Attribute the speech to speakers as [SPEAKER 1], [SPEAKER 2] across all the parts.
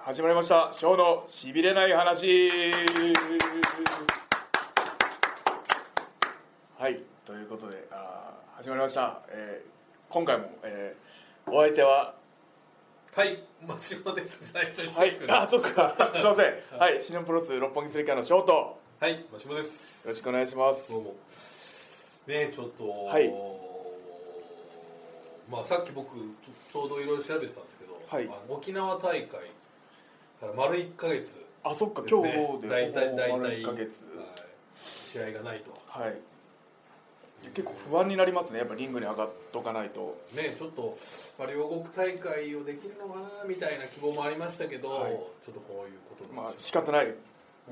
[SPEAKER 1] 始まりましたショーのしびれない話はいということであー始まりました、えー今回も、えーお相手は
[SPEAKER 2] はい、マシモです。最初にチ
[SPEAKER 1] は
[SPEAKER 2] ェ
[SPEAKER 1] い
[SPEAKER 2] ック
[SPEAKER 1] あそっか すいませんはいシノプロレス六本木スレッカーのショートよ
[SPEAKER 2] はい、マシモです。
[SPEAKER 1] ろしくお願いします
[SPEAKER 2] どうも。ねえ、ちょっと、
[SPEAKER 1] い
[SPEAKER 2] まあさっき僕ちょちょうどいろいろ調べてたんですけど、
[SPEAKER 1] はい
[SPEAKER 2] あの沖縄大会から丸1ヶ月です、ね、
[SPEAKER 1] あそっか今日で
[SPEAKER 2] 大
[SPEAKER 1] ほ
[SPEAKER 2] 体
[SPEAKER 1] ぼ
[SPEAKER 2] 大体
[SPEAKER 1] 丸1ヶ月
[SPEAKER 2] はい試合がないと。
[SPEAKER 1] はい結構不安になりますねやっぱリングに上がっとかないと
[SPEAKER 2] ねえ、ちょっと、まあ、両国大会をできるのかなみたいな希望もありましたけど、
[SPEAKER 1] はい
[SPEAKER 2] ちょっとこういうことに
[SPEAKER 1] ま
[SPEAKER 2] な
[SPEAKER 1] あ
[SPEAKER 2] ってし
[SPEAKER 1] 仕方ない、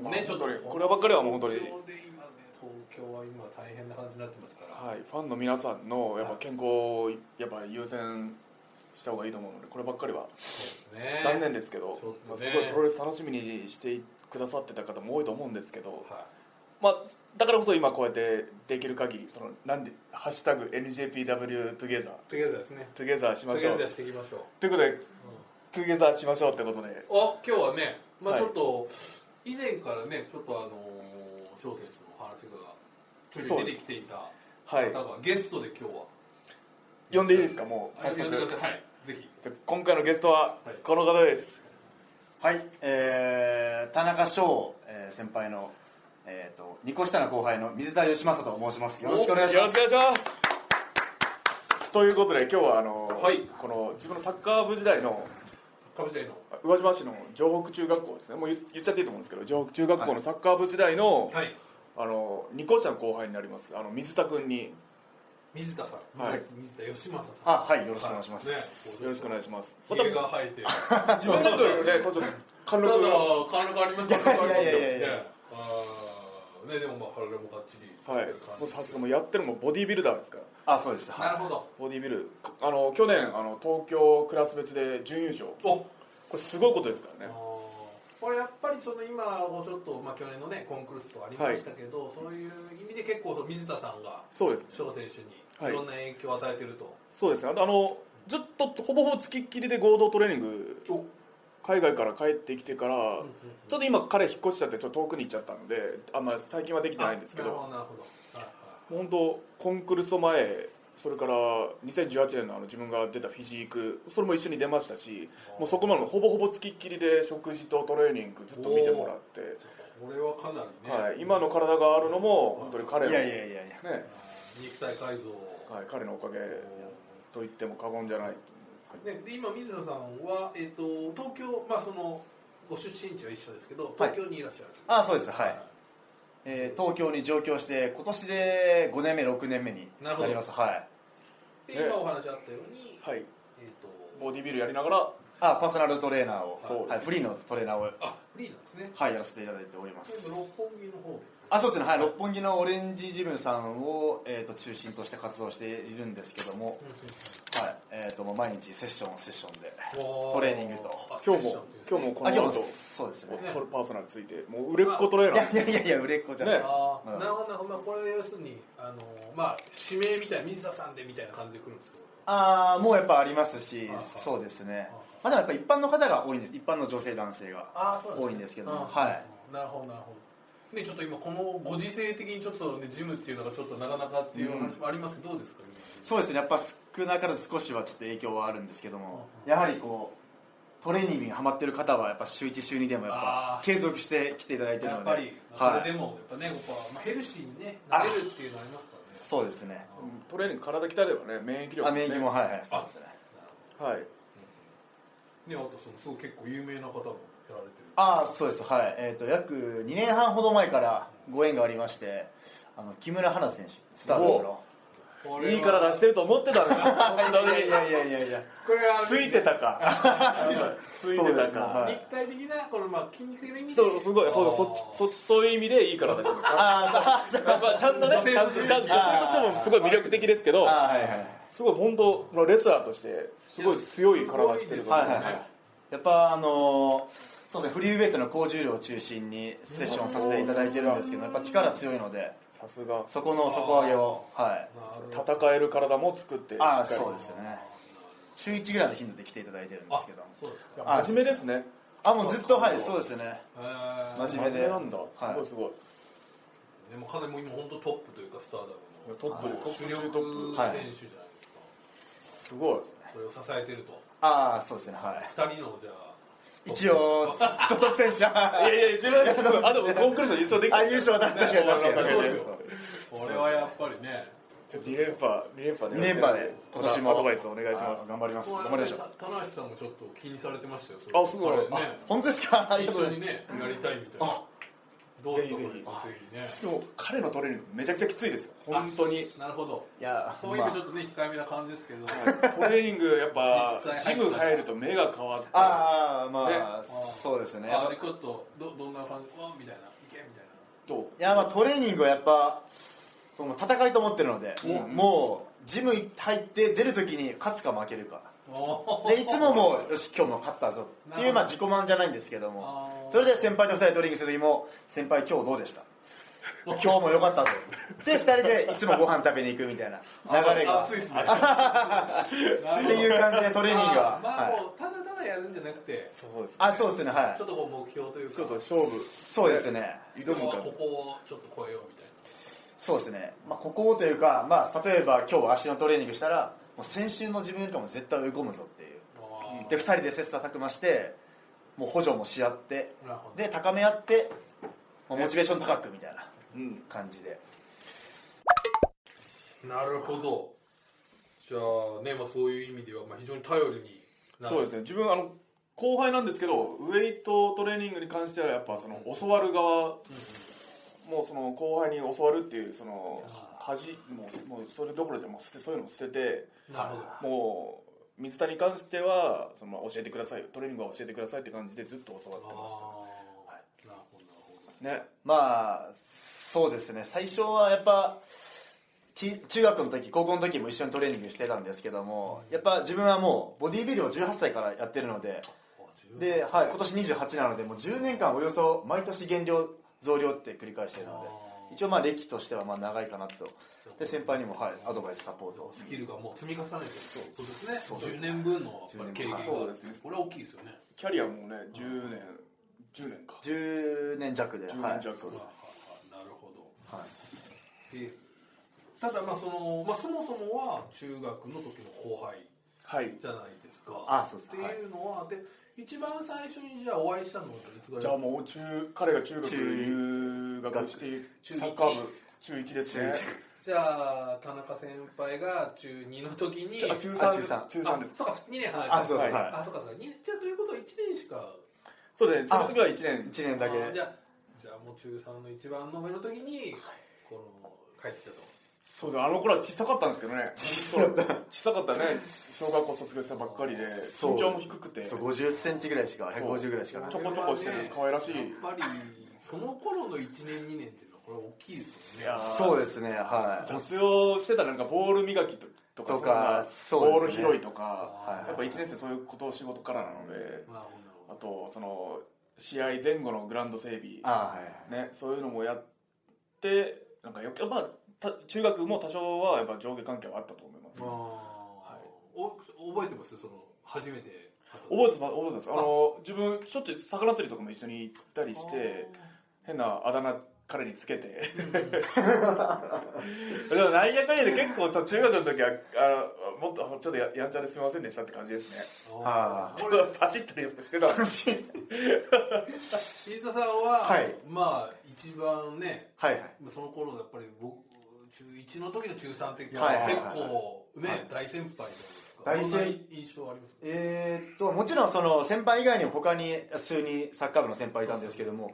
[SPEAKER 1] まあ
[SPEAKER 2] ねちょっと
[SPEAKER 1] こればっかりはもう本当に
[SPEAKER 2] 東京で今ね東京は今大変な感じになってますから、
[SPEAKER 1] はい、ファンの皆さんのやっぱ健康をやっぱ優先した方がいいと思うのでこればっかりは
[SPEAKER 2] そうですね
[SPEAKER 1] 残念ですけど、
[SPEAKER 2] ちょっとね
[SPEAKER 1] まあすごいプロレス楽しみにしてくださってた方も多いと思うんですけど、
[SPEAKER 2] は
[SPEAKER 1] まあ、だからこそ今こうやってできる限りそのなんで「ハッシュタグ #NJPWTogether
[SPEAKER 2] い、とりあえずですね」
[SPEAKER 1] 「Together しま
[SPEAKER 2] と
[SPEAKER 1] し
[SPEAKER 2] りあ
[SPEAKER 1] ょ
[SPEAKER 2] え
[SPEAKER 1] う」
[SPEAKER 2] ずしていきましょう、
[SPEAKER 1] ということで「Together しましょう」ってことで
[SPEAKER 2] あ今日はね、まあ、
[SPEAKER 1] はい
[SPEAKER 2] ちょっと以前からねちょっとあのー翔選手の話がちょいちょい出てきていた
[SPEAKER 1] はい
[SPEAKER 2] 方がゲストで今日は
[SPEAKER 1] 呼んでいいですかもう
[SPEAKER 2] あ
[SPEAKER 1] 早
[SPEAKER 2] 呼んでくださ
[SPEAKER 1] 速
[SPEAKER 2] いはいぜひ
[SPEAKER 1] じゃあ今回のゲストは
[SPEAKER 2] はい
[SPEAKER 1] この方です、
[SPEAKER 3] はい、えー、田中翔、えー、先輩の、えー、と2個下の後輩の水田義政と申しますよろしくお願いし
[SPEAKER 1] よ
[SPEAKER 3] ま
[SPEAKER 1] ろし
[SPEAKER 3] す
[SPEAKER 1] くお願いしますということで今日はあの、
[SPEAKER 2] はい
[SPEAKER 1] この自分のサッカー部時代の
[SPEAKER 2] サッカー部時代の
[SPEAKER 1] 宇和島市の城北中学校ですねもう言言っちゃっていいと思うんですけど城北中学校のサッカー部時代の、
[SPEAKER 2] はい
[SPEAKER 1] あの二校舎の後輩になりますあの水田君に
[SPEAKER 2] 水田さん、
[SPEAKER 1] はい
[SPEAKER 2] 水田義政さん
[SPEAKER 3] あはいよろしくお願いします、
[SPEAKER 1] よろしくお
[SPEAKER 2] いし
[SPEAKER 1] 願いしますま
[SPEAKER 2] ま
[SPEAKER 1] すた
[SPEAKER 2] ひげが生え てる
[SPEAKER 1] 自分の声をねちょっと貫
[SPEAKER 2] ただ
[SPEAKER 1] 禄が
[SPEAKER 2] 貫禄ありますよ貫禄ありますよ
[SPEAKER 3] いやいやいやいや
[SPEAKER 2] ねあーねでもまあ体もがっちり
[SPEAKER 1] はいもうさすがもうやってるのもボディービルダーですから
[SPEAKER 3] あそうです
[SPEAKER 2] な
[SPEAKER 3] は
[SPEAKER 2] るほど
[SPEAKER 1] ボディービルあの去年あの東京クラス別で準優勝
[SPEAKER 2] お
[SPEAKER 1] これすごいことですからね
[SPEAKER 2] これやっぱりその今もちょっと、まあ、去年のねコンクルールとありましたけど、そういう意味で結構その水田さんが
[SPEAKER 1] そうですね
[SPEAKER 2] 翔選手
[SPEAKER 1] は
[SPEAKER 2] に
[SPEAKER 1] い
[SPEAKER 2] いろんな影響を与えてると、
[SPEAKER 1] そうですねあのずっとほぼほぼ付きっきりで合同トレーニング
[SPEAKER 2] お
[SPEAKER 1] 海外から帰ってきてから、
[SPEAKER 2] うんうん
[SPEAKER 1] ちょっと今彼引っ越しちゃってちょっと遠くに行っちゃったのであんま最近はできてないんですけど
[SPEAKER 2] なる
[SPEAKER 1] も
[SPEAKER 2] ほどなるほど、はいは
[SPEAKER 1] う本当コンクルソ前それから2018年のあの自分が出たフィジークそれも一緒に出ましたし
[SPEAKER 2] あー
[SPEAKER 1] もうそこまでほぼほぼ付きっきりで食事とトレーニングずっと見てもらって、
[SPEAKER 2] い、これはかなりね、
[SPEAKER 1] はい、今の体があるのも本当に
[SPEAKER 3] い
[SPEAKER 1] 彼
[SPEAKER 3] い
[SPEAKER 1] の
[SPEAKER 3] やいやいやいや
[SPEAKER 1] ね
[SPEAKER 2] 肉体改造、
[SPEAKER 1] はい、彼のおかげと言っても過言じゃないと思うんですけど
[SPEAKER 2] ね、で今水田さんは、えっと東京、まあ、そのご出身地は一緒ですけど
[SPEAKER 3] はい
[SPEAKER 2] 東京にいらっしゃる、
[SPEAKER 3] あそうですはい、えー、東京に上京して今年で5年目6年目に
[SPEAKER 2] なるほど
[SPEAKER 3] なりますはい
[SPEAKER 2] で今お話あったように、
[SPEAKER 1] はい、
[SPEAKER 2] えっと
[SPEAKER 1] ボディビルやりながら
[SPEAKER 3] あパーソナルトレーナーを
[SPEAKER 1] そう
[SPEAKER 3] はい、フリーのトレーナーを
[SPEAKER 2] あフリーなんですね
[SPEAKER 3] はいやらせていただいております
[SPEAKER 2] 全部六本木の方で
[SPEAKER 3] あそうですねはい六本木のオレンジジムさんを、えー、と中心として活動しているんですけども、はいえー、ともう毎日セッションセッションで
[SPEAKER 2] ト
[SPEAKER 3] トレーニングと
[SPEAKER 1] 今日も今日もこの
[SPEAKER 3] あ今
[SPEAKER 1] 後
[SPEAKER 3] 日もそうですね
[SPEAKER 2] ね
[SPEAKER 1] これパーソナルついてもう売れっ子トレー
[SPEAKER 3] い
[SPEAKER 1] ナ
[SPEAKER 3] や
[SPEAKER 1] ー
[SPEAKER 3] いやいやいや売れっ子じゃない、
[SPEAKER 1] ね
[SPEAKER 2] ああ、
[SPEAKER 3] うん
[SPEAKER 2] なるほどなるほど、まあ、これ要するにあのまあ指名みたいな水田さんでみたいな感じで来るんですけど
[SPEAKER 3] ああもうやっぱありますし
[SPEAKER 2] ああ
[SPEAKER 3] そうですね
[SPEAKER 2] あ
[SPEAKER 3] まあでもやっぱ一般の方が多いんです一般の女性男性が
[SPEAKER 2] ああそうなん
[SPEAKER 3] 多いんですけども
[SPEAKER 2] う
[SPEAKER 3] はい
[SPEAKER 2] うんなるほどなるほどねちょっと今このご時世的にちょっとねジムっていうのがちょっとなかなかっていうお話もありますけど、どうですか
[SPEAKER 3] そうですねやっぱ少なからず少しはちょっと影響はあるんですけどもやはりこうトレーニングにハマってる方はやっぱ週1週2でもやっ
[SPEAKER 2] ああ
[SPEAKER 3] ぱ継続して来ていただいてる
[SPEAKER 2] や
[SPEAKER 3] の
[SPEAKER 2] っ
[SPEAKER 3] で
[SPEAKER 2] ぱりそ
[SPEAKER 3] は
[SPEAKER 2] れ
[SPEAKER 3] い
[SPEAKER 2] で、もやっぱねここは、まあ、ヘルシーにねなれるっていうのありますからね
[SPEAKER 3] そうですね
[SPEAKER 1] うんトレーニング体鍛えればね免疫力
[SPEAKER 3] あ免疫も
[SPEAKER 1] は
[SPEAKER 3] はいはいそうですね
[SPEAKER 1] はい
[SPEAKER 2] ねあとそのすごい結構有名な方もやられてる
[SPEAKER 3] ああそうですはいえっ、と約2年半ほど前からご縁がありましてあの木村花選手スタートの
[SPEAKER 2] これはい
[SPEAKER 1] い体してると思ってたんだ本当
[SPEAKER 3] い
[SPEAKER 1] に
[SPEAKER 3] やいやいやいや
[SPEAKER 2] これ は
[SPEAKER 1] ついてたかつい
[SPEAKER 3] そ
[SPEAKER 1] て
[SPEAKER 3] うで
[SPEAKER 1] た
[SPEAKER 3] すねは
[SPEAKER 1] か
[SPEAKER 3] い
[SPEAKER 2] 肉体的なこれまあ筋肉的な意味で
[SPEAKER 1] そうすごいそうそっちそそういう意味でいい体して る
[SPEAKER 3] あー
[SPEAKER 1] やっぱちゃんとね
[SPEAKER 2] 女性
[SPEAKER 1] ちゃんとちゃんと女性としてもすごい魅力的ですけど
[SPEAKER 3] あーはいはい
[SPEAKER 1] すごい本当まあレスラーとしてすごい強い体してると思
[SPEAKER 3] は
[SPEAKER 1] う
[SPEAKER 3] いはいはいやっぱあのーそうですねフリーウェイトの高重量を中心にセッションさせていただいてるんですけどやっぱ力強いので
[SPEAKER 1] さすが
[SPEAKER 3] そこの底上げをはい
[SPEAKER 2] なるほど
[SPEAKER 1] 戦える体も作ってしっ
[SPEAKER 3] あ
[SPEAKER 1] か
[SPEAKER 3] ああもうずっとはいそうですね
[SPEAKER 2] えー
[SPEAKER 3] マジ
[SPEAKER 1] 真面目
[SPEAKER 3] 真面目で
[SPEAKER 1] なんだ、
[SPEAKER 3] はい
[SPEAKER 1] すごいすごい
[SPEAKER 2] でもかなりもう今本当トップというかスターダム
[SPEAKER 1] いや
[SPEAKER 2] の
[SPEAKER 1] トップ
[SPEAKER 2] もう
[SPEAKER 1] トップ
[SPEAKER 2] 主力選
[SPEAKER 1] 中
[SPEAKER 2] 手
[SPEAKER 1] ト
[SPEAKER 2] じ
[SPEAKER 1] ッ
[SPEAKER 3] プ
[SPEAKER 2] ゃ
[SPEAKER 3] は
[SPEAKER 2] ない
[SPEAKER 3] い
[SPEAKER 2] ですか、
[SPEAKER 1] すごい
[SPEAKER 2] それを支えてると
[SPEAKER 3] ああそうですねはい
[SPEAKER 2] 2人のじゃあ
[SPEAKER 3] 一応トップ選手
[SPEAKER 1] いやいや自分ですごいあで もコンクールの優勝できた
[SPEAKER 3] あ優勝は確かに確か
[SPEAKER 1] そ
[SPEAKER 3] に
[SPEAKER 1] うです
[SPEAKER 2] よこれはやっぱりね
[SPEAKER 1] ちょっと2連覇2連覇
[SPEAKER 3] 2連覇で
[SPEAKER 1] 今年もアドバイスお願いします
[SPEAKER 3] あ頑張ります
[SPEAKER 2] こ
[SPEAKER 3] 頑
[SPEAKER 2] の
[SPEAKER 3] 張り
[SPEAKER 2] 間
[SPEAKER 3] ましょう
[SPEAKER 2] た棚橋さんもちょっと気にされてましたよそれ
[SPEAKER 1] あすごい
[SPEAKER 2] あれ
[SPEAKER 1] あ
[SPEAKER 2] ね
[SPEAKER 3] 本当ですかあり
[SPEAKER 2] 一
[SPEAKER 3] がとう
[SPEAKER 2] 緒
[SPEAKER 3] ござい
[SPEAKER 2] に
[SPEAKER 3] ます
[SPEAKER 2] ねやりたいみたいなどうしたこ
[SPEAKER 1] ぜひ
[SPEAKER 2] れぜ
[SPEAKER 1] ぜ
[SPEAKER 2] ひね
[SPEAKER 1] でも彼のトレーニングめちゃくちゃきついですよ本当に
[SPEAKER 2] なるほど
[SPEAKER 3] いや
[SPEAKER 2] そういう意味ちょっとね控えめな感じですけ ど
[SPEAKER 1] トレーニングやっぱ
[SPEAKER 2] 実際
[SPEAKER 1] ジム入ると目が変わって
[SPEAKER 3] ああまあそうですね
[SPEAKER 2] あでちょっとどどんな感じわみたいないけみたいな
[SPEAKER 1] どう
[SPEAKER 3] いやまあトレーニングはやっぱこの戦いと思ってるので、もうジム入って出るときに勝つか負けるか
[SPEAKER 2] おー
[SPEAKER 3] でいつももうよし今日も勝ったぞっていうまあ
[SPEAKER 2] なる
[SPEAKER 3] 自己満じゃないんですけども
[SPEAKER 2] あー
[SPEAKER 3] それで先輩と2人でトレーニングする時も先輩今日どうで した今日も良かったぞで2人でいつもご飯食べに行くみたいな流れが
[SPEAKER 2] あ
[SPEAKER 3] っ
[SPEAKER 2] 熱い
[SPEAKER 3] て
[SPEAKER 2] ですね
[SPEAKER 3] いう感じでト
[SPEAKER 2] ト
[SPEAKER 3] レーニングは、
[SPEAKER 2] まあ
[SPEAKER 3] はい
[SPEAKER 2] もうただただやるんじゃなくて
[SPEAKER 1] そうです
[SPEAKER 3] あそうですねは
[SPEAKER 2] ちょっ
[SPEAKER 3] い
[SPEAKER 2] とこう目標というか
[SPEAKER 1] ちょっと勝負
[SPEAKER 3] そうですね
[SPEAKER 2] 今
[SPEAKER 1] 挑
[SPEAKER 2] 日
[SPEAKER 1] む
[SPEAKER 2] は
[SPEAKER 1] か
[SPEAKER 2] ここをちょっと超えようみたいな
[SPEAKER 3] そうですね、まあ、ここというか、まあ、例えば今日足のトレーニングしたらもう先週の自分よりかも絶対追い込むぞっていう
[SPEAKER 2] あー
[SPEAKER 3] で2人で切磋琢磨してもう補助もし合って
[SPEAKER 2] なるほど
[SPEAKER 3] で高め合って、まあモチベーション高くみたいな
[SPEAKER 1] うん
[SPEAKER 3] 感じで
[SPEAKER 2] なるほどじゃあね、まあ、そういう意味では、まあ、非常に頼りになる
[SPEAKER 1] そうですね自分あの後輩なんですけどウェイトトレーニングに関してはやっぱその教わる側もうその後輩に教わるっていうその恥もうもうそれどころじゃもう捨てそういうのも捨てて
[SPEAKER 2] なるほど
[SPEAKER 1] もう水田に関してはその教えてくださいトレーニングは教えてくださいって感じでずっと教わ
[SPEAKER 2] あ
[SPEAKER 1] ってまし
[SPEAKER 2] ーなるほどなるほど
[SPEAKER 1] たね
[SPEAKER 3] まあそうですね最初はやっぱち中学の時高校の時も一緒にトレーニングしてたんですけどもやっぱ自分はもうボディービルを18歳からやってるのでで、はい、今年28なのでもう10年間およそ毎年減量増量って繰り返してるので
[SPEAKER 2] あー
[SPEAKER 3] 一応まあ歴としてはまあ長いかなとで先輩に
[SPEAKER 2] も
[SPEAKER 3] も、はい、アドバイスサポートを
[SPEAKER 2] スキルがもう積み重ねてるそうですね
[SPEAKER 3] そうです
[SPEAKER 2] 10年分のやっぱり経験が
[SPEAKER 3] 10
[SPEAKER 1] 年そうですね
[SPEAKER 2] これは大きいですよね
[SPEAKER 1] キャリアもね10年10年か
[SPEAKER 3] 10年弱で
[SPEAKER 1] 10
[SPEAKER 3] は
[SPEAKER 1] 年
[SPEAKER 3] い
[SPEAKER 1] 弱
[SPEAKER 3] そうです
[SPEAKER 2] はあはあなるほど
[SPEAKER 3] はい
[SPEAKER 2] でただまあその、まあ、そもそもは中学の時の後輩
[SPEAKER 1] はい
[SPEAKER 2] じゃないですか
[SPEAKER 3] あそうです
[SPEAKER 2] っていうのは、で一番最初にじゃあお会いしたのはいつぐらい
[SPEAKER 1] じゃあもう中彼が中学留学して
[SPEAKER 2] 中
[SPEAKER 1] サッカー部中1ですね
[SPEAKER 2] じゃあ田中先輩が中2の時に
[SPEAKER 1] あ中3
[SPEAKER 3] あ中
[SPEAKER 1] です
[SPEAKER 3] 三
[SPEAKER 1] 中
[SPEAKER 2] あ
[SPEAKER 1] 3です
[SPEAKER 2] そうか2年離れてる
[SPEAKER 3] あそうです
[SPEAKER 1] は
[SPEAKER 3] はいい、
[SPEAKER 2] あそうかそうか二じゃあということは1年しか
[SPEAKER 1] そうですねその時は1年
[SPEAKER 3] 1年だけ
[SPEAKER 2] あーじゃあじゃあもう中3の一番の上の時にこの帰ってきたと
[SPEAKER 1] そうだあの頃は小さかったんですけどね小さかった小さかったね小学校卒業したばっかりで
[SPEAKER 3] そう
[SPEAKER 1] 身長も低くて
[SPEAKER 3] そう50センチぐらいしか150ぐらいしかない
[SPEAKER 1] ちょこちょこしてる可愛らしい
[SPEAKER 2] やっぱりその頃の1年2年っていうのはこれは大きいですよね
[SPEAKER 1] いや
[SPEAKER 3] そうですねはい
[SPEAKER 1] 雑用してたなんかボール磨きととか
[SPEAKER 3] とか
[SPEAKER 1] そんな
[SPEAKER 3] そ
[SPEAKER 1] ボ
[SPEAKER 3] う
[SPEAKER 1] ー
[SPEAKER 3] で
[SPEAKER 1] ル
[SPEAKER 3] すね
[SPEAKER 1] 拾いとか
[SPEAKER 2] あー
[SPEAKER 1] やっぱ1年生そういうことを仕事からなので
[SPEAKER 2] なる
[SPEAKER 1] あ
[SPEAKER 2] ほど
[SPEAKER 1] とその試合前後のグラウンド整備
[SPEAKER 3] あーはい
[SPEAKER 1] ね、そういうのもやってなんかよくまあた中学も多少はやっぱ上下関係はあったと思います、
[SPEAKER 2] まあ、お覚えてますその初めて会っ
[SPEAKER 1] 覚え
[SPEAKER 2] た時
[SPEAKER 1] てます覚えてますあの自分しょっちゅう魚釣りとかも一緒に行ったりして変なあだ名彼につけて でもなんやかんやで結構さ中学の時はあもっとちょっとややんちゃですみませんでしたって感じですね
[SPEAKER 2] あー
[SPEAKER 1] ちょ
[SPEAKER 2] こ
[SPEAKER 1] っ
[SPEAKER 2] れ
[SPEAKER 1] とパシったりもしてたんで
[SPEAKER 2] 飯田さんは、
[SPEAKER 3] はい
[SPEAKER 2] まあ一番ね
[SPEAKER 3] はいはい
[SPEAKER 2] その頃やっぱり僕中1の時の中3って結
[SPEAKER 3] はいはいはい
[SPEAKER 2] 構ね、大先輩じゃない
[SPEAKER 3] 大
[SPEAKER 2] ですかど
[SPEAKER 3] 先
[SPEAKER 2] んな印象ありますか
[SPEAKER 3] えーっともちろんその先輩以外にも他に数人サッカー部の先輩いたんですけども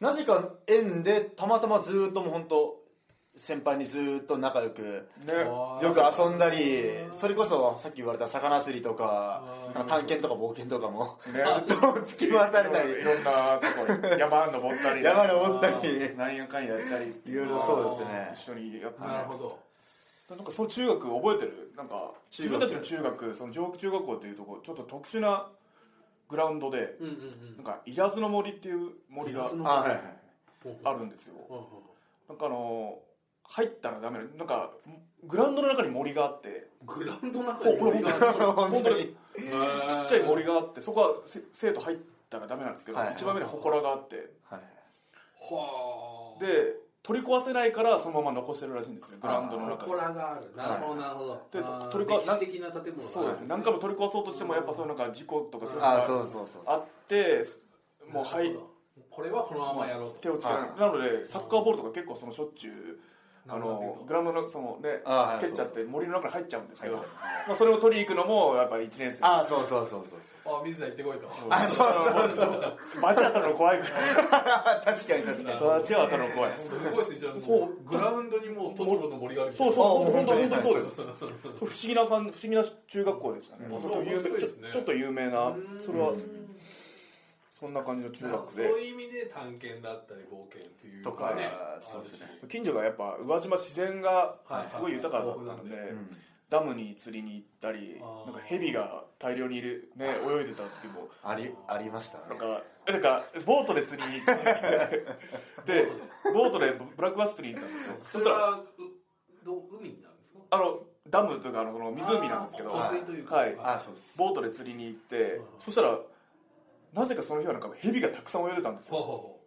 [SPEAKER 3] なぜか縁でたまたまずーっともう本当先輩にずーっと仲良く
[SPEAKER 1] すねね
[SPEAKER 2] あー
[SPEAKER 3] よく遊んだり
[SPEAKER 2] うん
[SPEAKER 3] それこそさっき言われた魚釣りとか
[SPEAKER 2] うん
[SPEAKER 3] あの探検とか冒険とかも
[SPEAKER 1] ね
[SPEAKER 3] ずっと付き回されたり
[SPEAKER 1] いろんなとこに山登ったり
[SPEAKER 3] 山登ったり
[SPEAKER 1] 何やかんやったり
[SPEAKER 3] いろいろそうですね
[SPEAKER 1] 一緒にやってね
[SPEAKER 2] なるほど
[SPEAKER 1] なんかその中学覚えてるなんか
[SPEAKER 3] 中
[SPEAKER 1] 自
[SPEAKER 3] 学
[SPEAKER 1] 分たちの中学その上北中学校っていうとこちょっと特殊なグラウンドで
[SPEAKER 2] うんうん
[SPEAKER 1] なんかイラズの森っていう森が
[SPEAKER 2] イラズの
[SPEAKER 3] あはいはい
[SPEAKER 2] うん
[SPEAKER 1] あるんですよ
[SPEAKER 2] うんうん
[SPEAKER 1] なんかあの入ったらダメななんかグラウンドの中に森があって
[SPEAKER 2] グラウンドの中
[SPEAKER 1] こ
[SPEAKER 2] に
[SPEAKER 1] うこれ
[SPEAKER 2] 森がある
[SPEAKER 1] 本当に
[SPEAKER 3] 本当に
[SPEAKER 1] ちっちゃい森があってそこはせ生徒入ったらダメなんですけど、
[SPEAKER 3] はい
[SPEAKER 1] 一番目に祠があって
[SPEAKER 3] はい
[SPEAKER 2] はあ
[SPEAKER 1] で取り壊せないからそのまま残してるらしいんですねグラウンドの中に
[SPEAKER 2] 祠があるなるほどなるほど、
[SPEAKER 1] で
[SPEAKER 2] あー
[SPEAKER 1] 取り壊
[SPEAKER 2] 歴史的な建物
[SPEAKER 1] そうですね何回も取り壊そうとしてもやっぱそういうなんか事故とかそういうの
[SPEAKER 3] あ
[SPEAKER 1] が
[SPEAKER 3] ーそうそうそう
[SPEAKER 1] あってもう
[SPEAKER 2] は
[SPEAKER 1] はいい
[SPEAKER 2] これはこのままやろうと
[SPEAKER 1] 手をつけられない、
[SPEAKER 3] は
[SPEAKER 1] なのでサッカーボールとか結構そのしょっちゅうあ
[SPEAKER 2] なるほ
[SPEAKER 1] の
[SPEAKER 2] ど
[SPEAKER 1] グラウンドのそのね
[SPEAKER 3] あーはい
[SPEAKER 1] 蹴っちゃって森の中に入っちゃうんですけど、
[SPEAKER 3] はい
[SPEAKER 1] まあ、それを取りに行くのもやっぱ1年生
[SPEAKER 3] ああそうそうそうそう
[SPEAKER 2] あ水田行ってこいと
[SPEAKER 1] あそうそうそうバチ当たるの怖いから
[SPEAKER 3] 確かに確かに
[SPEAKER 1] バチ当たるの怖い
[SPEAKER 2] すごいですねじゃあ
[SPEAKER 1] そ
[SPEAKER 2] も
[SPEAKER 1] う
[SPEAKER 2] うグラウンドにもうトトロの森があるみた
[SPEAKER 1] そう
[SPEAKER 2] いな
[SPEAKER 1] そう
[SPEAKER 3] あ
[SPEAKER 1] 本当
[SPEAKER 3] 本当に
[SPEAKER 1] 本当にそうです。不思議な感じ不思議な中学校でしたね。
[SPEAKER 2] うん
[SPEAKER 1] ちょっと有
[SPEAKER 2] 面白
[SPEAKER 1] 名ちょ
[SPEAKER 2] いですね
[SPEAKER 1] ちょっと有名な
[SPEAKER 2] うん
[SPEAKER 1] それはそんな感じの中
[SPEAKER 2] なんか
[SPEAKER 1] 学
[SPEAKER 2] そう
[SPEAKER 1] で
[SPEAKER 2] いう意味で探検だったり冒険という
[SPEAKER 3] とか
[SPEAKER 2] ね
[SPEAKER 3] そうですね
[SPEAKER 2] あるし
[SPEAKER 1] 近所がやっぱ宇和島自然が
[SPEAKER 2] はい
[SPEAKER 1] すごい豊かだったので
[SPEAKER 2] はい
[SPEAKER 3] うん
[SPEAKER 1] ダムに釣りに行ったり
[SPEAKER 2] あー
[SPEAKER 1] なんかヘビが大量にいるね泳いでたっていうのも
[SPEAKER 3] ありありましたね
[SPEAKER 1] なんかなんかボートで釣りに行 ってでボートでブラックバス釣りに行ったんですよ。
[SPEAKER 2] そ
[SPEAKER 1] そし
[SPEAKER 2] れ
[SPEAKER 1] たら
[SPEAKER 2] はうど海になるんですか
[SPEAKER 1] あのダムというかあのその湖なんですけど。
[SPEAKER 2] あー湖水というか
[SPEAKER 1] はい
[SPEAKER 3] あーそうです
[SPEAKER 1] ボートで釣りに行って、
[SPEAKER 2] うん
[SPEAKER 1] そしたらなぜかその日はなんかヘビがたくさん泳いでたんです
[SPEAKER 2] ほう
[SPEAKER 1] よ
[SPEAKER 2] ほうほ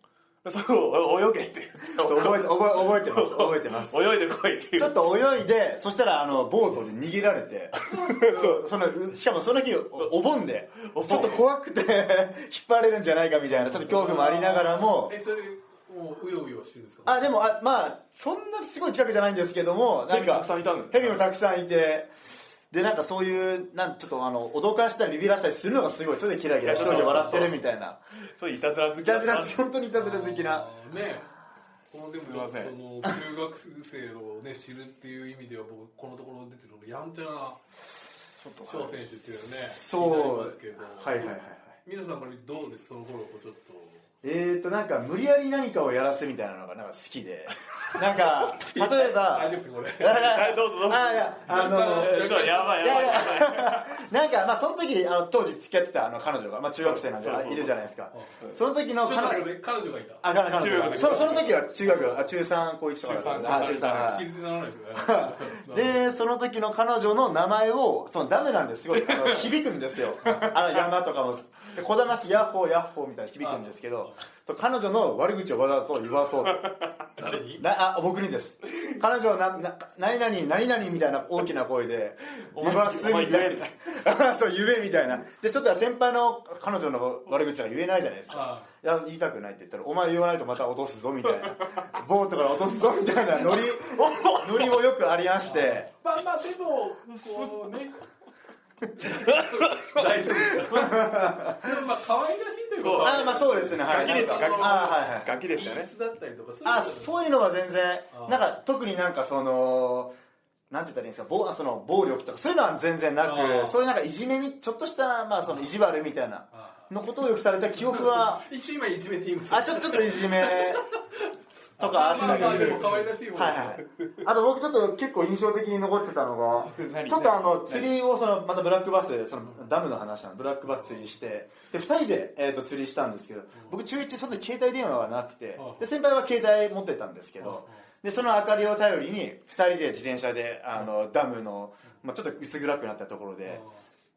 [SPEAKER 1] でそれを泳げって
[SPEAKER 3] そう覚えて覚え覚えてます覚えてます
[SPEAKER 1] 泳いでこいってい
[SPEAKER 3] ちょ
[SPEAKER 1] う
[SPEAKER 3] っと泳いでそしたらあのボートで逃げられてそうそのうしかもその日おお盆で
[SPEAKER 1] お盆
[SPEAKER 3] ちょっと怖くて 引っ張られるんじゃないかみたいなちょっと恐怖もありながらも
[SPEAKER 2] うえそれもううようよしてるんですか
[SPEAKER 3] あでもあまあそんなすごい近くじゃないんですけどもな
[SPEAKER 1] ヘ
[SPEAKER 3] ん
[SPEAKER 1] ビた
[SPEAKER 3] か
[SPEAKER 1] くさんいたんで
[SPEAKER 3] ヘビもたくさんいてでなんかそういうなんちょっとあの脅かしたりビビらせたりするのがすごいそれでキラキラ一人で笑ってるみたいな
[SPEAKER 1] そういたずら好き
[SPEAKER 3] いたずら本当にいたずら好きな
[SPEAKER 2] あーねこのでもちょっと
[SPEAKER 1] すいません
[SPEAKER 2] その中学生をね知るっていう意味では僕このところ出てるこのやんちゃな
[SPEAKER 1] ちょっと
[SPEAKER 2] 翔選手っていうのはね
[SPEAKER 3] そう
[SPEAKER 2] 気になりますけど
[SPEAKER 3] はいはいはいはい
[SPEAKER 2] 皆さんから見てどうですその頃こうちょっと
[SPEAKER 3] えーとなんか無理やり何かをやらすみたいなのがなんか好き でなんか例えば
[SPEAKER 2] 大丈夫ですかこれ
[SPEAKER 1] はいどうぞどうぞ
[SPEAKER 3] あいやあの
[SPEAKER 1] えーそうやばいやばいやばい
[SPEAKER 3] なんかまあその時あの当時付き合ってたあの彼女がまあ中学生なんで
[SPEAKER 1] そうそうそう
[SPEAKER 3] いるじゃないですか
[SPEAKER 2] あ
[SPEAKER 3] その時
[SPEAKER 2] ちょ
[SPEAKER 3] の
[SPEAKER 2] っと待
[SPEAKER 3] 彼
[SPEAKER 2] って
[SPEAKER 3] 女
[SPEAKER 2] ください彼女がいた
[SPEAKER 3] あ彼女
[SPEAKER 1] 中学
[SPEAKER 3] が
[SPEAKER 1] で
[SPEAKER 3] そその時は中学あ中3高1とかだったん
[SPEAKER 1] 中
[SPEAKER 3] で
[SPEAKER 1] 三
[SPEAKER 3] あ中三は
[SPEAKER 2] 引
[SPEAKER 3] い
[SPEAKER 2] きずりならないですよね
[SPEAKER 3] でその時の彼女の名前をそのダメなんで すごいあの響くんですよあの山とかもでこだましてヤッホーヤッホーみたいに響くんですけどそう彼女の悪口をわざと言わそうと
[SPEAKER 2] 誰に
[SPEAKER 3] なあ僕にです彼女はなな何々何々みたいな大きな声で
[SPEAKER 1] お
[SPEAKER 3] 言
[SPEAKER 1] 前
[SPEAKER 3] わすみたい
[SPEAKER 1] お前言えみ
[SPEAKER 3] な そう言えみたいなでちょっと先輩の彼女の悪口は言えないじゃないですか
[SPEAKER 2] あ
[SPEAKER 3] いや言いたくないって言ったらお前言わないとまた落とすぞみたいなボートから落とすぞみたいな ノリノリもよくありまして
[SPEAKER 2] まあまあでもこうね大丈夫ですよでもまあ可愛らしいということ
[SPEAKER 3] あまあそうですねはい
[SPEAKER 1] ガキです
[SPEAKER 3] なんか
[SPEAKER 2] ガキ
[SPEAKER 3] あはいはい
[SPEAKER 1] ガキでしたよ
[SPEAKER 2] 演
[SPEAKER 1] ね
[SPEAKER 2] 出だったりとかそういう
[SPEAKER 3] あ
[SPEAKER 2] こと
[SPEAKER 3] そういうのは全然
[SPEAKER 2] あー
[SPEAKER 3] なんか特になんかそのなんて言ったらいいんですか暴あその暴力とかそういうのは全然な
[SPEAKER 2] あー
[SPEAKER 3] くそういうなんかいじめにちょっとした、まあ、その意地悪みたいな
[SPEAKER 2] あ
[SPEAKER 3] のことをよくされた記憶は
[SPEAKER 2] 一瞬今いじめていました
[SPEAKER 3] あちょちょっといじめと
[SPEAKER 2] ま
[SPEAKER 3] かあ
[SPEAKER 2] あ
[SPEAKER 3] っ
[SPEAKER 2] ま
[SPEAKER 3] た
[SPEAKER 2] あ
[SPEAKER 3] り
[SPEAKER 2] まあでも可愛らしいもんで
[SPEAKER 3] はい
[SPEAKER 2] すよ
[SPEAKER 3] はい、あと僕ちょっと結構印象的に残ってたのが
[SPEAKER 1] 何
[SPEAKER 3] ちょっとあの釣りをそのまたブラックバスそのダムの話なのブラックバス釣りしてで2人で、えー、と釣りしたんですけど僕中1その時携帯電話がなくて
[SPEAKER 2] うん
[SPEAKER 3] で先輩は携帯持ってたんですけどでその明かりを頼りに2人で自転車であのダムの、まあ、ちょっと薄暗くなったところで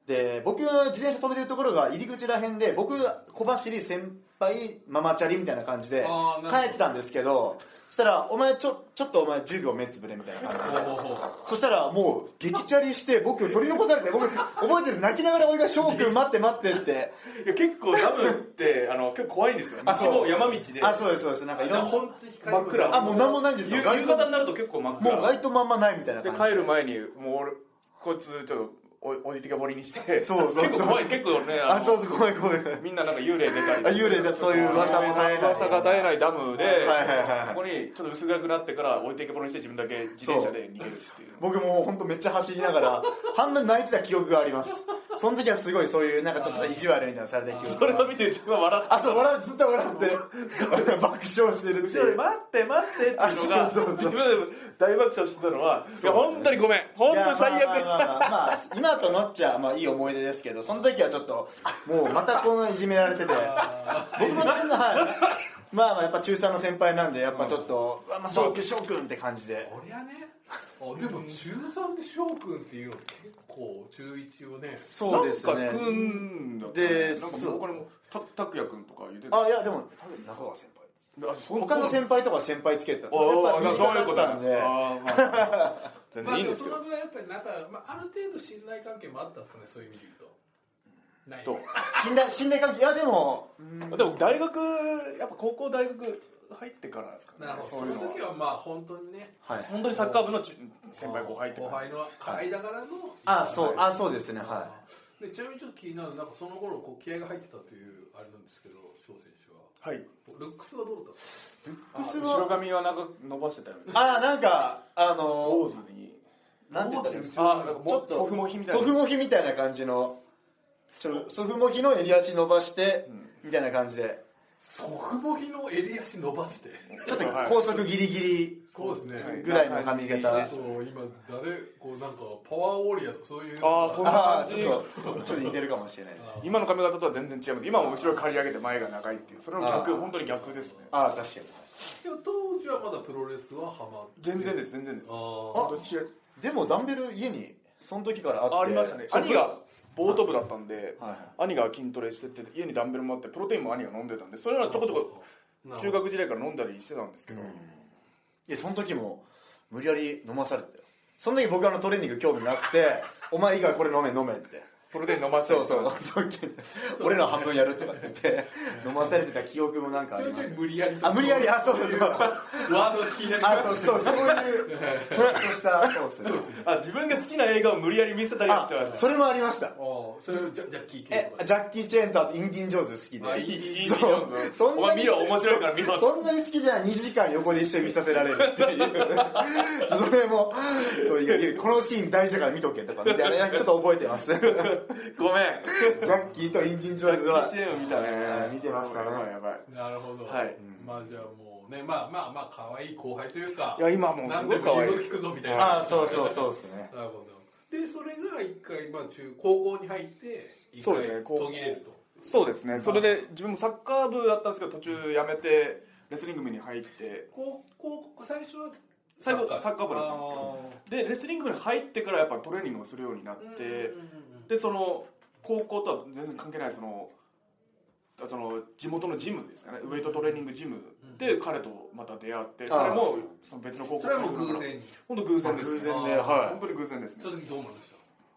[SPEAKER 3] で僕自転車止めてるところが入り口らへんで僕小走り先輩ママチャリみたいな感じで
[SPEAKER 2] あーなるほど
[SPEAKER 3] 帰ってたんですけどそしたら「お前ちょちょっとお前10秒目つぶれ」みたいな感じで
[SPEAKER 2] ほうほうほ
[SPEAKER 3] そしたらもう激チャリして僕取り残されて僕覚えてる泣きながら俺が「翔くん待って待って」って
[SPEAKER 1] いや結構ダムってあの結構怖いんですよ
[SPEAKER 3] あそう
[SPEAKER 1] 道も山道で
[SPEAKER 3] あそうですそうですなんかいうろ
[SPEAKER 2] じゃあ
[SPEAKER 3] んな
[SPEAKER 2] 本当に光り物
[SPEAKER 1] 真っ暗
[SPEAKER 3] あもう何もないんです
[SPEAKER 1] 夕
[SPEAKER 3] よ
[SPEAKER 1] 夕
[SPEAKER 3] 街灯
[SPEAKER 1] 方に
[SPEAKER 3] も
[SPEAKER 1] なると結構真っ
[SPEAKER 3] う
[SPEAKER 1] 暗
[SPEAKER 3] 街灯まんまないみたいな
[SPEAKER 1] で
[SPEAKER 3] 感じ
[SPEAKER 1] 帰る前にもう俺こいつちょっとおおじてけぼりにして
[SPEAKER 3] そうそうそう
[SPEAKER 1] 結構怖い結構ね
[SPEAKER 3] あ
[SPEAKER 1] の
[SPEAKER 3] そうそうごめんごめん
[SPEAKER 1] みんななんか幽霊出たり
[SPEAKER 3] あ幽霊だそういう噂も絶えない
[SPEAKER 1] 噂が絶えないダムで、
[SPEAKER 3] はいはいはいはい
[SPEAKER 1] ここにちょっと薄暗くなってから置いてけぼりにして自分だけ自転車で逃げるっていう
[SPEAKER 3] 僕も本当めっちゃ走りながら半分泣いてた記憶がありますその時はすごいそういうなんかちょっと意地悪みたいなのされた記
[SPEAKER 1] そ
[SPEAKER 3] 憶
[SPEAKER 1] れ
[SPEAKER 3] が
[SPEAKER 1] を見て自分は笑っ
[SPEAKER 3] あそう笑うずっと笑って爆笑してるって
[SPEAKER 1] 後ろ
[SPEAKER 3] い
[SPEAKER 1] で
[SPEAKER 3] う
[SPEAKER 1] 待って待ってっていうのが
[SPEAKER 3] あそうそうそう
[SPEAKER 1] 自分で大爆笑してたのは、いや本当にごめん本当に最
[SPEAKER 3] いやまあ
[SPEAKER 1] 悪
[SPEAKER 3] まあまあまあ、まあ今とのっちゃまあいい思い出ですけどその時はちょっともうまたこのいじめられてて僕もそんなはいまあまあやっぱ中3の先輩なんでやっぱちょっと、うわまあ、翔くん翔くんって感じで
[SPEAKER 2] そりゃねあでも中3で翔くんっていうのって結構中1をね
[SPEAKER 3] そうですね
[SPEAKER 1] なんかくんだった
[SPEAKER 3] で
[SPEAKER 1] なんかもう他にもた拓也くんとか言ってた
[SPEAKER 3] あいやでも多分中川先輩
[SPEAKER 1] あそ
[SPEAKER 3] 他の
[SPEAKER 1] 輩
[SPEAKER 3] 先輩とか先輩つけてた
[SPEAKER 1] ああ
[SPEAKER 3] やっぱ
[SPEAKER 1] そういう
[SPEAKER 3] 短
[SPEAKER 1] こ
[SPEAKER 3] か
[SPEAKER 1] と
[SPEAKER 3] ったんで
[SPEAKER 1] あー全然いいんですけど
[SPEAKER 2] まあでもそのぐらいやっぱりなんか、まあ、ある程度信頼関係もあったんですかねそういう意味で言うとない
[SPEAKER 1] と
[SPEAKER 3] 信頼信頼関係いやでもうん
[SPEAKER 1] でも大学やっぱ高校大学入ってからですかね
[SPEAKER 2] なるほ
[SPEAKER 1] そう
[SPEAKER 2] ど
[SPEAKER 1] い
[SPEAKER 2] そ
[SPEAKER 1] の
[SPEAKER 2] うの時
[SPEAKER 1] は
[SPEAKER 2] はまあ本当にね
[SPEAKER 3] はい
[SPEAKER 1] 本当にサッカー部のち先輩後輩って
[SPEAKER 2] 後輩の間からの
[SPEAKER 3] あそう
[SPEAKER 2] はい
[SPEAKER 3] あそうですねは
[SPEAKER 2] でちなみにちょっと気になるなんかその頃こう気合が入ってたというあれなんですけど翔選手は
[SPEAKER 1] はい
[SPEAKER 2] ルックスはどうだったんです
[SPEAKER 3] い
[SPEAKER 1] 後ろ髪はなんか伸ばしてたよね
[SPEAKER 3] あなんかあ
[SPEAKER 1] 坊
[SPEAKER 3] の
[SPEAKER 1] 主に
[SPEAKER 3] なんて言ったらいいんです
[SPEAKER 1] あ
[SPEAKER 3] か
[SPEAKER 1] なんかも
[SPEAKER 3] ちょっと
[SPEAKER 1] 祖父母ひみたい
[SPEAKER 3] 祖
[SPEAKER 1] な
[SPEAKER 3] 父母比みたいな感じのちょ祖父母比の襟足伸ばしてみたいな感じで
[SPEAKER 2] か祖父母日の襟足伸ばして
[SPEAKER 3] ちょっと
[SPEAKER 1] はい
[SPEAKER 3] 高速ギリギリ
[SPEAKER 2] そうですね
[SPEAKER 3] ぐらいの髪型
[SPEAKER 1] はい
[SPEAKER 2] そう今誰こうなんかパワーウォリアーとかそういう
[SPEAKER 1] あーそう
[SPEAKER 3] ああちょっとちょっと似てるかもしれないです
[SPEAKER 1] 今の髪型とは全然違います今も後ろ刈り上げて前が長いっていうそれの逆
[SPEAKER 3] あー
[SPEAKER 1] 本当に逆ですね
[SPEAKER 3] ああ確かに
[SPEAKER 2] でも当時はまだプロレスはハマって
[SPEAKER 1] 全然です全然です
[SPEAKER 2] あ
[SPEAKER 1] 本当
[SPEAKER 2] ー
[SPEAKER 1] に違う
[SPEAKER 3] でもダンベル家にその時からあって
[SPEAKER 1] ありましたね
[SPEAKER 3] そう
[SPEAKER 1] 兄がボート部だったんで、
[SPEAKER 3] はいはい
[SPEAKER 1] 兄が筋トレしてて家にダンベルもあってプロテインも兄が飲んでたんでそれはちょこちょこ
[SPEAKER 2] なるほ
[SPEAKER 1] 中
[SPEAKER 2] ど
[SPEAKER 1] 学時代から飲んだりしてたんですけど、
[SPEAKER 3] いやその時も無理やり飲まされてたよその時僕あのトレーニング興味なくてお前以外これ飲め飲めって
[SPEAKER 1] プロテイン飲ませて
[SPEAKER 3] そうそう そう俺ら半分やるとかって言って飲まされてた記憶もなんかあ
[SPEAKER 2] ちょい
[SPEAKER 3] りま
[SPEAKER 2] ちょい
[SPEAKER 3] す
[SPEAKER 2] 無理やりと
[SPEAKER 3] あ無理やりあそうそうそう
[SPEAKER 2] ワードが気になりま
[SPEAKER 3] あ
[SPEAKER 2] す
[SPEAKER 3] そうそうそういうふわっとしたそうですね
[SPEAKER 1] あ自分が好きな映画を無理やり見せたりは
[SPEAKER 3] あ
[SPEAKER 1] してました
[SPEAKER 3] それもありました
[SPEAKER 2] ああそれジャジャッキー系
[SPEAKER 3] え
[SPEAKER 2] とか
[SPEAKER 3] ジャッキー・チェーンとあとインディ・ン・ジョーンズ好きで
[SPEAKER 2] あ
[SPEAKER 1] いいいいいい
[SPEAKER 3] そうそん
[SPEAKER 1] お
[SPEAKER 3] な
[SPEAKER 1] 前
[SPEAKER 3] に
[SPEAKER 1] 見ろ面白いから見ます
[SPEAKER 3] そんなに好きじゃん2時間横で一緒に見させられるっていうそれもそういうこのシーン大事だから見とけとかみたいなちょっと覚えてますジャ
[SPEAKER 1] ごめん
[SPEAKER 3] ッキーとインディ・ン・ジョーンズは
[SPEAKER 1] ジャッキーチェーンを見たね
[SPEAKER 3] はい見てましたね
[SPEAKER 1] やばいやばい
[SPEAKER 2] なるほど、
[SPEAKER 1] はい
[SPEAKER 2] まあじゃあもうねまあまあまあ可愛い後輩というか
[SPEAKER 1] いや今はもうす
[SPEAKER 2] 何
[SPEAKER 1] ご
[SPEAKER 2] で
[SPEAKER 1] い
[SPEAKER 2] も
[SPEAKER 1] 可
[SPEAKER 2] 言
[SPEAKER 1] 愛
[SPEAKER 2] う
[SPEAKER 1] い
[SPEAKER 2] こと聞くぞみたいな
[SPEAKER 3] あそうそうそうですね
[SPEAKER 2] なるほどでそれが一回、まあ、中高校に入って一
[SPEAKER 1] そう
[SPEAKER 2] 回
[SPEAKER 1] ですね高校
[SPEAKER 2] 途切れると
[SPEAKER 1] そうですねそれで自分もサッカー部だったんですけど途中辞めてレスリング部に入って
[SPEAKER 2] 高校最初は
[SPEAKER 1] 最初サッカー部だったんですけど
[SPEAKER 2] あ
[SPEAKER 1] でレスリング部に入ってからやっぱトレーニングをするようになっ
[SPEAKER 2] ー
[SPEAKER 1] て
[SPEAKER 2] うんうんうん
[SPEAKER 1] でその高校とは全然関係ないそのあその地元のジムですかねウエイトトレーニングジムで彼とまた出会って
[SPEAKER 3] ん
[SPEAKER 1] 彼も
[SPEAKER 3] あー
[SPEAKER 1] その別の高
[SPEAKER 2] うん
[SPEAKER 1] 校
[SPEAKER 2] それはもう偶然に
[SPEAKER 1] 本当偶然です
[SPEAKER 3] 偶然で
[SPEAKER 1] ね
[SPEAKER 3] は
[SPEAKER 1] 本当に偶然ですね
[SPEAKER 2] その時どう思いました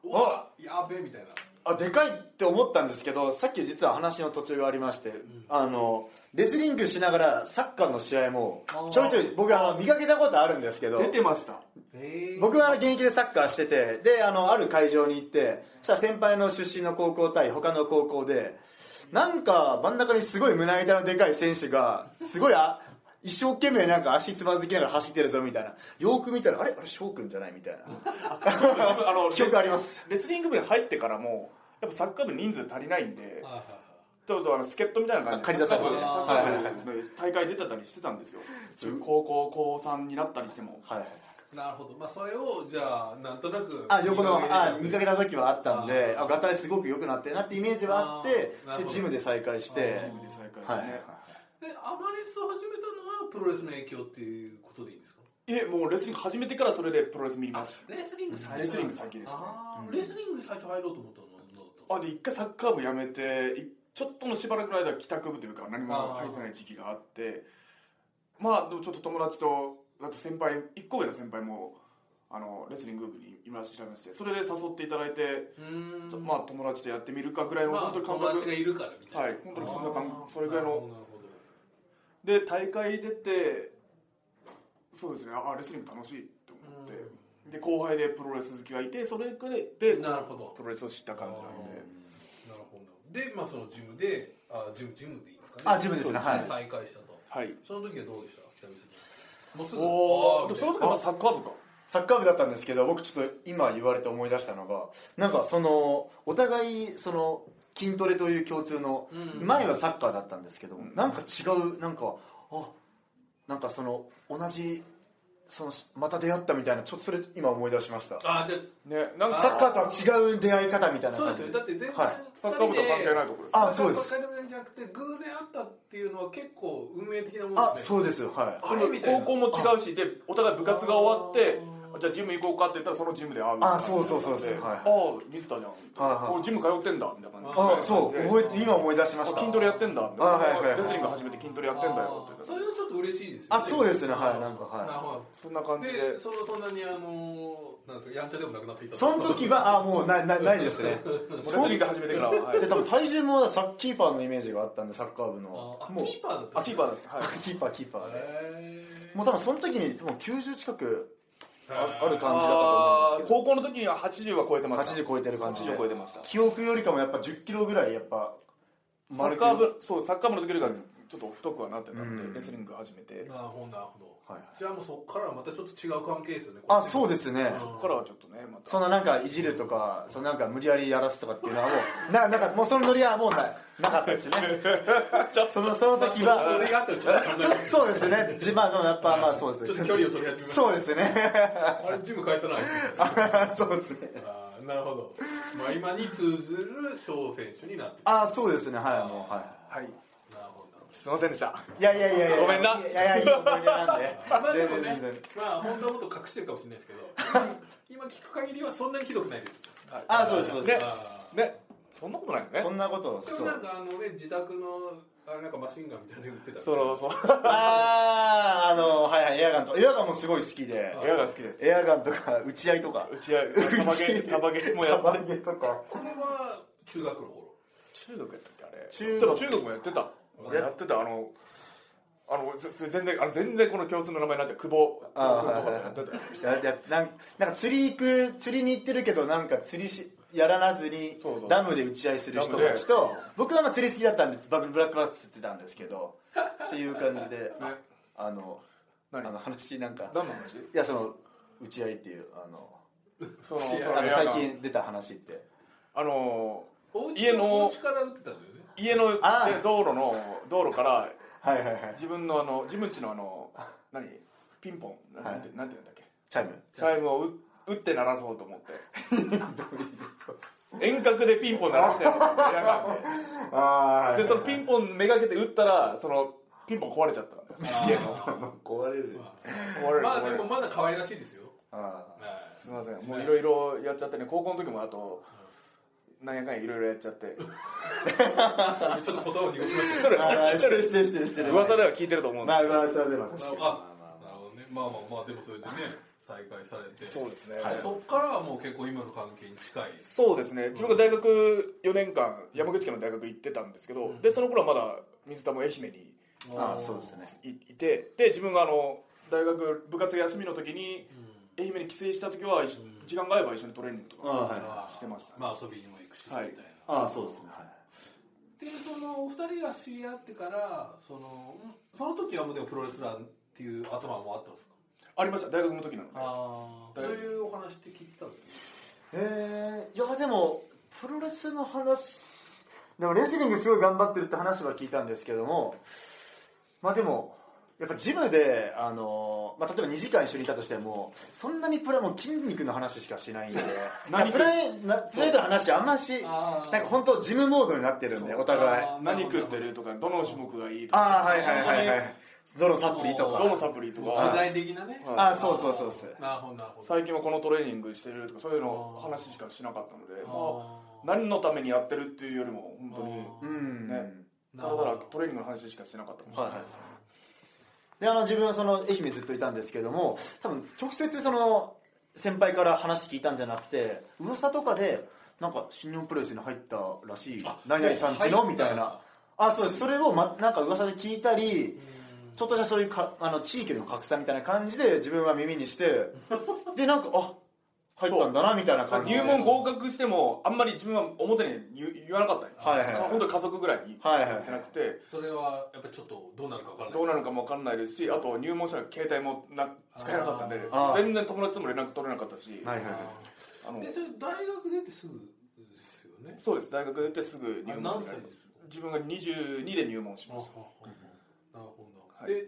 [SPEAKER 2] うわやべえみたいない
[SPEAKER 3] あでかいって思ったんですけどさっき実は話の途中がありまして、あのレスリングしながらサッカーの試合も
[SPEAKER 2] あー
[SPEAKER 3] ちょいちょい僕あの見かけたことあるんですけど
[SPEAKER 1] 出てました
[SPEAKER 2] え
[SPEAKER 3] 僕はあの現役でサッカーしててであのある会場に行ってそしたら先輩の出身の高校対他の高校でなんか真ん中にすごい胸板のでかい選手がすごいあ一生懸命なんか足つまずきながら走ってるぞみたいなよく見たらあれあれ翔くんじゃないみたいな
[SPEAKER 1] あの
[SPEAKER 3] 記憶あります
[SPEAKER 1] レスリング部に入ってからもやっぱサッカー部人数足りないんで
[SPEAKER 2] はいはいはい
[SPEAKER 1] ちょっとあの助っ人みたいな感じで
[SPEAKER 3] 借り出されて
[SPEAKER 1] サッカー部で大会出てたりしてたんですよ高校高3になったりしても
[SPEAKER 3] はい
[SPEAKER 2] なるほどまあそれをじゃあなんとなく
[SPEAKER 3] あ横の
[SPEAKER 2] 見か
[SPEAKER 3] あ
[SPEAKER 2] けて
[SPEAKER 3] 見かけた時はあったんで
[SPEAKER 2] あ
[SPEAKER 3] あ
[SPEAKER 2] ー
[SPEAKER 3] ガタイすごく良くなってるなってイメージはあって
[SPEAKER 2] あーなる
[SPEAKER 3] で
[SPEAKER 2] ほど
[SPEAKER 3] ジムで再会して
[SPEAKER 2] あー
[SPEAKER 1] ジムで再会
[SPEAKER 3] は
[SPEAKER 1] し
[SPEAKER 3] い
[SPEAKER 1] てね
[SPEAKER 2] でアマレスを始めたのはプロレスの影響っていうことでいいんですか
[SPEAKER 1] いえもうレスリング始めてからそれでプロレス見ました
[SPEAKER 2] レスリング最初
[SPEAKER 1] レスリング先ですね
[SPEAKER 2] あーレスリング最初入ろうと思ったの
[SPEAKER 1] あ
[SPEAKER 2] はどうだっ
[SPEAKER 1] で一回サッカー部辞めていちょっとのしばらくの間帰宅部というか何も入ってない時期があってまあでもちょっと友達とあと先輩一個上の先輩もあのレスリング部に今調べてそれで誘っていただいて、
[SPEAKER 2] たのうーん
[SPEAKER 1] まあ友達とやってみるかぐらいの
[SPEAKER 2] ま
[SPEAKER 1] 本
[SPEAKER 2] あ
[SPEAKER 1] 当に感
[SPEAKER 2] 友
[SPEAKER 1] 覚、
[SPEAKER 2] 達がいるからみたいな
[SPEAKER 1] はい本当にそんな感覚
[SPEAKER 2] あー
[SPEAKER 1] それぐらいの
[SPEAKER 2] なるほどなるほど
[SPEAKER 1] で大会出てそうですねあレスリング楽しいと思って、で後輩でプロレス好きがいてそれでで
[SPEAKER 2] なるほど
[SPEAKER 1] プロレスを知った感じなんで
[SPEAKER 2] なるほどでまあそのジムであジムジムでいいんですかね
[SPEAKER 3] あジムですねはい
[SPEAKER 2] 再開したと
[SPEAKER 1] はい
[SPEAKER 2] その時はどうでした久々にもうすぐ
[SPEAKER 1] おお
[SPEAKER 2] あー
[SPEAKER 1] その時はまだサッカー部か
[SPEAKER 3] サッカー部だったんですけど僕ちょっと今言われて思い出したのがなんかそのお互いその筋トレという共通の
[SPEAKER 2] うん
[SPEAKER 3] 前はサッカーだったんですけどなんか違うなんかあなんかその同じそのまた出会ったみたいなちょっとそれ今思い出しました
[SPEAKER 2] あじゃ
[SPEAKER 1] ねなんか
[SPEAKER 3] サッカーとは違う出会い方みたい
[SPEAKER 2] あ
[SPEAKER 3] な
[SPEAKER 2] そう
[SPEAKER 3] 感
[SPEAKER 2] で
[SPEAKER 3] じ
[SPEAKER 2] すよだって全然
[SPEAKER 3] はい
[SPEAKER 1] サッカー部とは関係ない
[SPEAKER 2] い
[SPEAKER 1] ところです
[SPEAKER 3] あそうです
[SPEAKER 2] じゃなくて偶然会ったっていうのは結構運命的なも
[SPEAKER 3] あ
[SPEAKER 2] のですね
[SPEAKER 3] そうですはい
[SPEAKER 2] あれみたいな
[SPEAKER 1] 高校も違うしでお互い部活が終わって
[SPEAKER 2] あー
[SPEAKER 1] じゃあジム行こうかって言ったらそのジムで会う
[SPEAKER 3] あそうそうそうそう
[SPEAKER 1] であ
[SPEAKER 3] はい
[SPEAKER 1] あ水田じゃん、
[SPEAKER 3] はい
[SPEAKER 1] おジム通ってんだみたいな感
[SPEAKER 3] あ
[SPEAKER 1] じで
[SPEAKER 3] そう
[SPEAKER 1] で
[SPEAKER 3] 覚えて今思い出しました
[SPEAKER 1] 筋トレやってんだみたいな
[SPEAKER 3] あはいはい
[SPEAKER 1] レ
[SPEAKER 3] はい
[SPEAKER 1] スリング始めて筋トレやってんだよって
[SPEAKER 2] あーそ
[SPEAKER 1] 言っ
[SPEAKER 2] れ
[SPEAKER 1] て
[SPEAKER 2] はちょっと嬉しいですよね
[SPEAKER 3] あそうですねはいなんかはい
[SPEAKER 2] なるほど
[SPEAKER 1] そんな感じで
[SPEAKER 2] でそのそんなにあのなんですかやんちゃでもなくなっていた
[SPEAKER 3] その時はあもうないないないですね
[SPEAKER 1] レスリング始めてからは、はい
[SPEAKER 3] で多分体重もサッキーパーのイメージがあったんでサッカー部の
[SPEAKER 2] ああ
[SPEAKER 3] もう
[SPEAKER 2] キーパーだった
[SPEAKER 1] あキーパーです、はい、
[SPEAKER 3] キーパーキーパーで
[SPEAKER 2] へー
[SPEAKER 3] もう多分その時にもう90近くああ
[SPEAKER 1] あ
[SPEAKER 3] る感じだったと思うん
[SPEAKER 1] ー
[SPEAKER 3] ですけど
[SPEAKER 1] 高校の時には80は超えてました
[SPEAKER 3] 80超えてる感じで
[SPEAKER 1] 80超えてました
[SPEAKER 3] 記憶よりかもやっぱ10キロぐらいやっぱ
[SPEAKER 1] サッ
[SPEAKER 3] く
[SPEAKER 1] カー部そうサッカー部の時よりかちょっと太くはなってたので、
[SPEAKER 3] うん
[SPEAKER 1] レスリング始めて
[SPEAKER 2] なるほどなるほど
[SPEAKER 3] はいはい
[SPEAKER 2] じゃあもうそこからはまたちょっと違う関係ですよね
[SPEAKER 3] あそう
[SPEAKER 2] で
[SPEAKER 3] ですね
[SPEAKER 1] そこからはちょっとねまた
[SPEAKER 3] そんななんかいじるとかそのなんか無理やりやらすとかっていうのはもうななんかもうそのノリはもうないなかったです ねそのその時は
[SPEAKER 2] 俺があったらちょっ
[SPEAKER 3] ちょ そうですね自慢のやっぱまあそうで
[SPEAKER 2] とちょ
[SPEAKER 3] す
[SPEAKER 2] っ
[SPEAKER 3] ね
[SPEAKER 2] と距離を取り始めました
[SPEAKER 3] そうですね
[SPEAKER 2] あれジム変えたな
[SPEAKER 3] そうですね
[SPEAKER 2] あーなるほどまあ今に通ずる翔選手になって
[SPEAKER 3] あそうですねはいもうは
[SPEAKER 1] はい
[SPEAKER 2] るなるほどなるほど
[SPEAKER 1] すいませんでした
[SPEAKER 3] いいやいやいやいや
[SPEAKER 1] ごめんない
[SPEAKER 3] やいやいい思い出なんで
[SPEAKER 2] ま あでも
[SPEAKER 3] 全然
[SPEAKER 2] ね
[SPEAKER 3] 全然
[SPEAKER 2] まあ本当はもっと隠してるかもしれないです けど今聞く限りはそんなにひどくないです
[SPEAKER 3] あそうですそうです
[SPEAKER 1] ね
[SPEAKER 2] あー
[SPEAKER 1] ねそんなことないよね
[SPEAKER 3] そんなこと
[SPEAKER 2] で
[SPEAKER 3] そ
[SPEAKER 2] もなん
[SPEAKER 3] う
[SPEAKER 2] かあのね自宅のあれなんかマシンガンみたいなの売ってた
[SPEAKER 1] そのそう
[SPEAKER 3] あああのはいはいエアガンとエアガンもすごい好きで
[SPEAKER 2] あ
[SPEAKER 1] 部屋が好きです
[SPEAKER 3] エアガンとか打ち合いとか
[SPEAKER 1] 打ち 合いサバゲーサバゲーもや
[SPEAKER 3] サ
[SPEAKER 1] っ
[SPEAKER 3] バ
[SPEAKER 1] て
[SPEAKER 3] ゲーとか
[SPEAKER 2] それは中学の頃
[SPEAKER 1] 中国やったっけあれで
[SPEAKER 3] 中国
[SPEAKER 1] も中国もやってた
[SPEAKER 3] や
[SPEAKER 1] やってたあのあのぜ全然あの全然この共通の名前になっちゃう久保久
[SPEAKER 3] あ
[SPEAKER 1] 保
[SPEAKER 3] ー
[SPEAKER 1] 君とかも
[SPEAKER 3] はいはい
[SPEAKER 1] やってたよ
[SPEAKER 3] いやいやなんなんか釣り行く釣りに行ってるけどなんか釣りしやらなずに
[SPEAKER 1] そうそう
[SPEAKER 3] ダムで打ち合いする人たちと僕はまあ釣り好きだったんでバブルブラックバス釣ってたんですけどっていう感じで
[SPEAKER 1] ね
[SPEAKER 3] あのあ
[SPEAKER 1] 何
[SPEAKER 3] の話なんか
[SPEAKER 1] 何の話
[SPEAKER 3] いやその打ち合いっていうあの
[SPEAKER 1] その
[SPEAKER 2] 知ら
[SPEAKER 3] あ
[SPEAKER 1] そ
[SPEAKER 3] の
[SPEAKER 1] の
[SPEAKER 3] 最近出た話って
[SPEAKER 1] あの
[SPEAKER 2] お家
[SPEAKER 1] 家の
[SPEAKER 2] お家から売ってたんだよね
[SPEAKER 1] 家の
[SPEAKER 3] あー
[SPEAKER 1] で道路の道路から
[SPEAKER 3] はいはいはい
[SPEAKER 1] 自分のあの自分家のあの何ピンポンなんて、なんて言うんだっけ
[SPEAKER 3] チャイム
[SPEAKER 1] チャイムを打打って鳴らそうと思って遠隔でピンポン鳴らしてやろうと思って
[SPEAKER 3] あ
[SPEAKER 1] でそのピンポンめがけて打ったらそのピンポン壊れちゃったの家の
[SPEAKER 3] 壊れる
[SPEAKER 1] 壊れる
[SPEAKER 2] まあ
[SPEAKER 1] 壊れ
[SPEAKER 2] でも
[SPEAKER 1] る
[SPEAKER 2] まだ可愛らしいですよ
[SPEAKER 3] あ
[SPEAKER 2] は
[SPEAKER 1] すいませんもういろいろやっちゃってね高校の時もあとなんやかんやいろいろやっちゃ って
[SPEAKER 2] いちょっと言葉を濁しまし
[SPEAKER 1] 知
[SPEAKER 2] た
[SPEAKER 1] っと
[SPEAKER 2] け
[SPEAKER 3] ー
[SPEAKER 1] る
[SPEAKER 3] あー
[SPEAKER 1] 知っ
[SPEAKER 3] して
[SPEAKER 1] と
[SPEAKER 3] る
[SPEAKER 1] る
[SPEAKER 3] してるしてるしてる
[SPEAKER 1] 噂では聞いてると思うんで
[SPEAKER 3] まあ
[SPEAKER 1] すけど
[SPEAKER 3] まあそれでも確か
[SPEAKER 2] ど
[SPEAKER 3] に
[SPEAKER 2] あ なるほどねまあまあまあでもそれでね再開されて
[SPEAKER 1] そうですね
[SPEAKER 2] はいそっからはもう結構今の関係に近いです
[SPEAKER 1] そうですね自分が大学4年間山口県の大学行ってたんですけどでその頃はまだ水田も愛媛に
[SPEAKER 3] あーそうですね
[SPEAKER 1] いいてで自分があの大学部活休みの時に
[SPEAKER 2] うん
[SPEAKER 1] 愛媛に帰省した時は一緒時間があれば一緒にトレーニングと
[SPEAKER 3] あ
[SPEAKER 1] か
[SPEAKER 3] はい
[SPEAKER 2] まあ
[SPEAKER 1] してました
[SPEAKER 2] まあ遊びにも行くしみたいな
[SPEAKER 3] ああそうですねはい
[SPEAKER 2] でそのお二人が知り合ってからそのんその時はもうでもプロレスラーっていう頭もあったんですか
[SPEAKER 1] ありました大学の時なので
[SPEAKER 2] あ
[SPEAKER 1] ー
[SPEAKER 2] そういうお話って聞いてたんですね
[SPEAKER 3] へえいやでもプロレスの話でもレスリングすごい頑張ってるって話は聞いたんですけどもまあでもやっぱジムで、あのまあ、例えば2時間一緒にいたとしてもそんなにプラもう筋肉の話しかしないんでなんかプライなプライドの話あんまし
[SPEAKER 2] あー
[SPEAKER 3] なんか本当ジムモードになってるんでお互い
[SPEAKER 2] あー
[SPEAKER 1] 何食ってるとかどの種目がいいとか
[SPEAKER 3] ああはいはいはいはいどのサプリと
[SPEAKER 1] ど
[SPEAKER 3] か
[SPEAKER 1] のサプリと
[SPEAKER 2] 具
[SPEAKER 1] か
[SPEAKER 2] 体的なね
[SPEAKER 1] はい
[SPEAKER 3] ああそうそうそうそう
[SPEAKER 2] なるほどなるほど
[SPEAKER 1] 最近はこのトレーニングしてるとかそういうの話しかしなかったのでま
[SPEAKER 2] あ
[SPEAKER 1] あ何のためにやってるっていうよりも本当に
[SPEAKER 2] ー
[SPEAKER 3] うん、
[SPEAKER 1] ねただ
[SPEAKER 2] なるほ
[SPEAKER 1] た
[SPEAKER 2] ど
[SPEAKER 1] だトレーニングの話しかしてなかったかもしれないです
[SPEAKER 3] であの自分はその愛媛ずっといたんですけども多分直接その先輩から話聞いたんじゃなくて噂とかでなんか新日本プロレスに入ったらしい何々さん
[SPEAKER 2] 入
[SPEAKER 3] ちの
[SPEAKER 2] った
[SPEAKER 3] みたいなあそうですそれを、ま、なんか噂で聞いたり
[SPEAKER 2] うん
[SPEAKER 3] ちょっとしたそういうかあの地域の格差みたいな感じで自分は耳にしてでなんかあ入ったんだなみたいな感じで
[SPEAKER 1] 入門合格してもあんまり自分は表に言う言わなかったんよ
[SPEAKER 3] はいはいはい
[SPEAKER 1] 本当に家族ぐらいに
[SPEAKER 3] はいはいはい
[SPEAKER 1] 言ってなくて
[SPEAKER 2] それはやっぱちょっとどうなるかわからない
[SPEAKER 1] どうなるかも分かんないですしあと入門したら携帯もな使えなかったんで
[SPEAKER 3] あー
[SPEAKER 1] 全然友達とも連絡取れなかったし
[SPEAKER 3] はいはいはい
[SPEAKER 2] あ
[SPEAKER 1] あ
[SPEAKER 2] ー
[SPEAKER 1] の
[SPEAKER 2] でそれ大学出てすぐですよね
[SPEAKER 1] そうです大学出てすぐ入
[SPEAKER 2] あれ
[SPEAKER 1] 門
[SPEAKER 2] 何歳ですか
[SPEAKER 1] 自分が22で入門しました
[SPEAKER 2] なるほど、
[SPEAKER 1] はい
[SPEAKER 2] で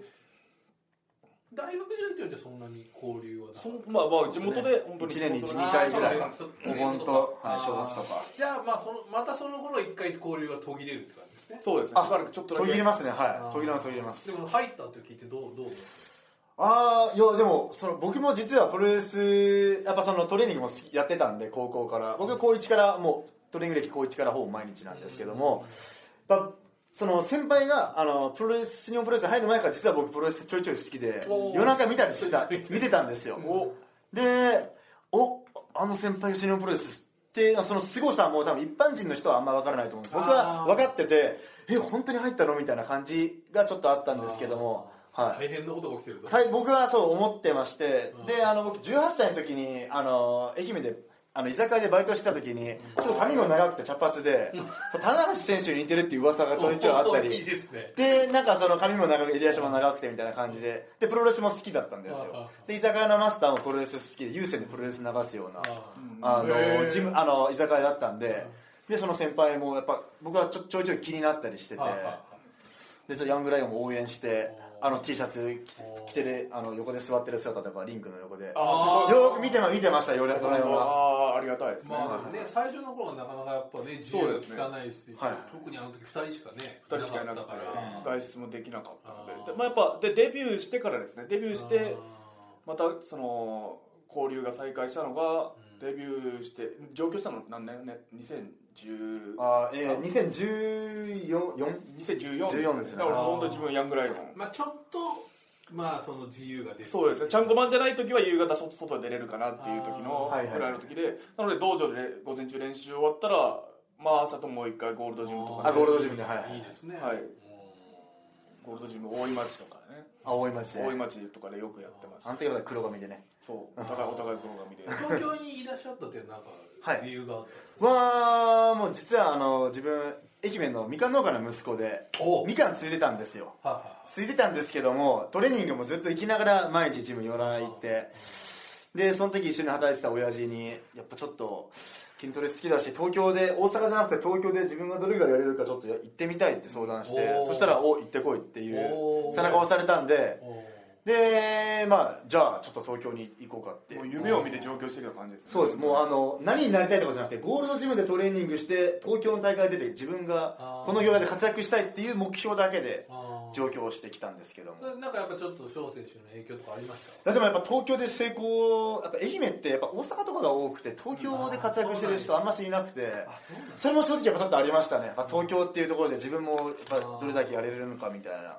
[SPEAKER 2] 大学時代というのはそんなに交流はなかった
[SPEAKER 1] そうまあまあ地元で本当に
[SPEAKER 3] 一年に一
[SPEAKER 1] 地
[SPEAKER 3] 二
[SPEAKER 1] 元で
[SPEAKER 3] 回ぐら
[SPEAKER 2] あ
[SPEAKER 3] い
[SPEAKER 2] ーそうか
[SPEAKER 3] お盆と、
[SPEAKER 2] あ
[SPEAKER 3] はい、
[SPEAKER 2] ー
[SPEAKER 3] 正月とか
[SPEAKER 2] じゃあまあそのまたその頃一回交流が途切れるって感じですね
[SPEAKER 1] そうですね
[SPEAKER 3] あ
[SPEAKER 1] しばらくちょっとだ
[SPEAKER 3] 途
[SPEAKER 1] け
[SPEAKER 3] 切れますね
[SPEAKER 2] あ
[SPEAKER 3] は
[SPEAKER 2] ー
[SPEAKER 3] い途切れます途切れます
[SPEAKER 2] でも入った時ってどうどう
[SPEAKER 3] ああいやでもその僕も実はプロレスやっぱそのトレーニングも好きやってたんで高校から僕は高1からもうトレーニング歴高1からほぼ毎日なんですけども、やっぱその先輩があのプロレス新日本プロレスに入る前から実は僕プロレスちょいちょい好きで
[SPEAKER 2] おー
[SPEAKER 3] 夜中見たりしてた見てたんですよ
[SPEAKER 1] お
[SPEAKER 3] でおあの先輩が新日本プロレスってその凄さはもう多分一般人の人はあんま分からないと思う僕は
[SPEAKER 2] あー
[SPEAKER 3] 分かっててえ本当に入ったのみたいな感じがちょっとあったんですけどもはい
[SPEAKER 2] 大変なことが起きてると
[SPEAKER 3] はい、僕はそう思ってまして、
[SPEAKER 2] うん
[SPEAKER 3] であの僕18歳の時にあの愛媛であの居酒屋でバイトしてた時にちょっと髪も長くて茶髪で、棚橋選手に似てるっていう噂がちょいちょいあった
[SPEAKER 2] いい
[SPEAKER 3] り
[SPEAKER 2] ですね
[SPEAKER 3] でなんかその髪も長く襟足も長くてみたいな感じででプロレスも好きだったんです
[SPEAKER 2] うん
[SPEAKER 3] よで居酒屋のマスターもプロレス好きで有線でプロレス流すような
[SPEAKER 2] あ
[SPEAKER 3] あ
[SPEAKER 2] へ
[SPEAKER 3] の
[SPEAKER 2] ー
[SPEAKER 3] ジムあの居酒屋だったんででその先輩もやっぱ僕はちょちょいちょい気になったりして
[SPEAKER 2] ー
[SPEAKER 3] て
[SPEAKER 2] あーあ
[SPEAKER 3] でちょっとヤングライオンも応援して
[SPEAKER 2] おー
[SPEAKER 3] あの T シャツ着
[SPEAKER 2] おー
[SPEAKER 3] 着てるあの横で座ってる姿とかリンクの横でよ
[SPEAKER 2] あー
[SPEAKER 3] ーく見てま見てましたよヤングライオンは
[SPEAKER 1] ああーありがたいですね、
[SPEAKER 2] まあでもね、最初の頃はなかなかやっぱね自由が利かないし、
[SPEAKER 3] はい
[SPEAKER 2] 特にあの時2人しかね
[SPEAKER 1] 2人しかいなかったか
[SPEAKER 2] あ
[SPEAKER 1] ら外出もできなかったので
[SPEAKER 2] あー
[SPEAKER 1] でまあ、やっぱでデビューしてからですねデビュー
[SPEAKER 2] ー
[SPEAKER 1] してまたその交流が再開したのが
[SPEAKER 2] ん
[SPEAKER 1] デビューして上京したの何年ね2010
[SPEAKER 3] あーえー
[SPEAKER 1] 2014
[SPEAKER 3] 2014 4 14ですね
[SPEAKER 1] だから本当に自分ヤングライオン
[SPEAKER 2] まあちょっとまあその自由が出て
[SPEAKER 1] そうですねちゃんこマンじゃない時は夕方外外出れるかなっていう時の
[SPEAKER 3] あーはいはい
[SPEAKER 1] ぐらいの時で、なので道場で午前中練習終わったらまあ明日ともう一回ゴールドジムとか
[SPEAKER 3] あ
[SPEAKER 1] ね
[SPEAKER 3] ゴールドジムねはいはい
[SPEAKER 2] いいですね
[SPEAKER 1] はい
[SPEAKER 2] うん
[SPEAKER 1] ゴールドジム大井町とかね
[SPEAKER 3] 青い町で
[SPEAKER 1] 大井町とかでよくやってまし
[SPEAKER 3] あ
[SPEAKER 1] た
[SPEAKER 3] の時はまだ黒髪でね
[SPEAKER 1] そうお互いお互い黒髪 で
[SPEAKER 2] 東京にいらっしゃったっていうのはなん
[SPEAKER 3] は
[SPEAKER 2] か
[SPEAKER 3] い
[SPEAKER 2] 理由があったんですか、
[SPEAKER 3] わーもう実はあの自分愛媛のみかん農家の息子で
[SPEAKER 2] おう
[SPEAKER 3] みかんついてたんですよ
[SPEAKER 2] はいは
[SPEAKER 3] ついてたんですけどもトレーニングもずっと行きながら毎日ジム寄らないってでその時一緒に働いてた親父にやっぱちょっと筋トレ好きだし東京で大阪じゃなくて東京で自分がどれぐらいやれるかちょっとや行ってみたいって相談して
[SPEAKER 2] おー
[SPEAKER 3] そしたら「お行ってこい」ってい
[SPEAKER 2] お
[SPEAKER 3] う
[SPEAKER 2] ー
[SPEAKER 3] 背中を押されたんで
[SPEAKER 2] いおう
[SPEAKER 3] でまあじゃあちょっと東京に行こうかって
[SPEAKER 1] もう夢を見て上京してきた感じですね
[SPEAKER 3] そうですもうあの何になりたいとかじゃなくてゴールドジムでトレーニングして東京の大会出て自分
[SPEAKER 2] あ
[SPEAKER 3] が
[SPEAKER 2] ー
[SPEAKER 3] この業界で活躍したいっていう目標だけで
[SPEAKER 2] あー
[SPEAKER 3] 上京してきたんですけども
[SPEAKER 2] それなんかやっぱちょっと翔選手の影響とかありまし
[SPEAKER 3] いやでもやっぱ東京で成功やっぱ愛媛ってやっぱ大阪とかが多くて東京で活躍してる人あんましいなくて
[SPEAKER 2] たあそうなんだ
[SPEAKER 3] それも正直やっぱちょっとありましたねやっぱ東京っていうところで自分もやっぱどれだけやれるのかみたいな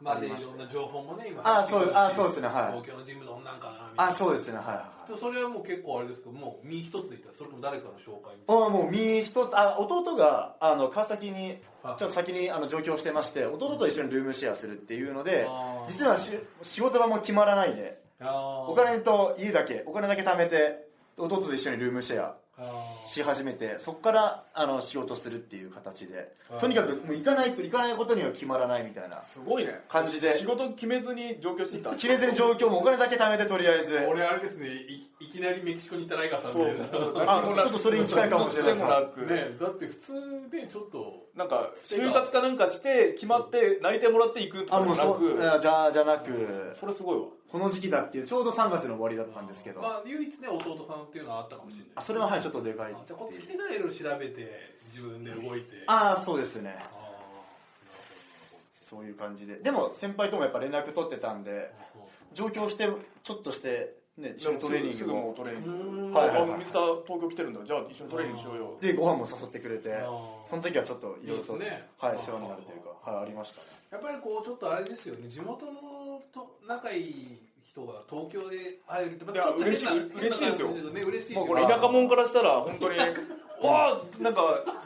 [SPEAKER 2] まあ
[SPEAKER 3] あ
[SPEAKER 2] でい
[SPEAKER 3] りました
[SPEAKER 2] ろんな情報もね今
[SPEAKER 3] あーそう
[SPEAKER 2] 入ってくるし
[SPEAKER 3] あーそうですねはい
[SPEAKER 2] 東京のジムどんなんかなみたいな
[SPEAKER 3] あそうですねはいはい
[SPEAKER 2] でもそれはもう結構あれですけどもう身一つでいったらそれとも誰かの紹介みたい
[SPEAKER 3] あもう身一つあ弟があの川崎にち
[SPEAKER 2] あ
[SPEAKER 3] ょっと先にあの上京してまして弟と一緒にルームシェアするっていうので
[SPEAKER 2] あー
[SPEAKER 3] 実はし仕事場も決まらないで
[SPEAKER 2] な
[SPEAKER 3] お
[SPEAKER 2] お
[SPEAKER 3] 金と家だけお金だけ貯めて弟と一緒にルームシェアし
[SPEAKER 2] あ
[SPEAKER 3] 始めてそこからあの仕事するっていう形で
[SPEAKER 2] あー
[SPEAKER 3] とにかくもう行かないと行かないことには決まらないみたいな
[SPEAKER 1] すごいね
[SPEAKER 3] 感じで
[SPEAKER 1] 仕事決めずに上京してきた
[SPEAKER 3] 決めずに状況もお金だけ貯めてとりあえず
[SPEAKER 2] 俺あれですねいいきなりメキシコに行ったライカさん
[SPEAKER 1] そう
[SPEAKER 2] みたいな
[SPEAKER 3] あちょっとそれに近いかもしれない
[SPEAKER 1] で
[SPEAKER 3] で
[SPEAKER 1] すもなく、
[SPEAKER 2] ねだって普通ねちょっと
[SPEAKER 1] なんか就活かなんかして決まって内定もらっていくと
[SPEAKER 3] あ
[SPEAKER 1] か
[SPEAKER 3] も
[SPEAKER 1] も
[SPEAKER 3] う
[SPEAKER 1] な
[SPEAKER 3] そ
[SPEAKER 1] く
[SPEAKER 3] うあじゃじゃなく
[SPEAKER 1] それすごいわ
[SPEAKER 3] この時期だっていうちょうど3月の終わりだったんですけど
[SPEAKER 2] まあ唯一ね弟さんっていうのはあったかもしれない
[SPEAKER 3] あそれははいちょっとでかいっ
[SPEAKER 2] あじゃあこってち来
[SPEAKER 3] いう
[SPEAKER 2] てからいろいろ調べて自分で動いてあ
[SPEAKER 3] ああそうですね
[SPEAKER 2] あーなる
[SPEAKER 3] そういう感じででも先輩ともやっぱ連絡取ってたんで
[SPEAKER 2] ほど
[SPEAKER 3] 上京してちょっとしてね一緒にトレーニン
[SPEAKER 1] す
[SPEAKER 3] グ
[SPEAKER 1] ぐも
[SPEAKER 3] も
[SPEAKER 1] うトレーニン
[SPEAKER 2] う
[SPEAKER 1] グ
[SPEAKER 2] ーん
[SPEAKER 3] はい
[SPEAKER 1] あ水田東京来てるんだじゃあ一緒にトレーニングしようよ
[SPEAKER 3] でご飯も誘ってくれて
[SPEAKER 2] あー
[SPEAKER 3] その時はちょっといろいろと
[SPEAKER 2] いいですね
[SPEAKER 3] はい世話になるというかはいありましたね
[SPEAKER 2] やっぱりこうちょっとあれですよね地元のと仲いい人が東京で会えるってまたちょっと
[SPEAKER 1] いや
[SPEAKER 2] 変な
[SPEAKER 1] 嬉しい嬉
[SPEAKER 2] 変な
[SPEAKER 1] しいですよ
[SPEAKER 2] 感じね嬉しい
[SPEAKER 1] もう
[SPEAKER 2] け
[SPEAKER 1] こ
[SPEAKER 2] ど
[SPEAKER 1] れ田舎者からしたら本当にわあなんか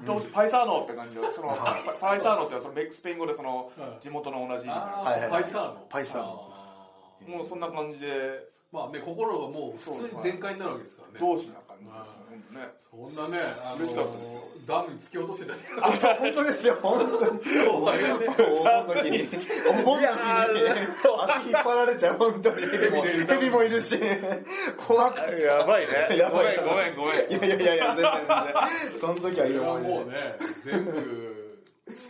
[SPEAKER 1] どうパイサーノって感じでそのパイサーノってそのメスペイン語でその
[SPEAKER 2] はい
[SPEAKER 1] 地元の同じみたいな
[SPEAKER 2] あ
[SPEAKER 3] はい
[SPEAKER 2] ー
[SPEAKER 3] はい
[SPEAKER 2] パイサーの
[SPEAKER 3] パイサーの
[SPEAKER 2] あー
[SPEAKER 1] もうそんな感じで
[SPEAKER 2] まあね心がもう普通に全開になるわけですからね
[SPEAKER 1] 同志な感じですよね
[SPEAKER 2] そんなね、あの
[SPEAKER 1] 嬉しかったですよ
[SPEAKER 2] ダムに突き落としてた りとか
[SPEAKER 3] あ本当ですよ本当に
[SPEAKER 2] お前がね
[SPEAKER 3] お盆の日にお盆の日にね足引っ張られちゃう本当にヘ
[SPEAKER 2] もいる
[SPEAKER 3] ビもいるし怖かった
[SPEAKER 1] 本当ねやばいね
[SPEAKER 3] や
[SPEAKER 1] ご
[SPEAKER 3] ば
[SPEAKER 1] め
[SPEAKER 3] い
[SPEAKER 1] んごめんごめん
[SPEAKER 3] いやいやいやいや全然全然その時はいい
[SPEAKER 2] いや
[SPEAKER 3] 思い
[SPEAKER 2] もう
[SPEAKER 3] 出
[SPEAKER 2] ね、全部知っ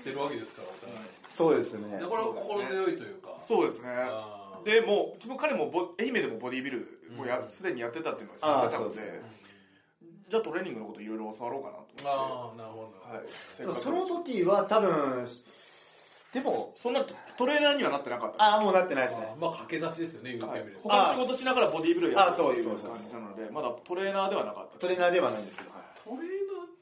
[SPEAKER 2] てるわけですから、お互い
[SPEAKER 3] そうですね
[SPEAKER 2] だから心強いというか、
[SPEAKER 1] そうですね
[SPEAKER 2] あ
[SPEAKER 1] でもう自分彼もボ愛媛でもボディビルもうやすでにやってたっていうのは知ってたので
[SPEAKER 3] あーそうです
[SPEAKER 1] じゃあトレーニングのこといろいろ教わろうかなと思
[SPEAKER 2] ああなるほど、
[SPEAKER 1] って、
[SPEAKER 3] で
[SPEAKER 1] は
[SPEAKER 3] も
[SPEAKER 1] い、
[SPEAKER 3] その時は多分でも
[SPEAKER 1] そんなトレーナーにはなってなかった
[SPEAKER 3] ああもうなってないです
[SPEAKER 2] まあ
[SPEAKER 3] ね
[SPEAKER 2] まあ駆け出しですよね言ってみ
[SPEAKER 1] はい
[SPEAKER 2] れば、
[SPEAKER 1] 他の仕事しながらボディーブルをやるって
[SPEAKER 3] あそうで
[SPEAKER 1] い
[SPEAKER 3] す
[SPEAKER 1] う
[SPEAKER 3] そう
[SPEAKER 1] 感
[SPEAKER 3] です
[SPEAKER 1] じなのでまだトレーナーではなかった
[SPEAKER 3] トレーナーではないんですけど
[SPEAKER 2] トレーナーっ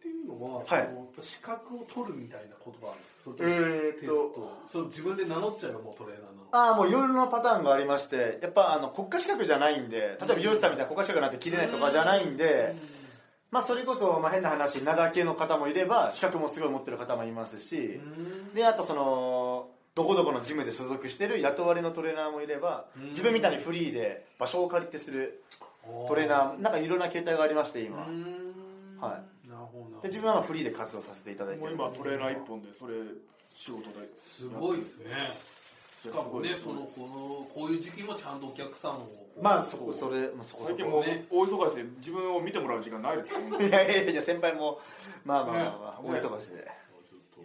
[SPEAKER 2] ていうのは、
[SPEAKER 3] はい
[SPEAKER 2] その資格を取るみたいな言葉あるんですかそれとも
[SPEAKER 3] え
[SPEAKER 2] テストそれ自分で名乗っちゃえばもうトレーナーなの
[SPEAKER 3] ああもういろいろなパターンがありましてやっぱあの国家資格じゃないんで例えば美容師さんみたいな国家資格なんて切れないとかじゃないんで、まあ、それこそ、まあ、変な話名だけの方もいれば資格もすごい持ってる方もいますしであとそのどこどこのジムで所属してる雇われのトレーナーもいれば
[SPEAKER 2] うん
[SPEAKER 3] 自分みたいにフリーで場所を借りてするトレーナーなんかいろんな形態がありまして
[SPEAKER 2] ー
[SPEAKER 3] 今
[SPEAKER 2] うーん
[SPEAKER 3] は
[SPEAKER 2] なるほどなるほど
[SPEAKER 3] で自分はまあフリーで活動させていただいて
[SPEAKER 1] もう
[SPEAKER 3] る
[SPEAKER 1] 今トレーナー一本でそれ仕事です
[SPEAKER 2] ごいですねしかもね
[SPEAKER 1] す
[SPEAKER 2] そ
[SPEAKER 1] ごい
[SPEAKER 2] のこのこういう時期もちゃんとお客さんを
[SPEAKER 3] まあそこそれまあそこそ
[SPEAKER 1] 最
[SPEAKER 3] こ
[SPEAKER 1] 近もう
[SPEAKER 2] ね
[SPEAKER 1] 大忙しで自分を見てもらう時間ないですよね
[SPEAKER 3] いやいやいや先輩もまあまあまあ、まあ
[SPEAKER 1] ね
[SPEAKER 3] 大忙しで
[SPEAKER 2] ちょっと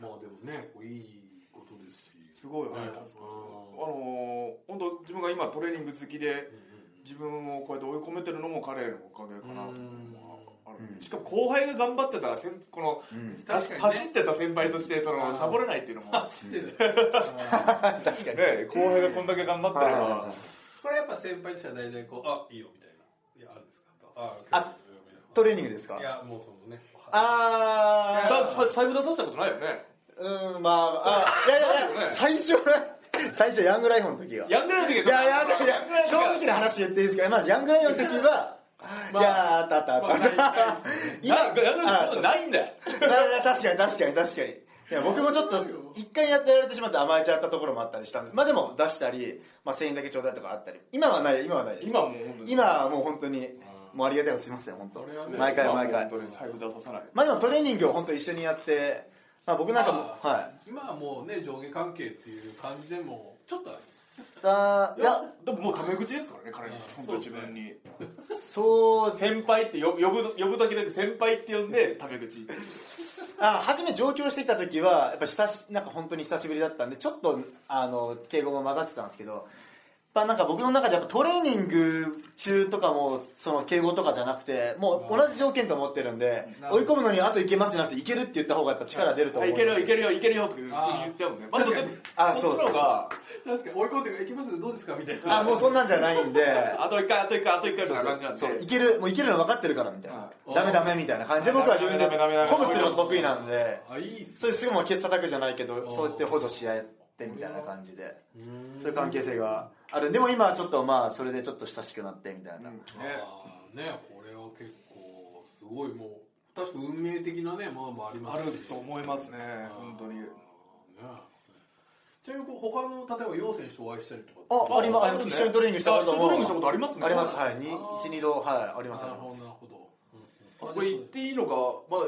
[SPEAKER 2] まあでもねこういいことですし
[SPEAKER 1] すごい
[SPEAKER 2] ね
[SPEAKER 1] 早いですあ
[SPEAKER 2] う
[SPEAKER 1] のー本当自分が今トレーニング好きで
[SPEAKER 2] んうん
[SPEAKER 1] 自分をこうやって追い込めてるのも彼のおかげかなと思うある
[SPEAKER 3] うん
[SPEAKER 1] しかも後輩が頑張ってたらせんこの、
[SPEAKER 3] うん
[SPEAKER 2] 確かにね
[SPEAKER 1] 走ってた先輩としてそ
[SPEAKER 2] あ
[SPEAKER 1] の
[SPEAKER 2] ー
[SPEAKER 1] サボれないっていうのも、ね、
[SPEAKER 2] 走ってる
[SPEAKER 3] 確かに
[SPEAKER 1] 後輩がこんだけ頑張ってれば、
[SPEAKER 3] はい
[SPEAKER 2] これやっぱ先輩としては大体こうあいいよみたいないやあるんですかあ
[SPEAKER 3] あ
[SPEAKER 2] ト
[SPEAKER 3] ト
[SPEAKER 2] レ
[SPEAKER 3] レーニングですか
[SPEAKER 2] いやもうそのね
[SPEAKER 3] あ
[SPEAKER 1] だだ財布出させたことないよね
[SPEAKER 3] ーうんまああいやいやいや最初は 最初ヤングライフの時は
[SPEAKER 1] やんでない時
[SPEAKER 3] いやいやいや正
[SPEAKER 1] 正
[SPEAKER 3] 直な話言っていいですかまずヤングライオンの時は、いやあったあったあった、
[SPEAKER 1] 今やんでない
[SPEAKER 3] あ
[SPEAKER 1] こ
[SPEAKER 3] そ
[SPEAKER 1] と
[SPEAKER 3] う
[SPEAKER 1] ないんだよ
[SPEAKER 3] だから確かに確かに確かにいや僕もちょっと一回やってやられてしまって甘えちゃったところもあったりしたんですまあでも出したり、まあ、1000円だけちょうだいとかあったり今はない今はないです
[SPEAKER 1] 今はもう本当に
[SPEAKER 3] 今はもう本当にもうありがたいことすいません本
[SPEAKER 2] これは
[SPEAKER 3] 当
[SPEAKER 2] ね
[SPEAKER 3] 毎回毎回
[SPEAKER 1] 本当に財布出ささない
[SPEAKER 3] まあでもトレーニングを本当一緒にやって、まあ、僕なんかもは
[SPEAKER 2] 今はもうね上下関係っていう感じでもちょっとある
[SPEAKER 3] いさあいや
[SPEAKER 1] でももうタメ口ですからね彼に
[SPEAKER 2] うん
[SPEAKER 1] 本当自分に
[SPEAKER 3] そうですね
[SPEAKER 1] 先輩って呼ぶ呼ぶ呼ぶだけで先輩って呼んでタメ口
[SPEAKER 3] あ初め上京してきた時はやっぱ久しなんか本当に久しぶりだったんでちょっとあの敬語も混ざってたんですけどやっぱなんか僕の中でやっぱトレーニング中とかもその敬語とかじゃなくてもう同じ条件と思ってるんで
[SPEAKER 2] なるほ
[SPEAKER 3] 追い
[SPEAKER 2] ど
[SPEAKER 3] 込むのにあといけますじゃなくていけるって言った方がやっぱ力出ると思う
[SPEAKER 1] あいけるよいけるよいけるよって普通に言っちゃうもんねまず
[SPEAKER 2] 確か に
[SPEAKER 3] あ
[SPEAKER 1] そっちの
[SPEAKER 3] そうそう
[SPEAKER 1] 方が
[SPEAKER 2] 確かに追い込んでいきますどうですかみたいな
[SPEAKER 3] あもうそんなんじゃないん で
[SPEAKER 1] あと一回あと一回あと一回みたいな感じなんで
[SPEAKER 3] そういけるもういけるの分かってるからみたいな
[SPEAKER 2] はい
[SPEAKER 3] ダメダメみたいな感じで僕は言うんで
[SPEAKER 1] ダメ
[SPEAKER 3] す
[SPEAKER 1] ダメダメダメ
[SPEAKER 3] 鼓舞するの得意なんで
[SPEAKER 2] あいいっす
[SPEAKER 3] それすぐもうケツ叩くじゃないけど
[SPEAKER 2] あー
[SPEAKER 3] そうやって補助し合ってみたいな感じでそういう関係性があるでも今はちょっとまあそれでちょっと親しくなってみたいな、
[SPEAKER 1] うん
[SPEAKER 2] ねねこれは結構すごいもう確か運命的なねものもありま
[SPEAKER 1] あ
[SPEAKER 2] す
[SPEAKER 1] ると思いますね本当に
[SPEAKER 2] あーねちなみにこう他の例えば楊選手とお会いしたりとか
[SPEAKER 3] ああります
[SPEAKER 1] るね
[SPEAKER 3] 一緒にトレーニングしたことも
[SPEAKER 1] あ一緒にトレーニングしたことありますね
[SPEAKER 3] ありますはい
[SPEAKER 2] あー
[SPEAKER 3] 12度はいあります
[SPEAKER 2] な
[SPEAKER 3] あ
[SPEAKER 2] る
[SPEAKER 3] り
[SPEAKER 2] ほ
[SPEAKER 3] ま
[SPEAKER 2] ど
[SPEAKER 3] す
[SPEAKER 2] なるほど、
[SPEAKER 1] これ言っていいのかまだ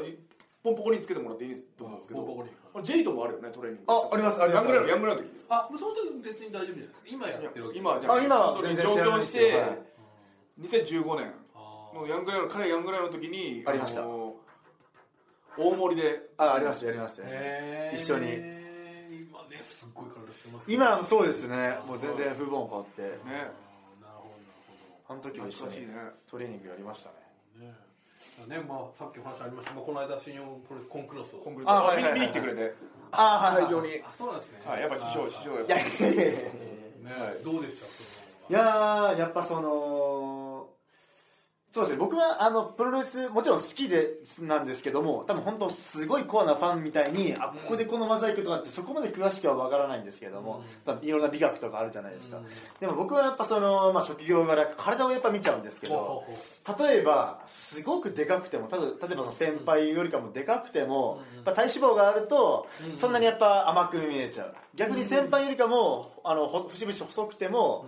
[SPEAKER 1] ポンポコにつけてもらっていいと思うんですけ
[SPEAKER 2] ポンポ
[SPEAKER 1] ど
[SPEAKER 2] コリン
[SPEAKER 1] あれジェイトもあるよねトレーニング
[SPEAKER 3] あありますありま
[SPEAKER 1] ヤン
[SPEAKER 3] す
[SPEAKER 1] グライオンヤングライオンの時です
[SPEAKER 2] あその時別に大丈夫じゃないですか今やってるわけ
[SPEAKER 1] 今はじゃ
[SPEAKER 3] あ今は全然知らない
[SPEAKER 1] 上京
[SPEAKER 3] で
[SPEAKER 1] し
[SPEAKER 3] すけ
[SPEAKER 1] て
[SPEAKER 3] どはい
[SPEAKER 1] 2015年
[SPEAKER 2] あ
[SPEAKER 1] のヤングライオン彼ヤングライオンの時に
[SPEAKER 3] ありました
[SPEAKER 1] の大盛りで
[SPEAKER 3] あありましたやりました
[SPEAKER 2] へー
[SPEAKER 3] 一緒に
[SPEAKER 2] 今ねすっごい体してますけど
[SPEAKER 3] 今は
[SPEAKER 2] あ
[SPEAKER 3] そうですねもう全然風貌も変わって
[SPEAKER 2] ーなる
[SPEAKER 1] ね
[SPEAKER 2] ほ
[SPEAKER 3] あの時も一緒
[SPEAKER 1] 懐か
[SPEAKER 3] に
[SPEAKER 1] しいね
[SPEAKER 3] トレーニングやりましたね
[SPEAKER 2] どなるほどねねまあさっきお話ありました、まあ、この間新日本プロレスコンクロスを
[SPEAKER 1] コンクリー
[SPEAKER 3] あはいはい
[SPEAKER 1] ト
[SPEAKER 3] はい
[SPEAKER 1] 見に来てくれて
[SPEAKER 3] ああ
[SPEAKER 1] 会場に
[SPEAKER 2] あそうなんですね
[SPEAKER 1] はいやっぱ師匠師匠やっ
[SPEAKER 3] いや
[SPEAKER 1] ぱ
[SPEAKER 3] いやいやいや
[SPEAKER 2] ね、どうでしたそ
[SPEAKER 3] い
[SPEAKER 2] の
[SPEAKER 3] やーやっぱそのそうですね僕はあのプロレスもちろん好きでなんですけども多分本当すごいコアなファンみたいにあここでこの技行くとかってそこまで詳しくは分からないんですけども、多分いろんな美学とかあるじゃないですか、
[SPEAKER 2] うん
[SPEAKER 3] でも僕はやっぱその、まあ、職業柄体をやっぱ見ちゃうんですけど
[SPEAKER 2] ほうほう
[SPEAKER 3] 例えばすごくでかくてもただ例えばその先輩よりかもでかくても、やっぱ体脂肪があると、そんなにやっぱ甘く見えちゃう逆に先輩よりかもあのほ節々細くても、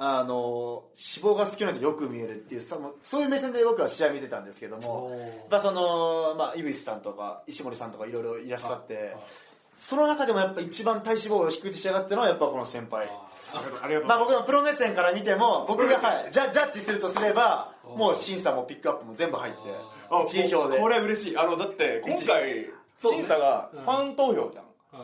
[SPEAKER 3] あの脂肪が少ないとよく見えるっていうさもうそういう目線で僕は試合見てたんですけど
[SPEAKER 2] お
[SPEAKER 3] も
[SPEAKER 2] ー
[SPEAKER 3] やっぱその、まあ、井口さんとか石森さんとかいろいろいらっしゃって、
[SPEAKER 2] い
[SPEAKER 3] その中でもやっぱ一番体脂肪を低く仕上がったのはやっぱこの先
[SPEAKER 1] あ
[SPEAKER 3] 輩
[SPEAKER 1] りがとうござい
[SPEAKER 3] まあ、
[SPEAKER 1] ます
[SPEAKER 3] 僕のプロ目線から見ても僕が、はい、ジャジャッジするとすればもう審査もピックアップも全部入って
[SPEAKER 1] あ
[SPEAKER 3] 一位票で
[SPEAKER 1] これ嬉しいあのだって今回
[SPEAKER 2] そうね
[SPEAKER 1] 審査がファン投票じゃん
[SPEAKER 2] あー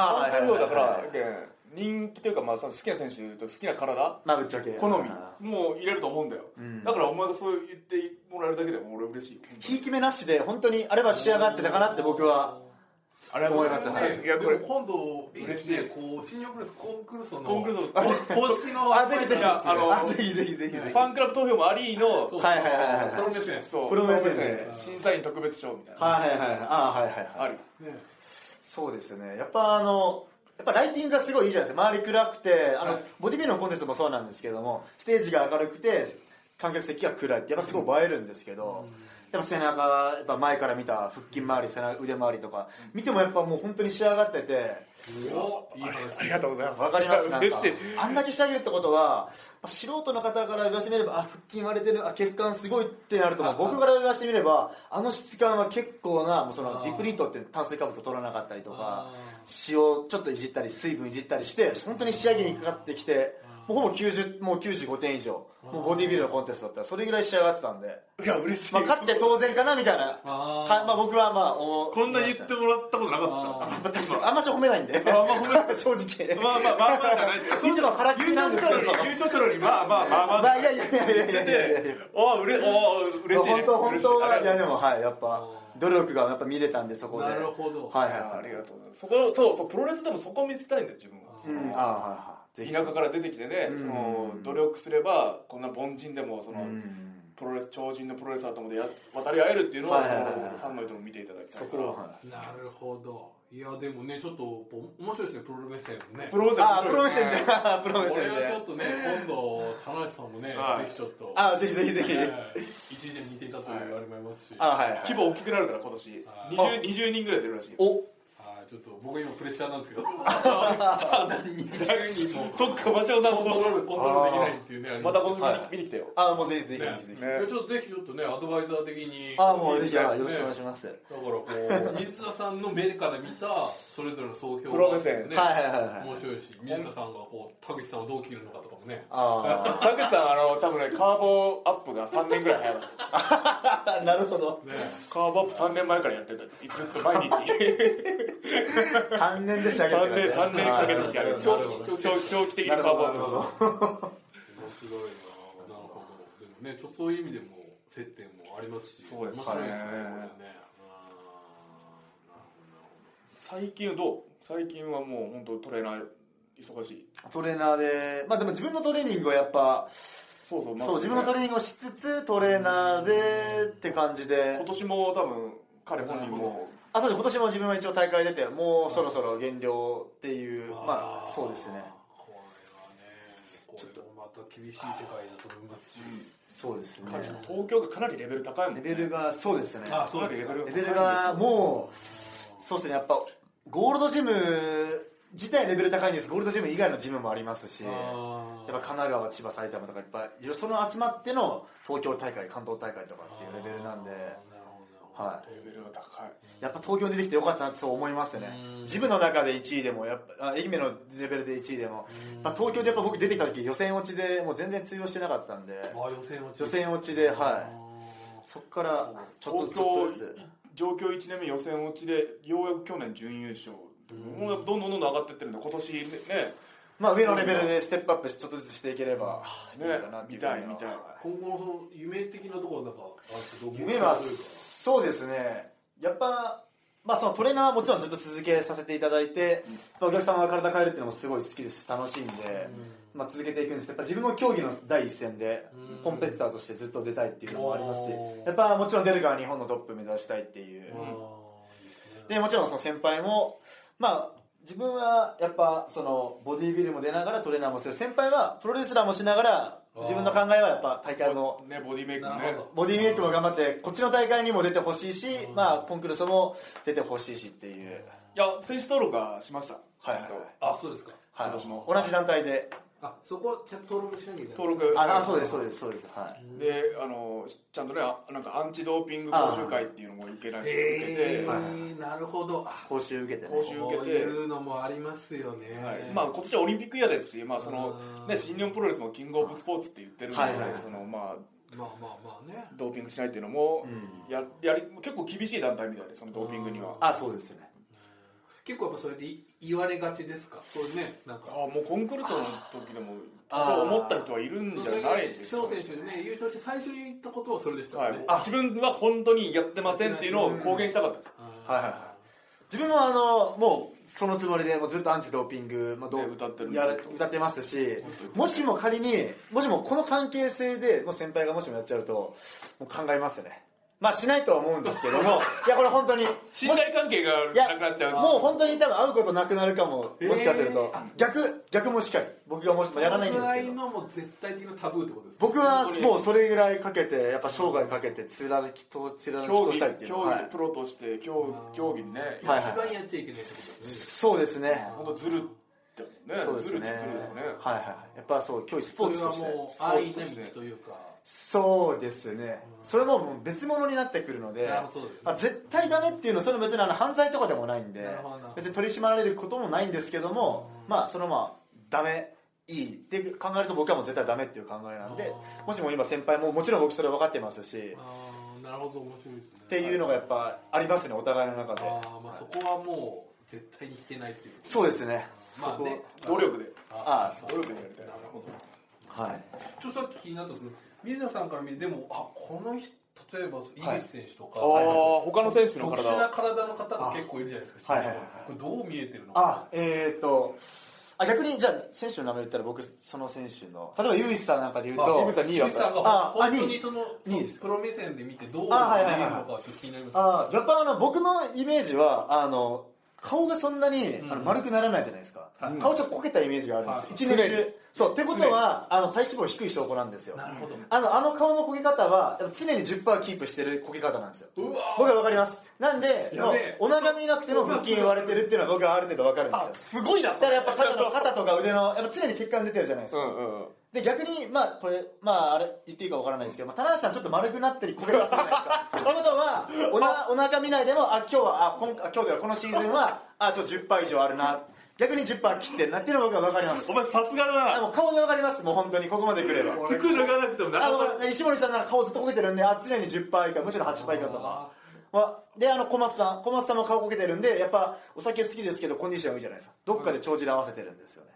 [SPEAKER 3] あはいあ
[SPEAKER 1] ファン投票だか
[SPEAKER 3] はいはいはい
[SPEAKER 1] ら
[SPEAKER 3] はい
[SPEAKER 1] けん人気というか、まあ、その好きな選手と好きな体
[SPEAKER 3] まあぶっちゃけ
[SPEAKER 1] 好み
[SPEAKER 3] あ
[SPEAKER 1] もう入れると思うんだよ、
[SPEAKER 3] ん
[SPEAKER 1] だからお前がそう言ってもらえるだけでも俺嬉しいよ
[SPEAKER 3] ーひいき目なしで本当にあれは仕上がってたかなって僕は
[SPEAKER 1] ありがとうございます
[SPEAKER 3] 思い
[SPEAKER 1] はい
[SPEAKER 3] ま
[SPEAKER 2] ね、
[SPEAKER 1] いやこ
[SPEAKER 2] で
[SPEAKER 1] れ
[SPEAKER 2] も今度、ビー
[SPEAKER 1] 嬉し
[SPEAKER 2] チ
[SPEAKER 1] い
[SPEAKER 2] でこう新日本プロレスコンクルソの
[SPEAKER 1] コンクルーズ
[SPEAKER 2] 公式の
[SPEAKER 3] あぜひぜひ
[SPEAKER 1] あの
[SPEAKER 3] あぜひぜひぜひぜ
[SPEAKER 1] ファンクラブ投票もありの
[SPEAKER 2] そう
[SPEAKER 3] はいはいはいはい
[SPEAKER 2] プロレスね
[SPEAKER 1] そう
[SPEAKER 3] プロ目線で
[SPEAKER 1] プロ目線審査員特別賞みたい
[SPEAKER 3] ひ
[SPEAKER 1] な
[SPEAKER 3] はいはいはいはいあーはいはいはい
[SPEAKER 1] ある
[SPEAKER 2] ね
[SPEAKER 3] そうですねやっぱあのやっぱライティングがすごいいいじゃないですか周り暗くてあの、
[SPEAKER 2] はい
[SPEAKER 3] ボディビルのコンテストもそうなんですけどもステージが明るくて観客席が暗いってやっぱすごい映えるんですけど、でも背中やっぱ前から見た腹筋周り背中腕周りとか見てもやっぱもう本当に仕上がってて
[SPEAKER 2] おいい話
[SPEAKER 1] ありがとうございます
[SPEAKER 3] わかりますなんか
[SPEAKER 1] 嬉しい
[SPEAKER 3] あんだけ仕上げるってことは素人の方から言わせてみればあ腹筋割れてるあ血管すごいってなると思う僕から言わせてみればあの質感は結構なもうその
[SPEAKER 2] あー
[SPEAKER 3] ディプリートっていう炭水化物を取らなかったりとか
[SPEAKER 2] あ
[SPEAKER 3] 塩ちょっといじったり水分いじったりして本当に仕上げにかかってきてもうほぼ90もう95点以上もうボディビルのコンテストだったらそれぐらい仕上がってたんで、
[SPEAKER 1] いや嬉しい
[SPEAKER 3] まあ、勝って当然かなみたいな
[SPEAKER 2] あー
[SPEAKER 3] かまあ、僕はまあ思
[SPEAKER 1] こんな言ってもらったことなか
[SPEAKER 2] あ
[SPEAKER 1] っ
[SPEAKER 3] まあ確かにあんまし褒めないんで
[SPEAKER 1] あんま褒めない
[SPEAKER 3] 正直
[SPEAKER 1] たまあまあまあまあじゃない
[SPEAKER 3] いつも腹切
[SPEAKER 1] 優
[SPEAKER 3] りなん
[SPEAKER 1] 勝した
[SPEAKER 3] ですけ
[SPEAKER 1] の
[SPEAKER 3] ど
[SPEAKER 1] に優勝したのにまあまあまあまあ
[SPEAKER 3] まあいやいやいやいやいやいやいや
[SPEAKER 1] ああうれああ嬉しいね
[SPEAKER 3] 本当本当は
[SPEAKER 1] 嬉し
[SPEAKER 3] い
[SPEAKER 1] いあ
[SPEAKER 3] や
[SPEAKER 1] りが
[SPEAKER 3] で
[SPEAKER 1] とう
[SPEAKER 3] もはいやっぱ努力がやっぱ見れたんでそこで
[SPEAKER 2] なるほど
[SPEAKER 3] はい
[SPEAKER 1] い
[SPEAKER 3] はい
[SPEAKER 1] やあ
[SPEAKER 3] はい
[SPEAKER 1] りがとうございますそこそうそうプロレスでもそこ見せたいんだよ自分は
[SPEAKER 2] あ
[SPEAKER 1] そ
[SPEAKER 3] うんあー
[SPEAKER 1] の
[SPEAKER 3] はいはいぜひ
[SPEAKER 1] 田舎から出てきてね
[SPEAKER 3] うん
[SPEAKER 1] その努力すればこんな凡人でもそうの
[SPEAKER 3] ん
[SPEAKER 1] プロレス超人のプロレスラーともでや渡り合えるっていうのをそ
[SPEAKER 3] はい
[SPEAKER 1] の
[SPEAKER 3] はいはいはい
[SPEAKER 1] ファンの人も見ていただきたい
[SPEAKER 3] そこは
[SPEAKER 2] なるほどいやでもねちょっと面白いですねプロレス目線ね
[SPEAKER 1] プロレス
[SPEAKER 3] あ
[SPEAKER 1] ラ
[SPEAKER 3] ー
[SPEAKER 1] ー
[SPEAKER 3] プロ目線で
[SPEAKER 2] ね
[SPEAKER 3] プロ目
[SPEAKER 2] これ
[SPEAKER 3] 線
[SPEAKER 2] はちょ
[SPEAKER 3] で
[SPEAKER 2] っとね今度田中さんもね
[SPEAKER 1] はい
[SPEAKER 2] ぜひちょっと
[SPEAKER 3] あーぜひぜひぜひ
[SPEAKER 2] ね一時で似ていたと言われもいますし
[SPEAKER 3] あーはいはい
[SPEAKER 1] 規模大きくなるから今年
[SPEAKER 3] は
[SPEAKER 1] 20
[SPEAKER 3] い
[SPEAKER 1] 20人ぐらい出るらしいよ
[SPEAKER 3] お
[SPEAKER 2] はいちょっと僕今プレッシャーなんですけど
[SPEAKER 1] そっか場所さん
[SPEAKER 2] コントロールコントロールできないっていうねあり
[SPEAKER 1] ま
[SPEAKER 2] す
[SPEAKER 1] た
[SPEAKER 2] けど
[SPEAKER 1] 今度見に来てよ
[SPEAKER 3] あーもうぜひぜひぜ
[SPEAKER 2] ね
[SPEAKER 3] ひぜひ
[SPEAKER 1] ね
[SPEAKER 2] いやちょっとぜひちょっとねアドバイザー的に
[SPEAKER 3] あーもうぜひあー
[SPEAKER 2] ね
[SPEAKER 3] よろしくお願いします
[SPEAKER 2] だからこう水田さんの目から見たそれぞれの総評
[SPEAKER 1] プロ目線
[SPEAKER 2] ね
[SPEAKER 3] はいはいはいはい
[SPEAKER 2] 面白いし水田さんがこう田口さんをどう切るのかとかもね
[SPEAKER 3] あ
[SPEAKER 1] 田口さんあの多分ねカーボアップが3年ぐらい早かった
[SPEAKER 3] ーなるほど
[SPEAKER 2] ね
[SPEAKER 1] カーブアップ3年前からやってたずっと毎日
[SPEAKER 3] 3年で仕上げて
[SPEAKER 1] 3年3年かけて仕上げる
[SPEAKER 2] なる
[SPEAKER 1] 長
[SPEAKER 2] ほど
[SPEAKER 1] 期長期長期的にカ
[SPEAKER 3] な
[SPEAKER 1] ー
[SPEAKER 3] る
[SPEAKER 1] ブ
[SPEAKER 3] ほ
[SPEAKER 1] ア
[SPEAKER 3] どな
[SPEAKER 1] ッ
[SPEAKER 3] る
[SPEAKER 1] プし
[SPEAKER 3] ほど
[SPEAKER 2] 面白いななるほどでもねちょっとそういう意味でも接点もありますし
[SPEAKER 1] そうですね
[SPEAKER 2] 面白いですねこれね
[SPEAKER 1] 最近はどう最近はもう本当トレーナー忙しい
[SPEAKER 3] トレーナーでまあでも自分のトレーニングはやっぱ
[SPEAKER 1] そうそう,、
[SPEAKER 3] そう自分のトレーニングをしつつトレーナーでって感じで
[SPEAKER 1] 今年も多分彼本人も
[SPEAKER 3] あそうです今年も自分は一応大会出てもうそろそろ減量ってい
[SPEAKER 2] な
[SPEAKER 3] う
[SPEAKER 2] るほど
[SPEAKER 3] まあそうですね
[SPEAKER 2] これはねこれもまた厳しい世界だと思いますし
[SPEAKER 3] そうですね
[SPEAKER 1] 彼東京がかなりレベル高いもん
[SPEAKER 3] レ
[SPEAKER 1] ね
[SPEAKER 3] ベルがそうですね
[SPEAKER 2] あそうですか
[SPEAKER 1] レベ
[SPEAKER 3] レベルがもうそうですねやっぱゴールドジム自体レベル高いんですゴールドジム以外のジムもありますしやっ
[SPEAKER 2] あー
[SPEAKER 3] ぱ神奈川千葉埼玉とかいっぱいいろその集まっての東京大会関東大会とかっていうレベルなんで
[SPEAKER 2] あーなるほどなるほど
[SPEAKER 3] は
[SPEAKER 1] レベルが高い
[SPEAKER 3] やっぱ東京に出てきてよかったなってそう思いますね
[SPEAKER 2] うん
[SPEAKER 3] 自分の中で1位でもやっぱあ愛媛のレベルで1位でも、まあ、東京でやっぱ僕出てきた時予選落ちでもう全然通用してなかったんで
[SPEAKER 2] あ予選落ち
[SPEAKER 3] 予選落ちで
[SPEAKER 2] あ
[SPEAKER 3] は
[SPEAKER 2] ー
[SPEAKER 3] いそっからちょっとず
[SPEAKER 1] 東
[SPEAKER 3] つちょ
[SPEAKER 1] 京
[SPEAKER 3] っとずつ
[SPEAKER 1] 上京1年目予選落ちでようやく去年準優勝もうやっぱどんどんどんどん上がってってるんで今年ね
[SPEAKER 3] まあ上のレベルでステップアップしちょっとずつしていければいい
[SPEAKER 1] ね
[SPEAKER 3] かなっ
[SPEAKER 1] 見
[SPEAKER 3] ていうふうに
[SPEAKER 1] た
[SPEAKER 3] はい
[SPEAKER 1] 見たい
[SPEAKER 2] 今後のその夢的なところなんかあるんですけど
[SPEAKER 3] 夢はそうですねやっぱまあそのトレーナーはもちろんずっと続けさせていただいて、まあお客様が体変えるっていうのもすごい好きですし楽しいんで、まあ、続けていくんですやっぱ自分も競技の第一線で
[SPEAKER 2] うん
[SPEAKER 3] コンペティターとしてずっと出たいっていうのもありますし
[SPEAKER 2] おー
[SPEAKER 3] やっぱもちろん出る側は日本のトップ目指したいっていう、
[SPEAKER 2] あーいいすね
[SPEAKER 3] でもちろんその先輩もまあ自分はやっぱそのボディービルも出ながらトレーナーもする先輩はプロレスラーもしながら自分の考えはやっぱ大会の
[SPEAKER 1] ねボディメイクも
[SPEAKER 2] な
[SPEAKER 1] ね
[SPEAKER 2] るほど
[SPEAKER 3] ボディメイクも頑張ってこっちの大会にも出てほしいし、まあコンクルーソも出てほしいしっていう、
[SPEAKER 1] いや選手登録はしました
[SPEAKER 3] はい
[SPEAKER 1] ちゃんと
[SPEAKER 2] あそうですか
[SPEAKER 3] はい、
[SPEAKER 1] 私も
[SPEAKER 3] 同じ団体で
[SPEAKER 2] あそこちゃんと登録しなきゃいけない
[SPEAKER 1] 登録
[SPEAKER 3] ああそうですそうですそうですはい
[SPEAKER 1] であのちゃんとねあなんかアンチドーピング講習会っていうのも受けられ受けて、
[SPEAKER 2] へえ
[SPEAKER 1] はい
[SPEAKER 2] ー、なるほどあ
[SPEAKER 3] 講習受けてね
[SPEAKER 1] 講習
[SPEAKER 2] こういうのもありますよね、
[SPEAKER 1] まあ、今年はオリンピックイヤーですし、まあその
[SPEAKER 2] うん
[SPEAKER 1] ね、新日本プロレスもキングオブスポーツって言ってるんで、
[SPEAKER 3] はいはいはい
[SPEAKER 1] そのまあ、
[SPEAKER 2] まあまあまあね
[SPEAKER 1] ドーピングしないっていうのもや、やり結構厳しい団体みたいでそのドーピングには
[SPEAKER 3] あそうですね
[SPEAKER 2] 結構やっぱそれで言われがちですかこれねなんか
[SPEAKER 1] あもうコンクルートの時でもそう思った人はいるんじゃないですか
[SPEAKER 2] 翔選手でね優勝して最初に言ったことはそれでした
[SPEAKER 1] は
[SPEAKER 2] も
[SPEAKER 1] い
[SPEAKER 2] んね、
[SPEAKER 1] あ自分は本当にやってませんっていうのを公言したかったです、
[SPEAKER 3] はいはいは自分もあのもうそのつもりでもうずっとアンチドーピング、まあ、どう
[SPEAKER 1] ね歌ってるんで
[SPEAKER 3] やら歌ってますしもしも仮にもしもこの関係性でもう先輩がもしもやっちゃうともう考えますよねまあしないとは思うんですけどもい やこれ本当に
[SPEAKER 1] 信頼関係が
[SPEAKER 3] いや
[SPEAKER 1] なくなっちゃう
[SPEAKER 3] もう本当に多分会うことなくなるかももしかすると、逆逆もしかり僕がもしもやらないん
[SPEAKER 2] そ
[SPEAKER 3] で
[SPEAKER 2] の
[SPEAKER 3] す
[SPEAKER 2] ぐら
[SPEAKER 3] け
[SPEAKER 2] い
[SPEAKER 3] ど
[SPEAKER 2] のもう絶対的なタブーってことですね
[SPEAKER 3] 僕はもうそれぐらいかけてやっぱ生涯かけて貫きと貫き
[SPEAKER 1] 競
[SPEAKER 3] と
[SPEAKER 1] 技
[SPEAKER 3] したいっていうの
[SPEAKER 1] 競
[SPEAKER 3] は、はい
[SPEAKER 1] 技プロとして競競技にね、
[SPEAKER 2] 一
[SPEAKER 3] はい
[SPEAKER 2] 番やっちゃいけないってことですね
[SPEAKER 3] そうですね
[SPEAKER 1] 本当ずるってね
[SPEAKER 3] そうです
[SPEAKER 1] ず
[SPEAKER 3] ね
[SPEAKER 1] るってずるだよね
[SPEAKER 3] はいはいはいやっぱそう競技スポーツとして
[SPEAKER 2] それはもう
[SPEAKER 1] スポ
[SPEAKER 2] 安
[SPEAKER 1] ーツ
[SPEAKER 2] 易
[SPEAKER 1] と
[SPEAKER 2] な
[SPEAKER 1] して
[SPEAKER 2] 道というか
[SPEAKER 3] そうですね、それももう別物になってくるので
[SPEAKER 2] なるほどですね
[SPEAKER 3] まあ、絶対ダメっていうのはそれも別にあの犯罪とかでもないんで
[SPEAKER 2] なるほどなるほど
[SPEAKER 3] 別に取り締まられることもないんですけども、まあそのまあダメいいって考えると僕はもう絶対ダメっていう考えなんで
[SPEAKER 2] あー
[SPEAKER 3] もしも今先輩ももちろん僕それ分かってますしっ
[SPEAKER 2] あーなるほど面白いですね
[SPEAKER 3] ていうのがやっぱありますねお互いの中で
[SPEAKER 2] あーまあそこはもう絶対に引けないっていう
[SPEAKER 3] そうですね
[SPEAKER 2] まあね
[SPEAKER 3] そこ
[SPEAKER 1] 努力で
[SPEAKER 3] ああそ
[SPEAKER 1] 努力でやりたい
[SPEAKER 2] なるほど
[SPEAKER 3] ははい
[SPEAKER 2] ちょっとさっき気になったんですけど水田さんから見てでもあこの人例えば井口選手とか、
[SPEAKER 1] ああ他の選手の
[SPEAKER 2] 特殊な
[SPEAKER 1] 体
[SPEAKER 2] 体の方が結構いるじゃないですか、
[SPEAKER 3] はいはいはい
[SPEAKER 2] これどう見えてるのか
[SPEAKER 3] あえっ、ー、とあ逆にじゃあ選手の名前言ったら僕その選手の例えばユイスさんなんかで言う
[SPEAKER 2] あ
[SPEAKER 3] と
[SPEAKER 1] 井口さん二位だった
[SPEAKER 2] 井口さんが
[SPEAKER 3] あ
[SPEAKER 2] 本当
[SPEAKER 3] あ二
[SPEAKER 2] に
[SPEAKER 3] 位
[SPEAKER 2] その
[SPEAKER 3] 二位です
[SPEAKER 2] プロ目線で見てどう見えるの
[SPEAKER 3] あはいはいはい
[SPEAKER 2] かちょっと気になります
[SPEAKER 3] あやっぱあの僕のイメージはあの顔がそんなに
[SPEAKER 2] うん
[SPEAKER 3] あの丸くならないじゃないですか、
[SPEAKER 2] はい
[SPEAKER 3] 顔ちょっとこけたイメージがあるん
[SPEAKER 2] はい
[SPEAKER 3] です、一年中そうってことはあの体脂肪低い証拠なんですよ
[SPEAKER 2] なるほど
[SPEAKER 3] あのあの顔のこけ方はやっぱ常に10%キープしてるこけ方なんですよ
[SPEAKER 2] うわ
[SPEAKER 3] 僕は分かりますなんで
[SPEAKER 2] やべえ
[SPEAKER 3] お腹見なくても腹筋割れてるっていうのは僕はある程度分かるんですよ
[SPEAKER 1] すごいな
[SPEAKER 3] だからやっぱ肩の肩とか腕のやっぱ常に血管出てるじゃないです
[SPEAKER 1] う
[SPEAKER 3] か、
[SPEAKER 1] んうんうん
[SPEAKER 3] で逆にまあこれまああれ言っていいかわからないですけど、まあ、田中さんちょっと丸くなったりこけたりする じゃないですかということはおなお腹見ないでもあ今日はあ今あ今日というかこのシーズンはあちょっと10以上あるな逆に10切ってるなっていうのが僕は分かります
[SPEAKER 1] お前さすが
[SPEAKER 3] あ
[SPEAKER 1] だな
[SPEAKER 3] もう顔で分かりますもう本当にここまでくれば
[SPEAKER 1] 服脱がなくてもな
[SPEAKER 3] あ
[SPEAKER 1] か
[SPEAKER 3] の石森さんなんか顔ずっとこけてるんであ常に10%以下むしろ8%以下とかわであの小松さん小松さんも顔こけてるんでやっぱお酒好きですけどコンディションはいいじゃないですかどっかで帳尻合わせてるんですよね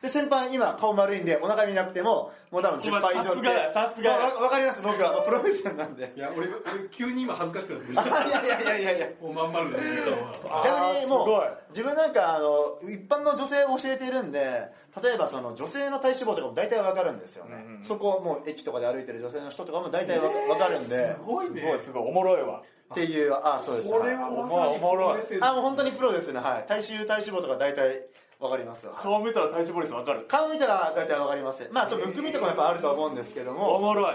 [SPEAKER 3] で先輩今顔丸いんでお腹見なくてももう多分10%以
[SPEAKER 1] お前
[SPEAKER 3] 上って
[SPEAKER 1] さすがださすがだ
[SPEAKER 3] わわわかります僕はまあプロフェッショナルなん で
[SPEAKER 2] いや俺俺急に今恥ずかしくなってき
[SPEAKER 3] あ
[SPEAKER 2] た
[SPEAKER 3] いやいやいやいやいや
[SPEAKER 2] もうまん丸だね
[SPEAKER 1] あー
[SPEAKER 3] 逆にも
[SPEAKER 1] すごいう
[SPEAKER 3] 自分なんかあの一般の女性を教えているんで例えばその女性の体脂肪とかも大体わかるんですよね、
[SPEAKER 1] うんうんうん
[SPEAKER 3] そこをもう駅とかで歩いてる女性の人とかも大体わ,、かるんです
[SPEAKER 2] ごい
[SPEAKER 1] す
[SPEAKER 2] ね
[SPEAKER 1] ごいすごいおもろいわ
[SPEAKER 3] っていうあそうです
[SPEAKER 2] これはまさに
[SPEAKER 1] おもろいおもろい
[SPEAKER 2] プロ目線
[SPEAKER 3] あもう本当にプロですねはい体臭体脂肪とか大体わかりますわ
[SPEAKER 1] 顔見たら体脂肪率わかる
[SPEAKER 3] 顔見たら大体わかりますまあちょっとむくみとかもやっぱあるとは思うんですけど
[SPEAKER 1] お
[SPEAKER 3] も
[SPEAKER 1] もろい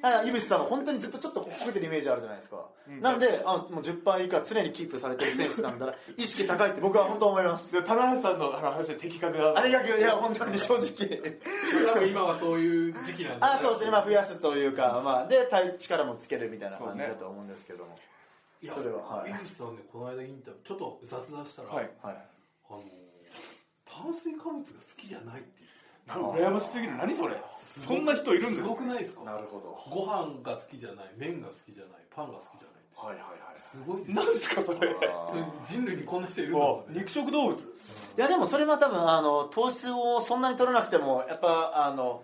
[SPEAKER 3] ただ井口さんも本当にずっとちょっとこけてるイメージあるじゃないですか、なんであもう10杯以下常にキープされてる選手なんだら意識高いって僕は本当思います
[SPEAKER 1] で棚橋さんのあの話で的確だ
[SPEAKER 3] あ
[SPEAKER 1] な
[SPEAKER 3] れがいや本当に正直
[SPEAKER 2] 多分今はそういう時期なんだ
[SPEAKER 3] あそうですねまあ増やすというかまあで体力もつけるみたいな感じだと思うんですけども、
[SPEAKER 2] いや
[SPEAKER 3] それははい
[SPEAKER 2] 井口さんねこの間インタビューちょっと雑談したら、
[SPEAKER 1] はい
[SPEAKER 3] はい
[SPEAKER 2] あのー炭水化物が好きじゃないっていう
[SPEAKER 1] な羨ましすぎる何それそんな人いるんですす
[SPEAKER 2] ごくないですか
[SPEAKER 3] なるほど
[SPEAKER 2] ご飯が好きじゃない麺が好きじゃないパンが好きじゃないって
[SPEAKER 3] はいはいは
[SPEAKER 2] すごいです
[SPEAKER 1] なんですかそれ
[SPEAKER 3] いあー
[SPEAKER 2] それ人類にこんな人いるんだ
[SPEAKER 1] わ
[SPEAKER 2] もんね
[SPEAKER 1] 肉食動物
[SPEAKER 3] いやでもそれは多分あの糖質をそんなに取らなくてもやっぱあの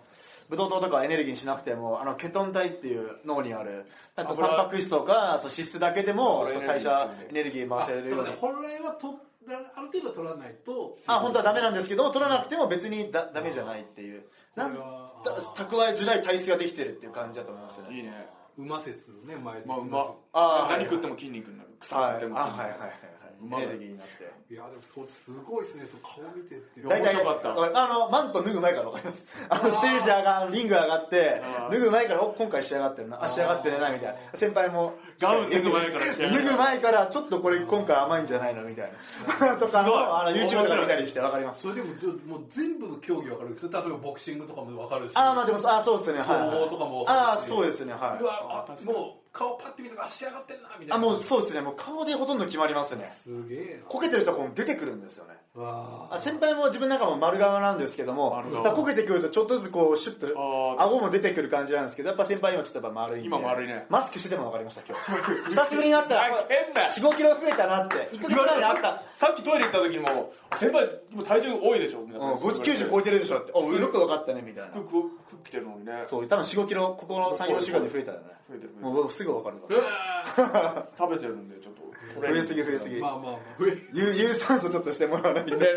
[SPEAKER 3] ブドウ糖とかエネルギーにしなくてもあのケトン体っていう脳にあるなんか
[SPEAKER 1] 油
[SPEAKER 3] タンパク質とかそう脂質だけでも
[SPEAKER 1] 油
[SPEAKER 3] そう
[SPEAKER 1] エネル
[SPEAKER 3] 代
[SPEAKER 1] ギー
[SPEAKER 3] 謝
[SPEAKER 1] ですよね
[SPEAKER 3] エネルギー
[SPEAKER 2] あ
[SPEAKER 3] 回せ
[SPEAKER 2] そう
[SPEAKER 3] れるよ
[SPEAKER 2] だ
[SPEAKER 3] うに
[SPEAKER 2] ね本来はとらある程度取らないと
[SPEAKER 3] あ本当はダメなんですけども取らなくても別にだダメじゃないっていうなん
[SPEAKER 2] こ
[SPEAKER 3] た
[SPEAKER 2] れは
[SPEAKER 3] 蓄えづらい体質ができてるっていう感じだと思いますね
[SPEAKER 1] いいね
[SPEAKER 2] 馬説のね前で
[SPEAKER 1] まあう
[SPEAKER 2] 言って
[SPEAKER 1] ま
[SPEAKER 2] し
[SPEAKER 3] あー
[SPEAKER 1] 何食っても筋肉になる草
[SPEAKER 3] はい
[SPEAKER 1] 食っても
[SPEAKER 3] あ
[SPEAKER 1] 筋肉
[SPEAKER 3] はいはい
[SPEAKER 1] うん
[SPEAKER 3] はいはいエネルギーになって
[SPEAKER 2] たいやでもそうすごいですねその顔見てっていう
[SPEAKER 1] 面
[SPEAKER 3] 大体
[SPEAKER 1] 白かった
[SPEAKER 3] わかるあのマント脱ぐ前から分かりますあのステージ上がリング上がって
[SPEAKER 1] あー
[SPEAKER 3] 脱ぐ前からお今回仕上がってるなあ仕上がってないなみたいな先輩も
[SPEAKER 1] ガウン脱ぐ前から仕上が
[SPEAKER 3] 脱
[SPEAKER 1] る
[SPEAKER 3] ぐ前からちょっとこれ今回甘いんじゃないのみたい なとか
[SPEAKER 1] すごい
[SPEAKER 3] のあの
[SPEAKER 1] 面
[SPEAKER 3] YouTube
[SPEAKER 1] 白い
[SPEAKER 3] とか見たりして分かります
[SPEAKER 2] それでもちょもう全部の競技わかるけど例えばボクシングとかもわかるし
[SPEAKER 3] ああまあでもあーそうですねはい
[SPEAKER 2] 総合とかも
[SPEAKER 3] ああーそうですねは
[SPEAKER 2] う
[SPEAKER 3] い
[SPEAKER 2] わあ
[SPEAKER 1] 確かに
[SPEAKER 2] もう顔パッて見たら仕上がってんなみたいな
[SPEAKER 3] あもうそうですねもう顔でほとんど決まりますね
[SPEAKER 2] すげえ
[SPEAKER 3] こけてる人はこう出てくるんですよね
[SPEAKER 2] なわ
[SPEAKER 3] あ先輩も自分なんかも丸側なんですけども
[SPEAKER 1] 丸側
[SPEAKER 3] だからこけてくるとちょっとずつこうシュッと
[SPEAKER 1] あー
[SPEAKER 3] 顎も出てくる感じなんですけどやっぱ先輩今ちょっとやっぱ丸いんで
[SPEAKER 1] 今丸いね
[SPEAKER 3] マスクしてても分かりました今日久しぶりに会ったら
[SPEAKER 1] あ変だよ
[SPEAKER 3] 45キロ増えたなって1ヶ月前に会った
[SPEAKER 1] さっきトイレ行った時も先輩もう体重多いでしょみたいな
[SPEAKER 3] うん、50 90超えてるでしょってあよく分かったねみたいな
[SPEAKER 1] 服服服着てるのにね増
[SPEAKER 3] そう多分45キロここの34週間で増えたよね
[SPEAKER 1] えてる増えてる
[SPEAKER 3] もうすぐ分かるから
[SPEAKER 1] 食べてるんでちょっと
[SPEAKER 3] 増えすぎ増えすぎ
[SPEAKER 2] まあまあまあ上
[SPEAKER 3] 有有酸素ちょっとしてもらわないと ち
[SPEAKER 4] ね、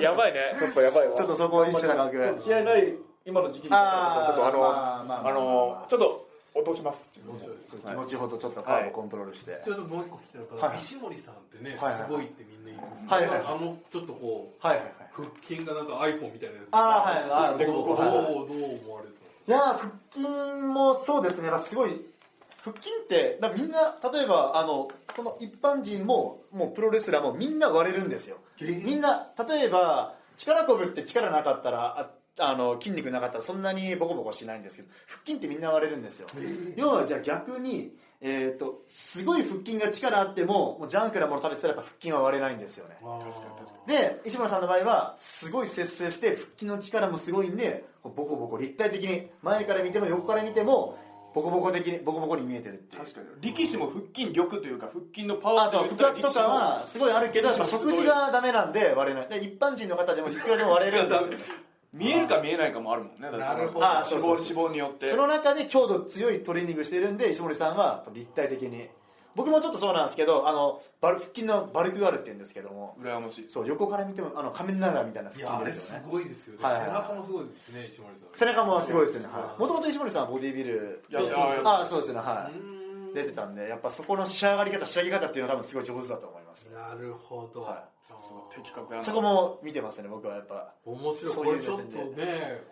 [SPEAKER 4] やばいね。
[SPEAKER 1] っとやばいわ
[SPEAKER 3] ょっとそこは意識高く
[SPEAKER 1] 試合ない今の時期にちょっ
[SPEAKER 3] あー
[SPEAKER 1] とあの、
[SPEAKER 3] まあまあまあ
[SPEAKER 1] あのちょっと落とします
[SPEAKER 2] 面白い
[SPEAKER 3] 気持ちほどちょっとカーブコントロールして、
[SPEAKER 2] ちょっともう一個聞きたいの
[SPEAKER 3] はい
[SPEAKER 2] が
[SPEAKER 3] はい
[SPEAKER 2] 石森さんってね
[SPEAKER 3] はいはい
[SPEAKER 2] すごいってみんな言うんですけど
[SPEAKER 3] はいはい
[SPEAKER 2] あのちょっとこう
[SPEAKER 3] はいはいはい
[SPEAKER 2] 腹筋がなんか iPhone みたいなやつ
[SPEAKER 3] あーはいはい
[SPEAKER 2] どうどう
[SPEAKER 3] はいはい
[SPEAKER 2] どう思われて
[SPEAKER 3] いやー腹筋もそうですね、まあ、すごい腹筋ってなんかみんな例えばあのこの一般人ももうプロレスラーもみんな割れるんですよみんな例えば力こぶって力なかったらああの筋肉なかったらそんなにボコボコしないんですけど腹筋ってみんな割れるんですよ要はじゃあ逆に、えー、とすごい腹筋が力あってももうジャンクなもの食べてたらやっぱ腹筋は割れないんですよね
[SPEAKER 2] たの確かに確か
[SPEAKER 3] で石村さんの場合はすごい節制して腹筋の力もすごいんでこうボコボコ立体的に前から見ても横から見てもボコボコ的にボコボコに見えてるっていう
[SPEAKER 1] 確かに力士も腹筋力というか腹筋のパ
[SPEAKER 3] あ
[SPEAKER 1] ワー
[SPEAKER 3] そう
[SPEAKER 1] と
[SPEAKER 3] 腹圧とかはすごいあるけどやっぱ
[SPEAKER 1] すご
[SPEAKER 3] 食
[SPEAKER 1] い
[SPEAKER 3] 事がダメなんで割れないで一般人の方でもいくらでも割れるんですよ
[SPEAKER 1] 見えるか見えないかもあるもんねだって
[SPEAKER 2] なるほど
[SPEAKER 1] あー
[SPEAKER 3] そう
[SPEAKER 1] 脂肪
[SPEAKER 3] そうそう
[SPEAKER 1] 脂肪によって
[SPEAKER 3] その中で強度強いトレーニングしてるんで石森さんは立体的に僕もちょっとそうなんですけどあのバル腹筋のバルクガールって言うんですけども
[SPEAKER 1] 羨ましい
[SPEAKER 3] そう横から見てもあの仮面ライダーみたいな
[SPEAKER 2] にいや
[SPEAKER 3] 腹
[SPEAKER 2] あ
[SPEAKER 3] 筋
[SPEAKER 2] れ
[SPEAKER 3] です
[SPEAKER 2] す
[SPEAKER 3] よね
[SPEAKER 2] ごいですよね
[SPEAKER 3] はいはい
[SPEAKER 2] 背中もすごいですね石森さん
[SPEAKER 3] 背中もすごいですよね
[SPEAKER 2] はい
[SPEAKER 3] もともと石森さんはボディービル
[SPEAKER 1] や
[SPEAKER 2] そうそう
[SPEAKER 1] あーや
[SPEAKER 3] ああそうですねは
[SPEAKER 2] うーん
[SPEAKER 3] い出てたんでやっぱそこの仕上がり方仕上げ方っていうのは多分すごい上手だと思います
[SPEAKER 2] なるほど
[SPEAKER 3] はい
[SPEAKER 2] あー
[SPEAKER 1] 的確やな
[SPEAKER 3] そこも見てますね僕はやっぱ
[SPEAKER 2] 面白い
[SPEAKER 3] そ
[SPEAKER 2] こ
[SPEAKER 3] ういう
[SPEAKER 2] れちょっ
[SPEAKER 3] 目
[SPEAKER 2] と
[SPEAKER 3] 線
[SPEAKER 2] ね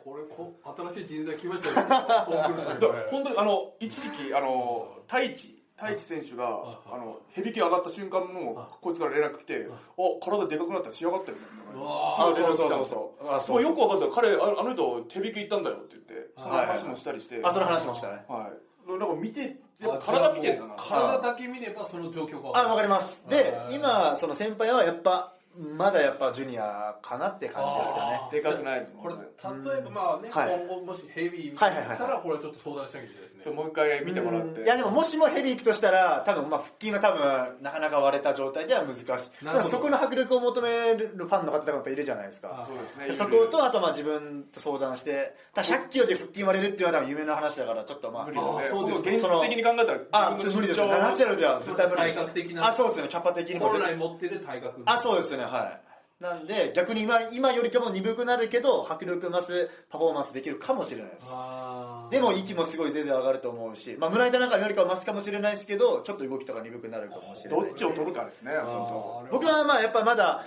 [SPEAKER 2] これこ新しい人材来ましたよコンクルさん
[SPEAKER 1] だ
[SPEAKER 2] こ
[SPEAKER 1] から
[SPEAKER 2] れ
[SPEAKER 1] 本当にあの一時期あの太一太一選手があの響き上がった瞬間のこいつから連絡来て「お体でかくなったら仕上がったよね」
[SPEAKER 2] うわ
[SPEAKER 1] あそうそう
[SPEAKER 3] そうそうあそう
[SPEAKER 1] もうよく分かったよ彼ああの人手引き行ったんだよって言ってその話もしたりして
[SPEAKER 3] あその話もしたね
[SPEAKER 1] はいなんか見てやっぱ体見てんだな
[SPEAKER 2] あじゃあもう体だけ見ればその状況が
[SPEAKER 3] あわか
[SPEAKER 2] る
[SPEAKER 3] りますで今その先輩はやっぱまだやっぱジュニアかなって感じですよね
[SPEAKER 2] あー
[SPEAKER 1] でかくない
[SPEAKER 2] これ
[SPEAKER 1] もんね
[SPEAKER 2] 例えばまあね
[SPEAKER 3] はい
[SPEAKER 2] 今後もしヘビー見
[SPEAKER 3] はいはいはい
[SPEAKER 2] たらこれちょっと相談しなきゃいけないです
[SPEAKER 1] それ
[SPEAKER 2] ね
[SPEAKER 1] もう一回見てもらっ
[SPEAKER 3] う
[SPEAKER 1] て
[SPEAKER 3] んいやでももしもヘビ行くとしたら多分まあ腹筋は多分なかなか割れた状態では難しいだ
[SPEAKER 2] な
[SPEAKER 3] か
[SPEAKER 2] るほど
[SPEAKER 3] らそこの迫力を求めるファンの方とかやっぱいるじゃないですか
[SPEAKER 2] あ
[SPEAKER 1] そうですね
[SPEAKER 3] でそことあとまあ自分と相談してただ100キロで腹筋割れるっていうのは多分夢の話だからちょっとまあ
[SPEAKER 1] 無理だね
[SPEAKER 2] あそうです
[SPEAKER 1] 現実的に考えたら
[SPEAKER 3] あ無理です
[SPEAKER 1] 自分の
[SPEAKER 3] ナ
[SPEAKER 1] 身
[SPEAKER 3] チュラルでは絶対無理
[SPEAKER 2] 体格的な
[SPEAKER 3] あそうですねキャパ的にも
[SPEAKER 2] 本
[SPEAKER 3] 絶対
[SPEAKER 2] 来持ってる体格
[SPEAKER 3] あそうですねはいなんで逆に今今よりかも鈍くなるけど迫力増すパフォーマンスできるかもしれないです
[SPEAKER 2] あー
[SPEAKER 3] でも息もすごい全然上がると思うし、まあ、胸板なんかよりかは増すかもしれないですけどちょっと動きとか鈍くなるかもしれ
[SPEAKER 1] 長
[SPEAKER 3] な
[SPEAKER 1] ど
[SPEAKER 3] い
[SPEAKER 1] っちを取るかですねそうそうそう
[SPEAKER 2] あー
[SPEAKER 3] 僕はまあやっぱまだ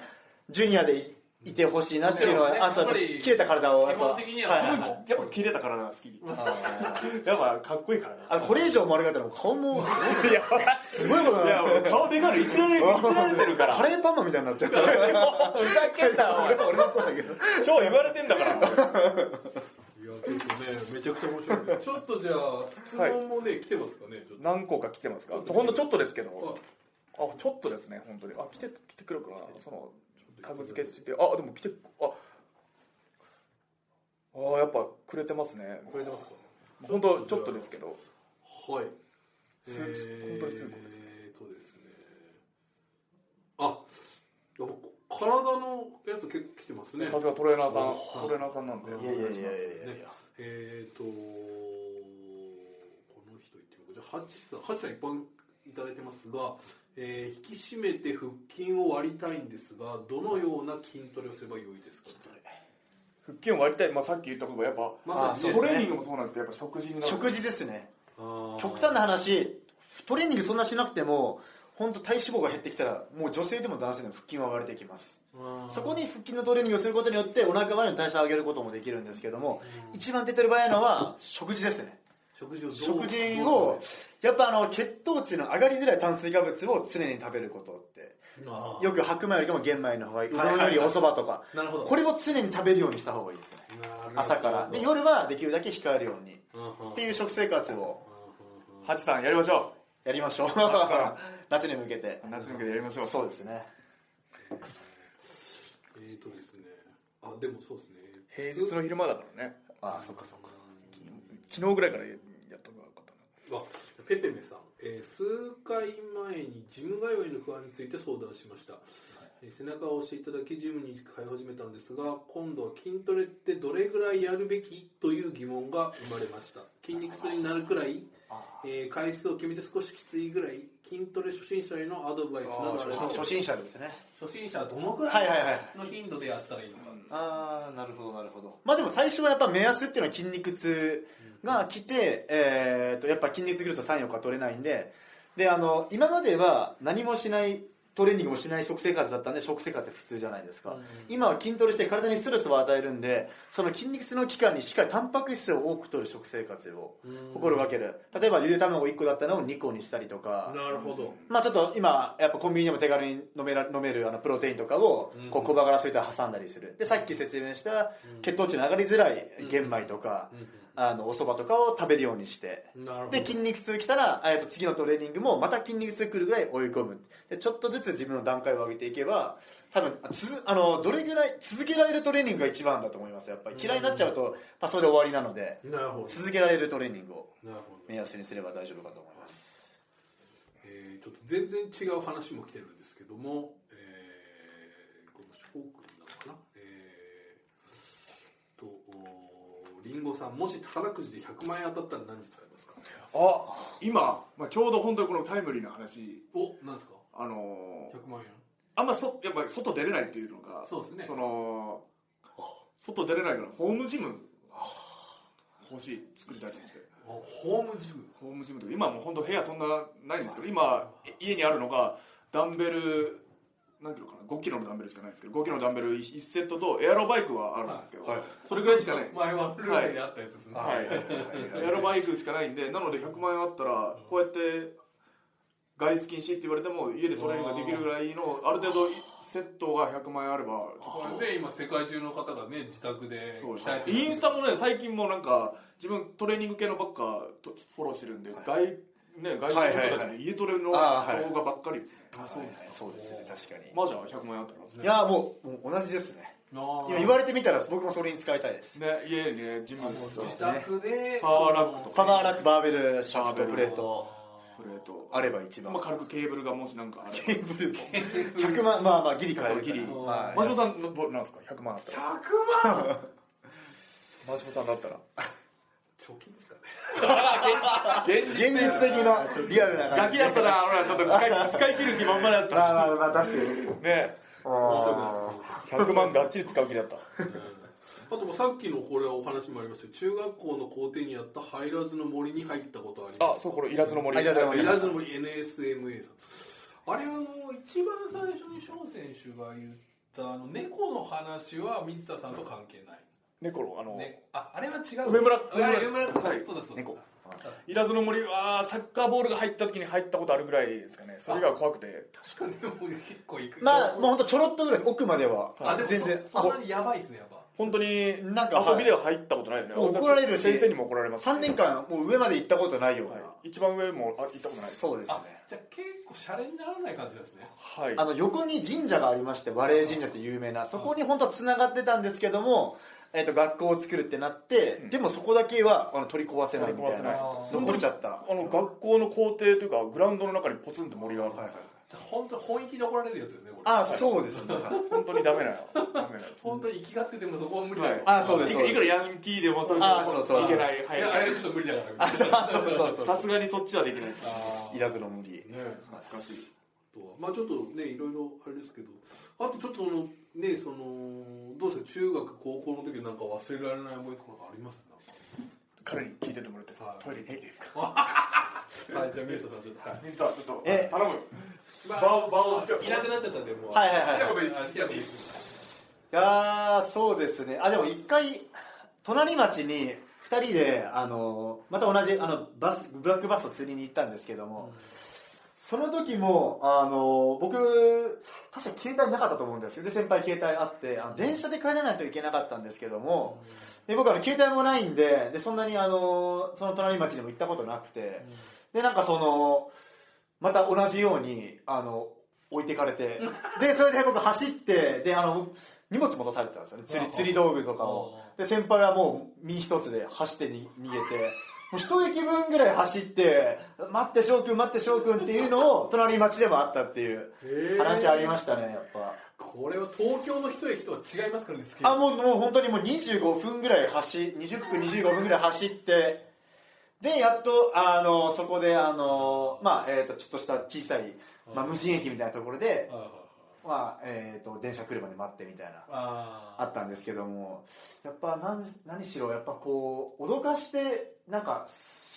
[SPEAKER 3] ジュニアでいいてほしいなっていうのは、
[SPEAKER 2] ね
[SPEAKER 3] 朝
[SPEAKER 2] やっぱり
[SPEAKER 3] 切れた体をやっ
[SPEAKER 2] 基
[SPEAKER 3] ぱ
[SPEAKER 2] 本的には
[SPEAKER 3] はいは
[SPEAKER 2] そ
[SPEAKER 3] い
[SPEAKER 2] ういう
[SPEAKER 3] はい
[SPEAKER 2] の
[SPEAKER 1] やっぱ切れた体が好き
[SPEAKER 3] あー
[SPEAKER 1] やっぱかっこいいからな
[SPEAKER 3] あこれ以上丸かったらもう顔も
[SPEAKER 1] いや、
[SPEAKER 3] すごいこと
[SPEAKER 1] い
[SPEAKER 3] にな
[SPEAKER 1] や
[SPEAKER 3] る
[SPEAKER 1] 俺顔でかいのいじられいじられてるから。
[SPEAKER 3] カレーパンマンみたいになっちゃうから
[SPEAKER 1] ふざけんな
[SPEAKER 3] 俺
[SPEAKER 1] よ
[SPEAKER 3] も俺もそうだけど
[SPEAKER 1] 俺超言われてんだから。
[SPEAKER 2] いやちょっとねめちゃくちゃ面白い ちょっとじゃあ質問もね来てますかねちょっと
[SPEAKER 1] 何個か来てますか。ほんのちょっとですけ
[SPEAKER 2] あ
[SPEAKER 1] ど。あ、ちょっとですね、本当に。あ、来て来てくるかな。そのタグ付けして、あ、でも来てあ。あーやっぱくれてますね。
[SPEAKER 2] くれてますか
[SPEAKER 1] 本当ちょっとですけど。
[SPEAKER 2] はい。
[SPEAKER 1] す本当にすぐこれ
[SPEAKER 2] えーとですね。あ、やっぱ体のやつ結構来てますね。
[SPEAKER 1] さすがトレーナーさん、トレーナーさんなんで。
[SPEAKER 2] い
[SPEAKER 3] やいやいやいやい
[SPEAKER 2] ね
[SPEAKER 3] や、
[SPEAKER 2] えーと、この人言ってみようか。じゃあ、ハチさん、ハチさんいっぱいいただいてますが、えー引き締めて腹筋を割りたいんですが、どのような筋トレをすればよいですか
[SPEAKER 1] 腹筋を割りたい。まあさっき言ったことがやっぱ。
[SPEAKER 2] ま
[SPEAKER 3] あ
[SPEAKER 2] さに
[SPEAKER 3] そうです
[SPEAKER 1] ト
[SPEAKER 2] ね
[SPEAKER 1] レー
[SPEAKER 3] ね
[SPEAKER 1] ニングもそうなんですけど、やっぱ食事になる。
[SPEAKER 3] 食事ですね
[SPEAKER 2] あー
[SPEAKER 3] 極端な話トレーニングそんなしなくても本当体脂肪が減ってきたらもう女性でも男性でも腹筋は割れてきます
[SPEAKER 2] あー
[SPEAKER 3] そこに腹筋のトレーニングをすることによってお腹周りの代謝を上げることもできるんですけども一番手っ取り早いのは食事ですね
[SPEAKER 2] 食事をどう
[SPEAKER 3] 食事
[SPEAKER 2] どう
[SPEAKER 3] をやっぱあの血糖値の上がりづらい炭水化物を常に食べることって
[SPEAKER 2] すればあー
[SPEAKER 3] よく白米よりも玄米の方がいい、うど
[SPEAKER 2] はい
[SPEAKER 3] んよりおそばとか、
[SPEAKER 2] なるほど。
[SPEAKER 3] これを常に食べるようにした方がいいですね、
[SPEAKER 2] なるほど
[SPEAKER 3] 朝から、で夜はできるだけ控えるようにっ
[SPEAKER 2] うんうん
[SPEAKER 3] ていう食生活を、
[SPEAKER 1] ハチさんやりましょ
[SPEAKER 3] やりましょう 夏に向けて
[SPEAKER 1] う夏に向けてやりましょう
[SPEAKER 3] そうですね
[SPEAKER 2] えーとですねあでもそうですね
[SPEAKER 1] 平日の昼間だからね
[SPEAKER 3] ああそっかそっか
[SPEAKER 1] 昨日ぐらいからやったのがか
[SPEAKER 2] あペペメさん、えー数回前にジム通いの不安について相談しました、えー背中を押していただきジムに通い始めたのですが今度は筋トレってどれぐらいやるべきという疑問が生まれました筋肉痛になるくらい、えー回数を決めて少しきついぐらい筋トレ初心者へのアドバイスなどあれば
[SPEAKER 3] 初初心者ですね
[SPEAKER 2] 初心者はどのく
[SPEAKER 3] は
[SPEAKER 2] ら
[SPEAKER 3] いはいはいい
[SPEAKER 2] の頻度でやったらいいのか、
[SPEAKER 3] ああなるほどなるほどまあでも最初はやっぱ目安っていうのは筋肉痛が来て、えー、とやっぱ筋肉痛来ると34日取れないんでであの今までは何もしないトレーニングもしない食生活だったんで食生活って普通じゃないです
[SPEAKER 2] う
[SPEAKER 3] か、
[SPEAKER 2] ん
[SPEAKER 3] 今は筋トレして体にストレスを与えるんでその筋肉痛の期間にしっかりタンパク質を多く取る食生活を心がける例えばゆで卵1個だったのを2個にしたりとか
[SPEAKER 2] なるほど、
[SPEAKER 3] まあちょっと今やっぱコンビニでも手軽に飲めら飲めるあのプロテインとかを
[SPEAKER 2] うん
[SPEAKER 3] こう小腹が空いたら挟んだりするでさっき説明した血糖値の上がりづらい玄米とかあのお蕎麦とかを食べるようにして
[SPEAKER 2] なるほど
[SPEAKER 3] で筋肉痛きたらえーと次のトレーニングもまた筋肉痛くるぐらい追い込むでちょっとずつ自分の段階を上げていけば多分つづあのどれぐらい続けられるトレーニングが一番だと思いますやっぱり嫌いになっちゃうとまあそれで終わりなので
[SPEAKER 2] なるほど
[SPEAKER 3] 続けられるトレーニングを
[SPEAKER 2] なるほど
[SPEAKER 3] 目安にすれば大丈夫かと思います
[SPEAKER 2] えーちょっと全然違う話も来てるんですけども、えーこの翔くんなのかな、えー、と、おーリンゴさん、もし宝くじで100万円当たったら何に使いますか
[SPEAKER 1] あ今、まあ、ちょうど本当にこのタイムリーな話
[SPEAKER 2] お、なんですか
[SPEAKER 1] あのー
[SPEAKER 2] ?100 万円
[SPEAKER 1] あんまそやっぱり外出れないっていうのが
[SPEAKER 2] そうですね
[SPEAKER 1] その外出れないからホームジム欲しい作りたいと思って
[SPEAKER 2] あホームジム。
[SPEAKER 1] ホームジムとか今はもう本当部屋そんなないんですけど今い家にあるのがダンベル何キロかな5キロのダンベルしかないんですけど5キロのダンベル1セットとエアロバイクはあるんですけど、
[SPEAKER 3] はい
[SPEAKER 1] それぐらいしかない
[SPEAKER 2] 前はルールであったやつですね。
[SPEAKER 1] はい、エアロバイクしかないんでなので100万円あったらこうやって外出禁止って言われても家でトレーニングができるぐらいのある程度セットが100万円あれば
[SPEAKER 2] これで今世界中の方がね自宅で
[SPEAKER 1] そうです
[SPEAKER 2] 鍛え
[SPEAKER 1] ね
[SPEAKER 2] てる
[SPEAKER 1] インスタもね最近もうなんか自分トレーニング系のばっかとフォローしてるんで、外ね外
[SPEAKER 3] はい
[SPEAKER 1] 人の
[SPEAKER 3] はい
[SPEAKER 1] 人たちの家トレの動
[SPEAKER 3] あーはい
[SPEAKER 1] 画ばっかりですね、
[SPEAKER 3] そうですねそうですね確かに
[SPEAKER 1] マジャー100万円あったら
[SPEAKER 3] いやもうもう同じですね
[SPEAKER 2] あー
[SPEAKER 3] 今言われてみたら僕もそれに使いたいです
[SPEAKER 1] ね家にねジムの
[SPEAKER 2] 自宅で
[SPEAKER 1] パワーラックとか
[SPEAKER 3] パワーラックバーベルシャフトプレート
[SPEAKER 1] プレート
[SPEAKER 3] あれば一番、
[SPEAKER 1] まあ、軽くケーブルがもしなんかあれば
[SPEAKER 3] ケーブルも100万まあまあギリ買える
[SPEAKER 1] ギリ
[SPEAKER 3] は
[SPEAKER 1] マシモさんのどなんですか100万あったら
[SPEAKER 2] 100万
[SPEAKER 1] マシモさんだったら
[SPEAKER 2] 貯金ですかね
[SPEAKER 3] い、現実的なリアルな
[SPEAKER 1] ガ
[SPEAKER 3] 感じ
[SPEAKER 1] キだったら俺らちょっと使い使い切る気満々だった
[SPEAKER 3] まあ
[SPEAKER 1] ら
[SPEAKER 3] まあまあ確かに
[SPEAKER 1] ね
[SPEAKER 2] 面白く
[SPEAKER 3] あ
[SPEAKER 2] ないですか
[SPEAKER 1] 100万がっちり使う気だった
[SPEAKER 2] あともうさっきのこれはお話もありましたけど中学校の校庭にあった入らずの森に入ったことありま
[SPEAKER 1] あ
[SPEAKER 2] す
[SPEAKER 1] そうこれイラズの森
[SPEAKER 3] あイラズの森
[SPEAKER 2] 入らずの森 NSMA さんあれあの一番最初に翔選手が言ったあの猫の話は水田さんと関係ない、
[SPEAKER 1] 猫のあの、
[SPEAKER 2] ね、ああれは違う
[SPEAKER 1] 梅村
[SPEAKER 2] あれは梅村
[SPEAKER 1] 梅村
[SPEAKER 2] そうだそうだ
[SPEAKER 3] 猫
[SPEAKER 1] イラズの森はサッカーボールが入った時に入ったことあるぐらいですかねそれが怖くて
[SPEAKER 2] 確かにでも結構行く
[SPEAKER 3] ーまあもうほんとちょろっとぐらいです奥までは
[SPEAKER 2] あでも
[SPEAKER 3] 全然
[SPEAKER 2] そそんなにやばいですねやっぱ
[SPEAKER 1] 本当に
[SPEAKER 3] なんかはい
[SPEAKER 1] 遊びでは入ったことないよね、
[SPEAKER 3] 怒られるし
[SPEAKER 1] 先生にも怒られます
[SPEAKER 3] 3年間もう上まで行ったことないような、
[SPEAKER 1] はい一番上もあ行ったことないです
[SPEAKER 3] そうですね
[SPEAKER 2] あじゃあ結構シャレにならない感じなんですね
[SPEAKER 1] はい
[SPEAKER 3] あの横に神社がありまして和霊神社って有名なそこに本当はつながってたんですけども、えー、と学校を作るってなって、でもそこだけはあの取り壊せないみたい
[SPEAKER 1] 取り壊せな
[SPEAKER 3] ない残っちゃった
[SPEAKER 1] あの学校の校庭というかグラウンドの中にポツンと森があるんですよ、
[SPEAKER 3] はいはい
[SPEAKER 2] じゃあ本当に本気で怒られるやつですねこれ
[SPEAKER 3] あそうですね
[SPEAKER 1] 本当にダメなよダメなよ
[SPEAKER 2] 本当に生きがっててもそこは無理だと、
[SPEAKER 3] あそうです
[SPEAKER 1] い
[SPEAKER 3] そう
[SPEAKER 1] く
[SPEAKER 3] で
[SPEAKER 1] い
[SPEAKER 3] す
[SPEAKER 1] くらヤンキーでもそれ
[SPEAKER 3] あそうそう
[SPEAKER 1] いけないはいい
[SPEAKER 2] やあれはちょっと無理だからみたいな
[SPEAKER 3] あ そうそうそう
[SPEAKER 1] さすがにそっちはできない
[SPEAKER 2] あ
[SPEAKER 3] いらずの無理
[SPEAKER 2] ーね
[SPEAKER 1] 懐かしい
[SPEAKER 2] あとはまあちょっとねいろいろあれですけどあとちょっとそのねそのどうですか中学高校の時なんか忘れられない思いとかなんかあります
[SPEAKER 1] 彼に聞いててもらってさ
[SPEAKER 2] はい
[SPEAKER 1] トイレ行っていいですか
[SPEAKER 2] はいじゃあ宮下さんちょっと、はい
[SPEAKER 1] 水田ちょっと
[SPEAKER 3] え
[SPEAKER 1] 頼むよ
[SPEAKER 2] ま
[SPEAKER 1] 場を場を
[SPEAKER 2] あいなくなっちゃったんでもう
[SPEAKER 3] はいはいはい
[SPEAKER 2] 好きなこと言って好きなこと言って
[SPEAKER 3] いやーそうですねあでも一回隣町に2人であのまた同じあのバスブラックバスを釣りに行ったんですけども、その時もあの僕確か携帯なかったと思うんですよで先輩携帯あってあの電車で帰らないといけなかったんですけども、で僕あの携帯もないんででそんなにあのその隣町にも行ったことなくて、でなんかそのまた同じようにあの置いてかれ てでそれで僕走ってであの荷物戻されてたんですよね釣り釣り道具とかをで先輩はもう身一つで走ってに逃げて。もう一駅分ぐらい走って「待って翔くん待って翔くん」っていうのを隣町でもあったっていう話ありましたねやっぱ
[SPEAKER 2] これは東京の一駅とは違いますからね、スケー
[SPEAKER 3] あ
[SPEAKER 2] ル。
[SPEAKER 3] もうもう本当にもう25分ぐらい走20分25分ぐらい走ってでやっとあのそこであの、まあえー、とちょっとした小さい、まあ、無人駅みたいなところで、
[SPEAKER 2] はいはいはい
[SPEAKER 3] まあえー、と電車来るまで待ってみたいな
[SPEAKER 2] あ
[SPEAKER 3] あったんですけどもやっぱ何何しろやっぱこう脅かしてなんか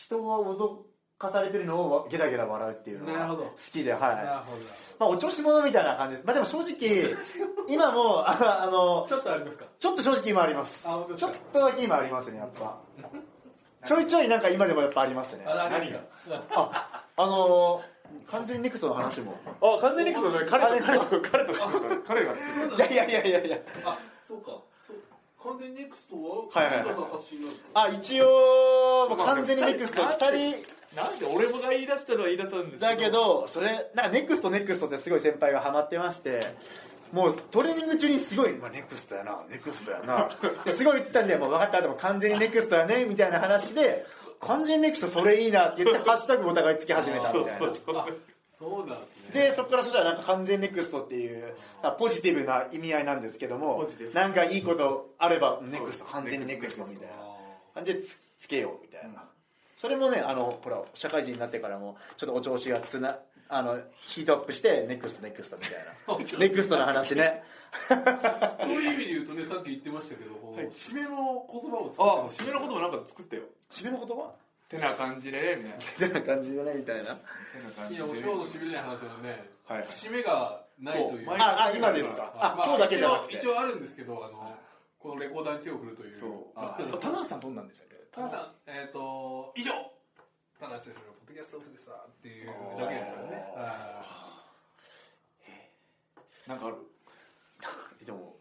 [SPEAKER 3] 人は脅かされてるのをゲラゲラ笑うっていうの
[SPEAKER 2] なる
[SPEAKER 3] が
[SPEAKER 2] ほど
[SPEAKER 3] 好きで
[SPEAKER 2] あ。な
[SPEAKER 3] は
[SPEAKER 2] るほど、なる
[SPEAKER 3] い、まあ、お調子者みたいな感じです、まあ、でも正 直今もああの
[SPEAKER 2] ほど。ちょっとありますか
[SPEAKER 3] ちょっと正直今あります
[SPEAKER 2] あ本当です
[SPEAKER 3] ちょ
[SPEAKER 2] か
[SPEAKER 3] っとだけ今ありますねやっ ぱちょいちょいなんか今でもやっぱありますね
[SPEAKER 2] あ、ありますか
[SPEAKER 3] ああのー、完全にネクストの 話も
[SPEAKER 1] あ完全に彼と彼と彼と彼が
[SPEAKER 3] いやいやいやいやいや
[SPEAKER 2] あ、そうか。そう完全にネクストは、
[SPEAKER 3] はいはいはい
[SPEAKER 2] 藤田さん発信なんですか
[SPEAKER 3] あ一応もう完全にネクスト2人
[SPEAKER 4] なんで俺もが言い出したのは言い出したんです
[SPEAKER 3] だけどそれなんかネクストネクストってすごい先輩がハマってましてもうトレーニング中にすごい、まあ、ネクストやなネクストやなですごい言ってたんでもう分かったでも完全にネクストやねみたいな話で完全にネクストそれいいなって言ってハッシュタグお互いつき始めたみたいな
[SPEAKER 2] そうなんですね。
[SPEAKER 3] でそこからそしたらなんか完全ネクストっていうまあポジティブな意味合いなんですけども
[SPEAKER 1] ポジティブ
[SPEAKER 3] なんかいいことあればネクスト完全にネクストみたいな感じでつつけようみたいな、それもねあのほら社会人になってからもちょっとお調子がつなあのヒートアップしてネクストネクストみ たいなネクストの話ね
[SPEAKER 2] あーそういう意味で言うとね、さっき言ってましたけど、こう締めの言葉を
[SPEAKER 1] あ
[SPEAKER 2] 使って
[SPEAKER 1] 締めのこともなんか作ってよ
[SPEAKER 3] 締めの言葉
[SPEAKER 1] てな感じでねみたいな
[SPEAKER 3] みたいな感じだねみたいな
[SPEAKER 1] てな感
[SPEAKER 2] い
[SPEAKER 1] じで
[SPEAKER 2] や、もう、
[SPEAKER 1] ね
[SPEAKER 2] ショーの締めない話はね、
[SPEAKER 3] はいはい
[SPEAKER 2] 締めがないという。
[SPEAKER 1] そう毎
[SPEAKER 3] ああ今ですかあ、
[SPEAKER 2] まあ
[SPEAKER 3] 今日だけじゃなくて
[SPEAKER 2] 一応一応あるんですけどあのこのレコーダーに手を振るという
[SPEAKER 1] そう
[SPEAKER 2] あ
[SPEAKER 1] あ田中さんどんなんでしたっけ
[SPEAKER 2] 田中さんえっ、と以上田中選手のポッドキャストオフでさっていうだけですからねあ
[SPEAKER 1] なんかある
[SPEAKER 3] でも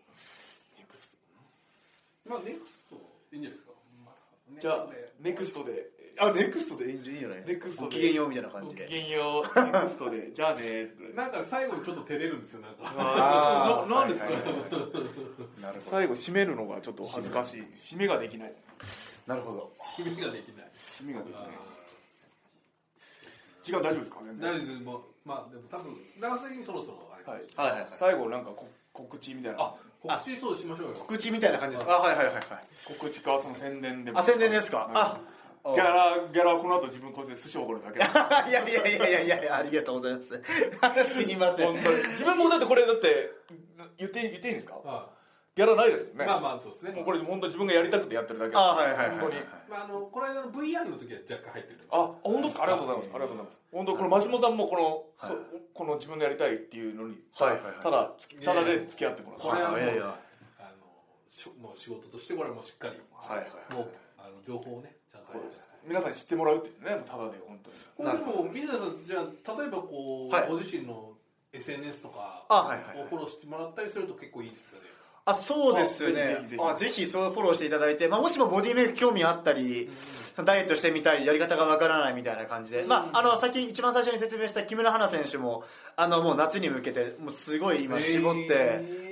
[SPEAKER 2] ーまあネクストいいんじゃないですか、まあ、ネ
[SPEAKER 1] じゃあ
[SPEAKER 2] クス
[SPEAKER 1] ネクスト
[SPEAKER 2] トで
[SPEAKER 1] で
[SPEAKER 3] あネクストでいいんじゃない
[SPEAKER 1] ネクストで
[SPEAKER 3] ごきげんようみたいな感
[SPEAKER 1] ご
[SPEAKER 3] じ
[SPEAKER 1] き
[SPEAKER 3] で
[SPEAKER 1] げんようネクストでじゃあねぐらい
[SPEAKER 2] なんか最後にちょっと照れるんですよな んか
[SPEAKER 1] あーななんですか
[SPEAKER 3] はいはいはいなるほど
[SPEAKER 1] 最後締めるのがちょっと恥ずかしい締めができない
[SPEAKER 3] なるほど
[SPEAKER 2] 締めができない
[SPEAKER 1] 締めができない
[SPEAKER 2] あ
[SPEAKER 1] 時間大丈夫ですか
[SPEAKER 2] ー
[SPEAKER 1] 全然
[SPEAKER 2] 大丈夫ですもうまあでも多分長崎にそろそろあれかもしれない、
[SPEAKER 3] はいはいはい
[SPEAKER 1] 最後なんかこ告知みたいな
[SPEAKER 2] あ告知そうしましょうよ
[SPEAKER 3] 告知みたいな感じですかあはいはいはいはい
[SPEAKER 1] 告知かその宣伝でも
[SPEAKER 3] あ宣伝ですかあ
[SPEAKER 1] ギャラギャラこの後自分こうやって寿司をおごるだ け
[SPEAKER 3] いやいやいやいやいやいやありがとうございますすみません
[SPEAKER 1] 本当に自分もだってこれだって言って言っていいんですか
[SPEAKER 2] あ
[SPEAKER 1] ギャラないですもん
[SPEAKER 2] ー
[SPEAKER 1] ね
[SPEAKER 2] まあまあそうですね
[SPEAKER 1] もうこれ本当に自分がやりたくてやってるだけ
[SPEAKER 3] あはいはいはいはい
[SPEAKER 1] 本当に
[SPEAKER 2] まあ、あのこの間の VR の時は若干入ってる
[SPEAKER 1] あ本当ですかありがとうございますありがとうございます本当このマシモさんもこの、そこの自分でやりたいっていうのに
[SPEAKER 3] はいはいはい
[SPEAKER 1] ただつきただで付き合っても
[SPEAKER 2] これ
[SPEAKER 1] ら
[SPEAKER 2] はもう
[SPEAKER 3] いやいや
[SPEAKER 2] あのしょもう仕事としてこれはもうしっかり、
[SPEAKER 3] はいはい
[SPEAKER 2] もうあの情報をねちゃんとやります
[SPEAKER 1] う皆さんに知ってもらうっていうねもうただで本当に
[SPEAKER 2] これでも水田さんじゃあ例えばこう、
[SPEAKER 3] はい
[SPEAKER 2] ご自身の SNS とか
[SPEAKER 3] あはいはいはい
[SPEAKER 2] をフォローしてもらったりすると結構いいですかね
[SPEAKER 3] あそうです
[SPEAKER 1] あぜ
[SPEAKER 3] ね
[SPEAKER 1] ひぜひ
[SPEAKER 3] あぜひそうフォローしていただいて、まあ、もしもボディメイク興味あったり、ダイエットしてみたいやり方がわからないみたいな感じで、まあ、あのさっき一番最初に説明した木村花選手もあのもう夏に向けてもうすごい今絞って、
[SPEAKER 2] へ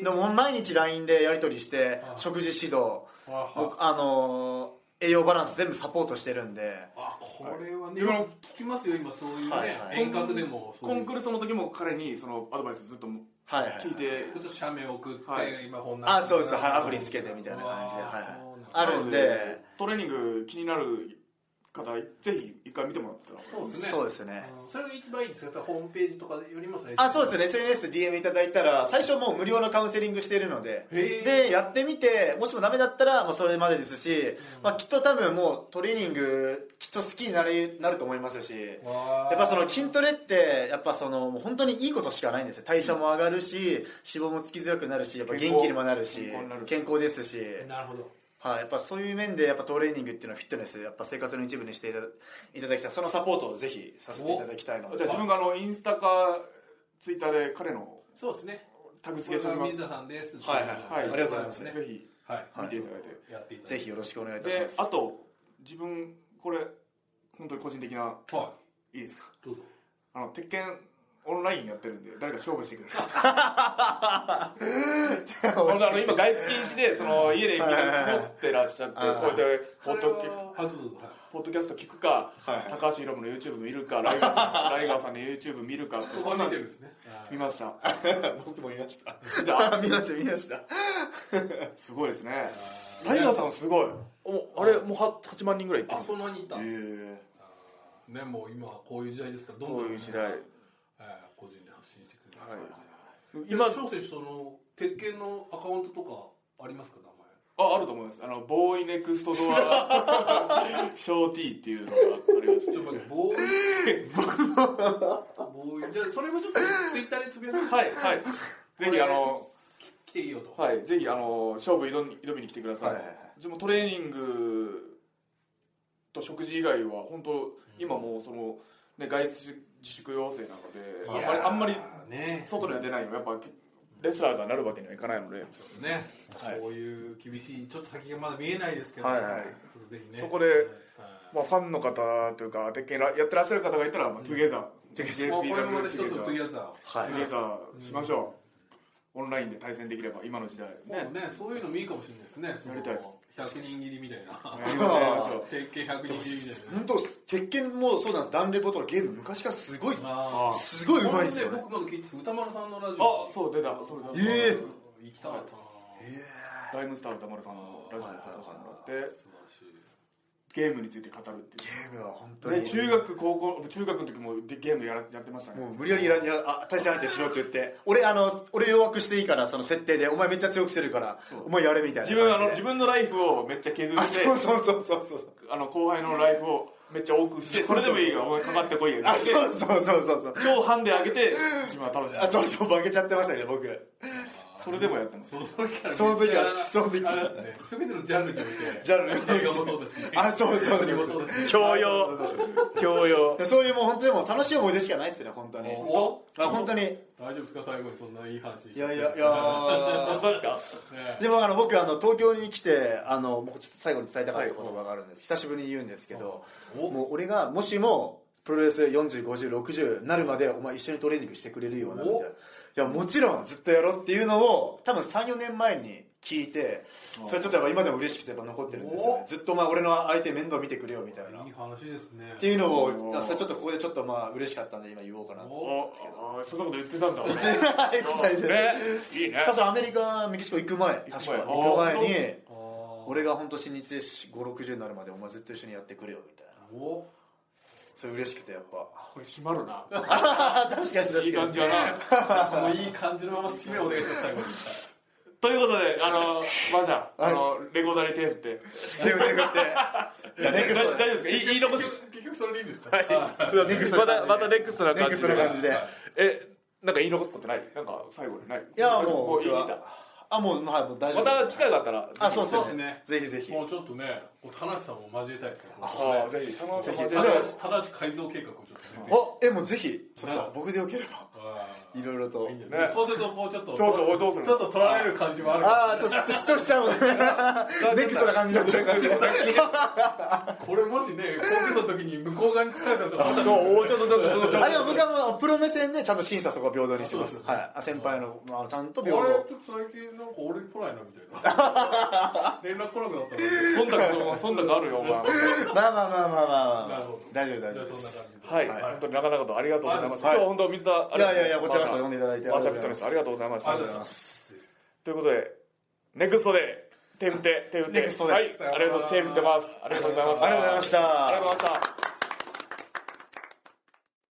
[SPEAKER 2] ー
[SPEAKER 3] でも毎日 LINE でやり取りして食事指導
[SPEAKER 2] あ
[SPEAKER 3] 僕あの栄養バランス全部サポートしてるんで
[SPEAKER 2] あこれはね、
[SPEAKER 1] 自分の
[SPEAKER 2] 聞きますよ今そういうね、
[SPEAKER 3] はいはい
[SPEAKER 2] 遠隔でもそう
[SPEAKER 1] コ
[SPEAKER 2] いう
[SPEAKER 1] ンクルールその時も彼にそのアドバイスずっとも
[SPEAKER 3] はいはい、
[SPEAKER 1] 聞いて
[SPEAKER 2] ちょっと写メを送って、
[SPEAKER 1] はい
[SPEAKER 2] 今本
[SPEAKER 3] あそうですはいアプリつけてみたいな感じで、
[SPEAKER 2] うわー
[SPEAKER 3] はい
[SPEAKER 2] そうなんだ
[SPEAKER 3] あるん
[SPEAKER 1] なの
[SPEAKER 3] で
[SPEAKER 1] トレーニング気になる方ぜひ一回見てもらったら
[SPEAKER 2] そうですね
[SPEAKER 3] そうですね
[SPEAKER 2] うんそれが一番いいですよホームページとかよりもそれ
[SPEAKER 3] あそうですね SNS で DM いただいたら最初もう無料のカウンセリングしてるので
[SPEAKER 2] へー
[SPEAKER 3] でやってみてもしもダメだったらもうそれまでですし、まあ、きっと多分もうトレーニングきっと好きになるなると思いますしや
[SPEAKER 2] や
[SPEAKER 3] っぱその筋トレってやっぱそのもう本当にいいことしかないんですよ代謝も上がるし脂肪もつきづらくなるしやっぱ
[SPEAKER 1] 健康
[SPEAKER 3] 元気にもなるし
[SPEAKER 1] 健康になるし
[SPEAKER 3] 健康ですし、
[SPEAKER 2] なるほど
[SPEAKER 3] はい、やっぱそういう面でやっぱトレーニングっていうのはフィットネスやっぱ生活の一部にしていたいただきたいそのサポートをぜひさせていただきたいの
[SPEAKER 1] じゃ
[SPEAKER 3] で
[SPEAKER 1] あ自分があのインスタかツイッターで彼の
[SPEAKER 2] そうですね
[SPEAKER 1] タグ付
[SPEAKER 2] これ
[SPEAKER 1] けしておりま
[SPEAKER 2] が水
[SPEAKER 1] す
[SPEAKER 2] 田さんです
[SPEAKER 3] はいはい
[SPEAKER 1] はい
[SPEAKER 3] ありがとうございます
[SPEAKER 1] ぜ
[SPEAKER 2] ね
[SPEAKER 1] ひ
[SPEAKER 2] はい
[SPEAKER 1] 見ていただいて、
[SPEAKER 2] やっていただい
[SPEAKER 3] ぜ
[SPEAKER 2] て
[SPEAKER 3] ひよろしくお願いいたし
[SPEAKER 1] で
[SPEAKER 3] ます
[SPEAKER 1] あと自分これ本当に個人的な
[SPEAKER 2] はい
[SPEAKER 1] いですか
[SPEAKER 2] いどうぞ
[SPEAKER 1] あの鉄拳オンラインやってるんで誰か勝負してくれる 俺あの今外出禁止でその家で持ってらっしゃってこ
[SPEAKER 3] はいう
[SPEAKER 1] やってポッドキ
[SPEAKER 2] あどうぞどうぞはい
[SPEAKER 1] ポッドキャスト聞くか、
[SPEAKER 3] はい
[SPEAKER 1] 高橋宏夢の YouTube 見るかライガー さんライガーさんの YouTube 見るか
[SPEAKER 2] そこは見て
[SPEAKER 1] る
[SPEAKER 2] るんですねはい
[SPEAKER 1] 見ました
[SPEAKER 3] 僕も見ました
[SPEAKER 1] じゃあ
[SPEAKER 3] 見ました見ました
[SPEAKER 1] すごいですねライガーさんすごいおあれもう 8, 8万人ぐらいいって
[SPEAKER 2] あ
[SPEAKER 1] る
[SPEAKER 2] そんなにいたね
[SPEAKER 3] え
[SPEAKER 2] もう今はこういう時代ですからどん
[SPEAKER 1] こ
[SPEAKER 2] ど
[SPEAKER 1] うんいう時代
[SPEAKER 2] えー個人で発信してくれる
[SPEAKER 1] はい
[SPEAKER 2] 今
[SPEAKER 1] 今
[SPEAKER 2] 翔選手その鉄拳のアカウントとかありますか名
[SPEAKER 1] ああると思いますあのボーイネクストドアショーティーっていうのがありまして
[SPEAKER 2] 前ちょっと待ってボーイボーイじゃあそれもちょっとツイッターでつぶやいて
[SPEAKER 1] はいはいぜひあの
[SPEAKER 2] 来ていいよと
[SPEAKER 1] はいぜひあの勝負挑み挑みに来てください、
[SPEAKER 3] はいはいはい
[SPEAKER 1] でもトレーニングと食事以外は本当、今もうその、ね、外出自粛要請なのであんまりあんまり
[SPEAKER 2] ね
[SPEAKER 1] 外には出ないよやっぱレスラーがなるわけにはいかないので、
[SPEAKER 2] ね、
[SPEAKER 1] はい
[SPEAKER 2] そういう厳しいちょっと先がまだ見えないですけど、
[SPEAKER 1] はいはい
[SPEAKER 2] ちょっとぜひね
[SPEAKER 1] そこで
[SPEAKER 2] はい
[SPEAKER 1] まあ、ファンの方というか鉄拳らやってらっしゃる方がいたら、まあ、トゥゲザートゥゲザー
[SPEAKER 2] もうこれもまた一つ
[SPEAKER 1] トゥゲ
[SPEAKER 2] のトゥギャザーを、
[SPEAKER 1] ザートゥゲザーしましょう、オンラインで対戦できれば今の時代ね
[SPEAKER 2] もうねそういうのもいいかもしれないですねその
[SPEAKER 1] やりたいです
[SPEAKER 2] 100人切りみたいな
[SPEAKER 1] やりましょうやりましょう
[SPEAKER 2] 鉄拳100人切りみたいな
[SPEAKER 3] 本当鉄拳もそうなんですダンレボとかゲーム昔からすごい
[SPEAKER 2] あー
[SPEAKER 3] すごい上手いんですよ
[SPEAKER 2] これ
[SPEAKER 3] ね
[SPEAKER 2] ね僕まだ聞いてて歌丸さんのラジオ
[SPEAKER 1] あそう出たそう出た
[SPEAKER 3] ええ
[SPEAKER 2] 行きたかったな
[SPEAKER 3] え
[SPEAKER 1] ライムスター歌丸さんのラジオに出させてもらって
[SPEAKER 2] 素晴らしい
[SPEAKER 1] ゲームについて語るって
[SPEAKER 3] え
[SPEAKER 1] い
[SPEAKER 3] ゲームは本当
[SPEAKER 1] う、ね、
[SPEAKER 3] に
[SPEAKER 1] 中学高校中学の時もでゲームやらやってましたね
[SPEAKER 3] もう無理やりやらやらあ対戦相手しろって言って俺あの俺弱くしていいからその設定でお前めっちゃ強くしてるからお前やれみたいな
[SPEAKER 1] 自分あの
[SPEAKER 3] 感
[SPEAKER 1] 自
[SPEAKER 3] じで
[SPEAKER 1] 分のライフをめっちゃ削って
[SPEAKER 3] あそうそうそうそうそう
[SPEAKER 1] あの後輩のライフをめっちゃ多くしてそれでもいいからお前かかってこいよ
[SPEAKER 3] あそうそうそうそうそう
[SPEAKER 1] 超ハンデ上げて自分は楽しんで
[SPEAKER 3] あそうそう負けちゃってましたね僕
[SPEAKER 1] それでもやってます
[SPEAKER 2] その時から
[SPEAKER 3] その時はその時
[SPEAKER 2] あれですね全てのジャンルにおいて
[SPEAKER 3] ジャンルにおいて
[SPEAKER 2] 映画もそうですね
[SPEAKER 3] あそうそう
[SPEAKER 2] それも
[SPEAKER 3] そ
[SPEAKER 2] そううですね
[SPEAKER 3] 教養教養そういうもう本当にもう楽しい思い出しかないですね本当に
[SPEAKER 2] お
[SPEAKER 3] あ本当に
[SPEAKER 2] 大丈夫ですか最後にそんないい話
[SPEAKER 3] いやいやいやー
[SPEAKER 1] 当ですか
[SPEAKER 2] ね
[SPEAKER 3] でもあの僕あの東京に来てあのもうちょっと最後に伝えたかった言葉があるんです、久しぶりに言うんですけど、
[SPEAKER 2] お
[SPEAKER 3] もう俺がもしもプロレス405060なるまでお前一緒にトレーニングしてくれるようなみたいないやもちろんずっとやろうっていうのを多分34年前に聞いてそれちょっとやっぱ今でも嬉しくてやっぱ残ってるんですよねずっとお前俺の相手面倒見てくれよみたいなっ
[SPEAKER 2] いい話ですね
[SPEAKER 3] ていうのを
[SPEAKER 1] お
[SPEAKER 3] あそれちょっとここでちょっとまあ嬉しかったんで今言おうかなと
[SPEAKER 1] あ
[SPEAKER 2] お
[SPEAKER 1] あそんなこと言ってたんだ俺
[SPEAKER 3] はい伝えて
[SPEAKER 1] ねいいね
[SPEAKER 3] 多分アメリカメキシコ行く前確
[SPEAKER 1] 行
[SPEAKER 3] か
[SPEAKER 1] く
[SPEAKER 3] に
[SPEAKER 1] 前
[SPEAKER 3] 行く前に
[SPEAKER 2] あー
[SPEAKER 3] 俺が本当死日で560になるまでお前ずっと一緒にやってくれよみたいな
[SPEAKER 2] お
[SPEAKER 3] それ嬉しくてやっぱ
[SPEAKER 1] これ締まるな
[SPEAKER 3] 確かに確か
[SPEAKER 1] いい感じやな
[SPEAKER 2] このいい感じのまま締めをお願いします最後に
[SPEAKER 1] ということであのまーちゃんあのレコーダーに手振って
[SPEAKER 3] でもねこうやっていやネク
[SPEAKER 1] 大
[SPEAKER 3] ス
[SPEAKER 1] 丈
[SPEAKER 3] ト
[SPEAKER 1] 夫ですかいい言い残し
[SPEAKER 2] 結局結局それでいいんですか
[SPEAKER 1] はい
[SPEAKER 3] ネクスト
[SPEAKER 1] ま
[SPEAKER 3] な
[SPEAKER 1] た
[SPEAKER 3] 感じで
[SPEAKER 1] またネクストな
[SPEAKER 3] ネ
[SPEAKER 1] 感
[SPEAKER 3] ク
[SPEAKER 1] じ
[SPEAKER 3] スト
[SPEAKER 1] で
[SPEAKER 3] な感じで
[SPEAKER 1] えなんか言い残すことないなんか最後にない
[SPEAKER 3] いやもう
[SPEAKER 1] もう言い切っ
[SPEAKER 3] 僕はあもう,、まあ、もう大
[SPEAKER 1] た
[SPEAKER 3] 丈夫
[SPEAKER 1] ま
[SPEAKER 3] です
[SPEAKER 1] た機会があったら
[SPEAKER 3] あそう
[SPEAKER 2] そう
[SPEAKER 3] そう
[SPEAKER 2] ですね
[SPEAKER 3] ぜひぜひ
[SPEAKER 2] もうちょっとね田無さんも交えたいですね
[SPEAKER 1] ああぜひ楽し
[SPEAKER 3] ぜ
[SPEAKER 1] み
[SPEAKER 3] ひ
[SPEAKER 1] に
[SPEAKER 2] 田無田無改造計画をちょっとね
[SPEAKER 3] おえもうぜひちょっと僕でよければ
[SPEAKER 2] あー
[SPEAKER 3] いろいろと
[SPEAKER 2] いいんじゃない
[SPEAKER 1] ね
[SPEAKER 2] そうするともうちょっと
[SPEAKER 1] ちょっと俺どうする
[SPEAKER 2] ちょっと取られる感じもあるから
[SPEAKER 3] ああちょっと嫉妬嫉妬しちゃ うねネクストな感じになっちゃう感じで
[SPEAKER 2] これもしねコンテストの時に向こう側に疲れたらちょっとま た
[SPEAKER 1] どうおちょっとちょっとちょっとちょっ
[SPEAKER 3] あでも僕はもうプロ目線でちゃんと審査そこは平等にします
[SPEAKER 2] あそうですね
[SPEAKER 3] はいあ先輩の、まあ、ちゃんと
[SPEAKER 2] あれ
[SPEAKER 3] 平
[SPEAKER 2] ちょ
[SPEAKER 3] 等
[SPEAKER 2] っと最近なんか俺に来ないなみたいな 連絡来なくなったの
[SPEAKER 1] と忖度忖度あるよお前
[SPEAKER 3] まあまあまあまあまあ、ま
[SPEAKER 2] なる
[SPEAKER 3] あ
[SPEAKER 2] ほど、
[SPEAKER 3] 大丈夫大
[SPEAKER 2] じ
[SPEAKER 3] 丈
[SPEAKER 2] ゃあ
[SPEAKER 3] 夫
[SPEAKER 2] そ
[SPEAKER 3] で
[SPEAKER 2] んな
[SPEAKER 3] す
[SPEAKER 2] 感じで
[SPEAKER 1] はい、
[SPEAKER 2] はい
[SPEAKER 1] 本当に長々とありがとうございます。
[SPEAKER 3] は
[SPEAKER 1] 今
[SPEAKER 3] い
[SPEAKER 1] 日は本当水田、あ
[SPEAKER 3] い
[SPEAKER 1] りが
[SPEAKER 3] や
[SPEAKER 1] とうござます
[SPEAKER 3] いやいや、こちらこそ呼んでいただいて。
[SPEAKER 1] マーシャフィットネスありがとうございました。
[SPEAKER 2] ありがとうござい
[SPEAKER 1] と
[SPEAKER 2] ます
[SPEAKER 1] いうことで、ネクストで、手振って、手振って。
[SPEAKER 3] ネクストで
[SPEAKER 1] はい、ありがとうございます。手振ってます。ありがとうございました。
[SPEAKER 3] ありがとうございました
[SPEAKER 1] ありがとうございました。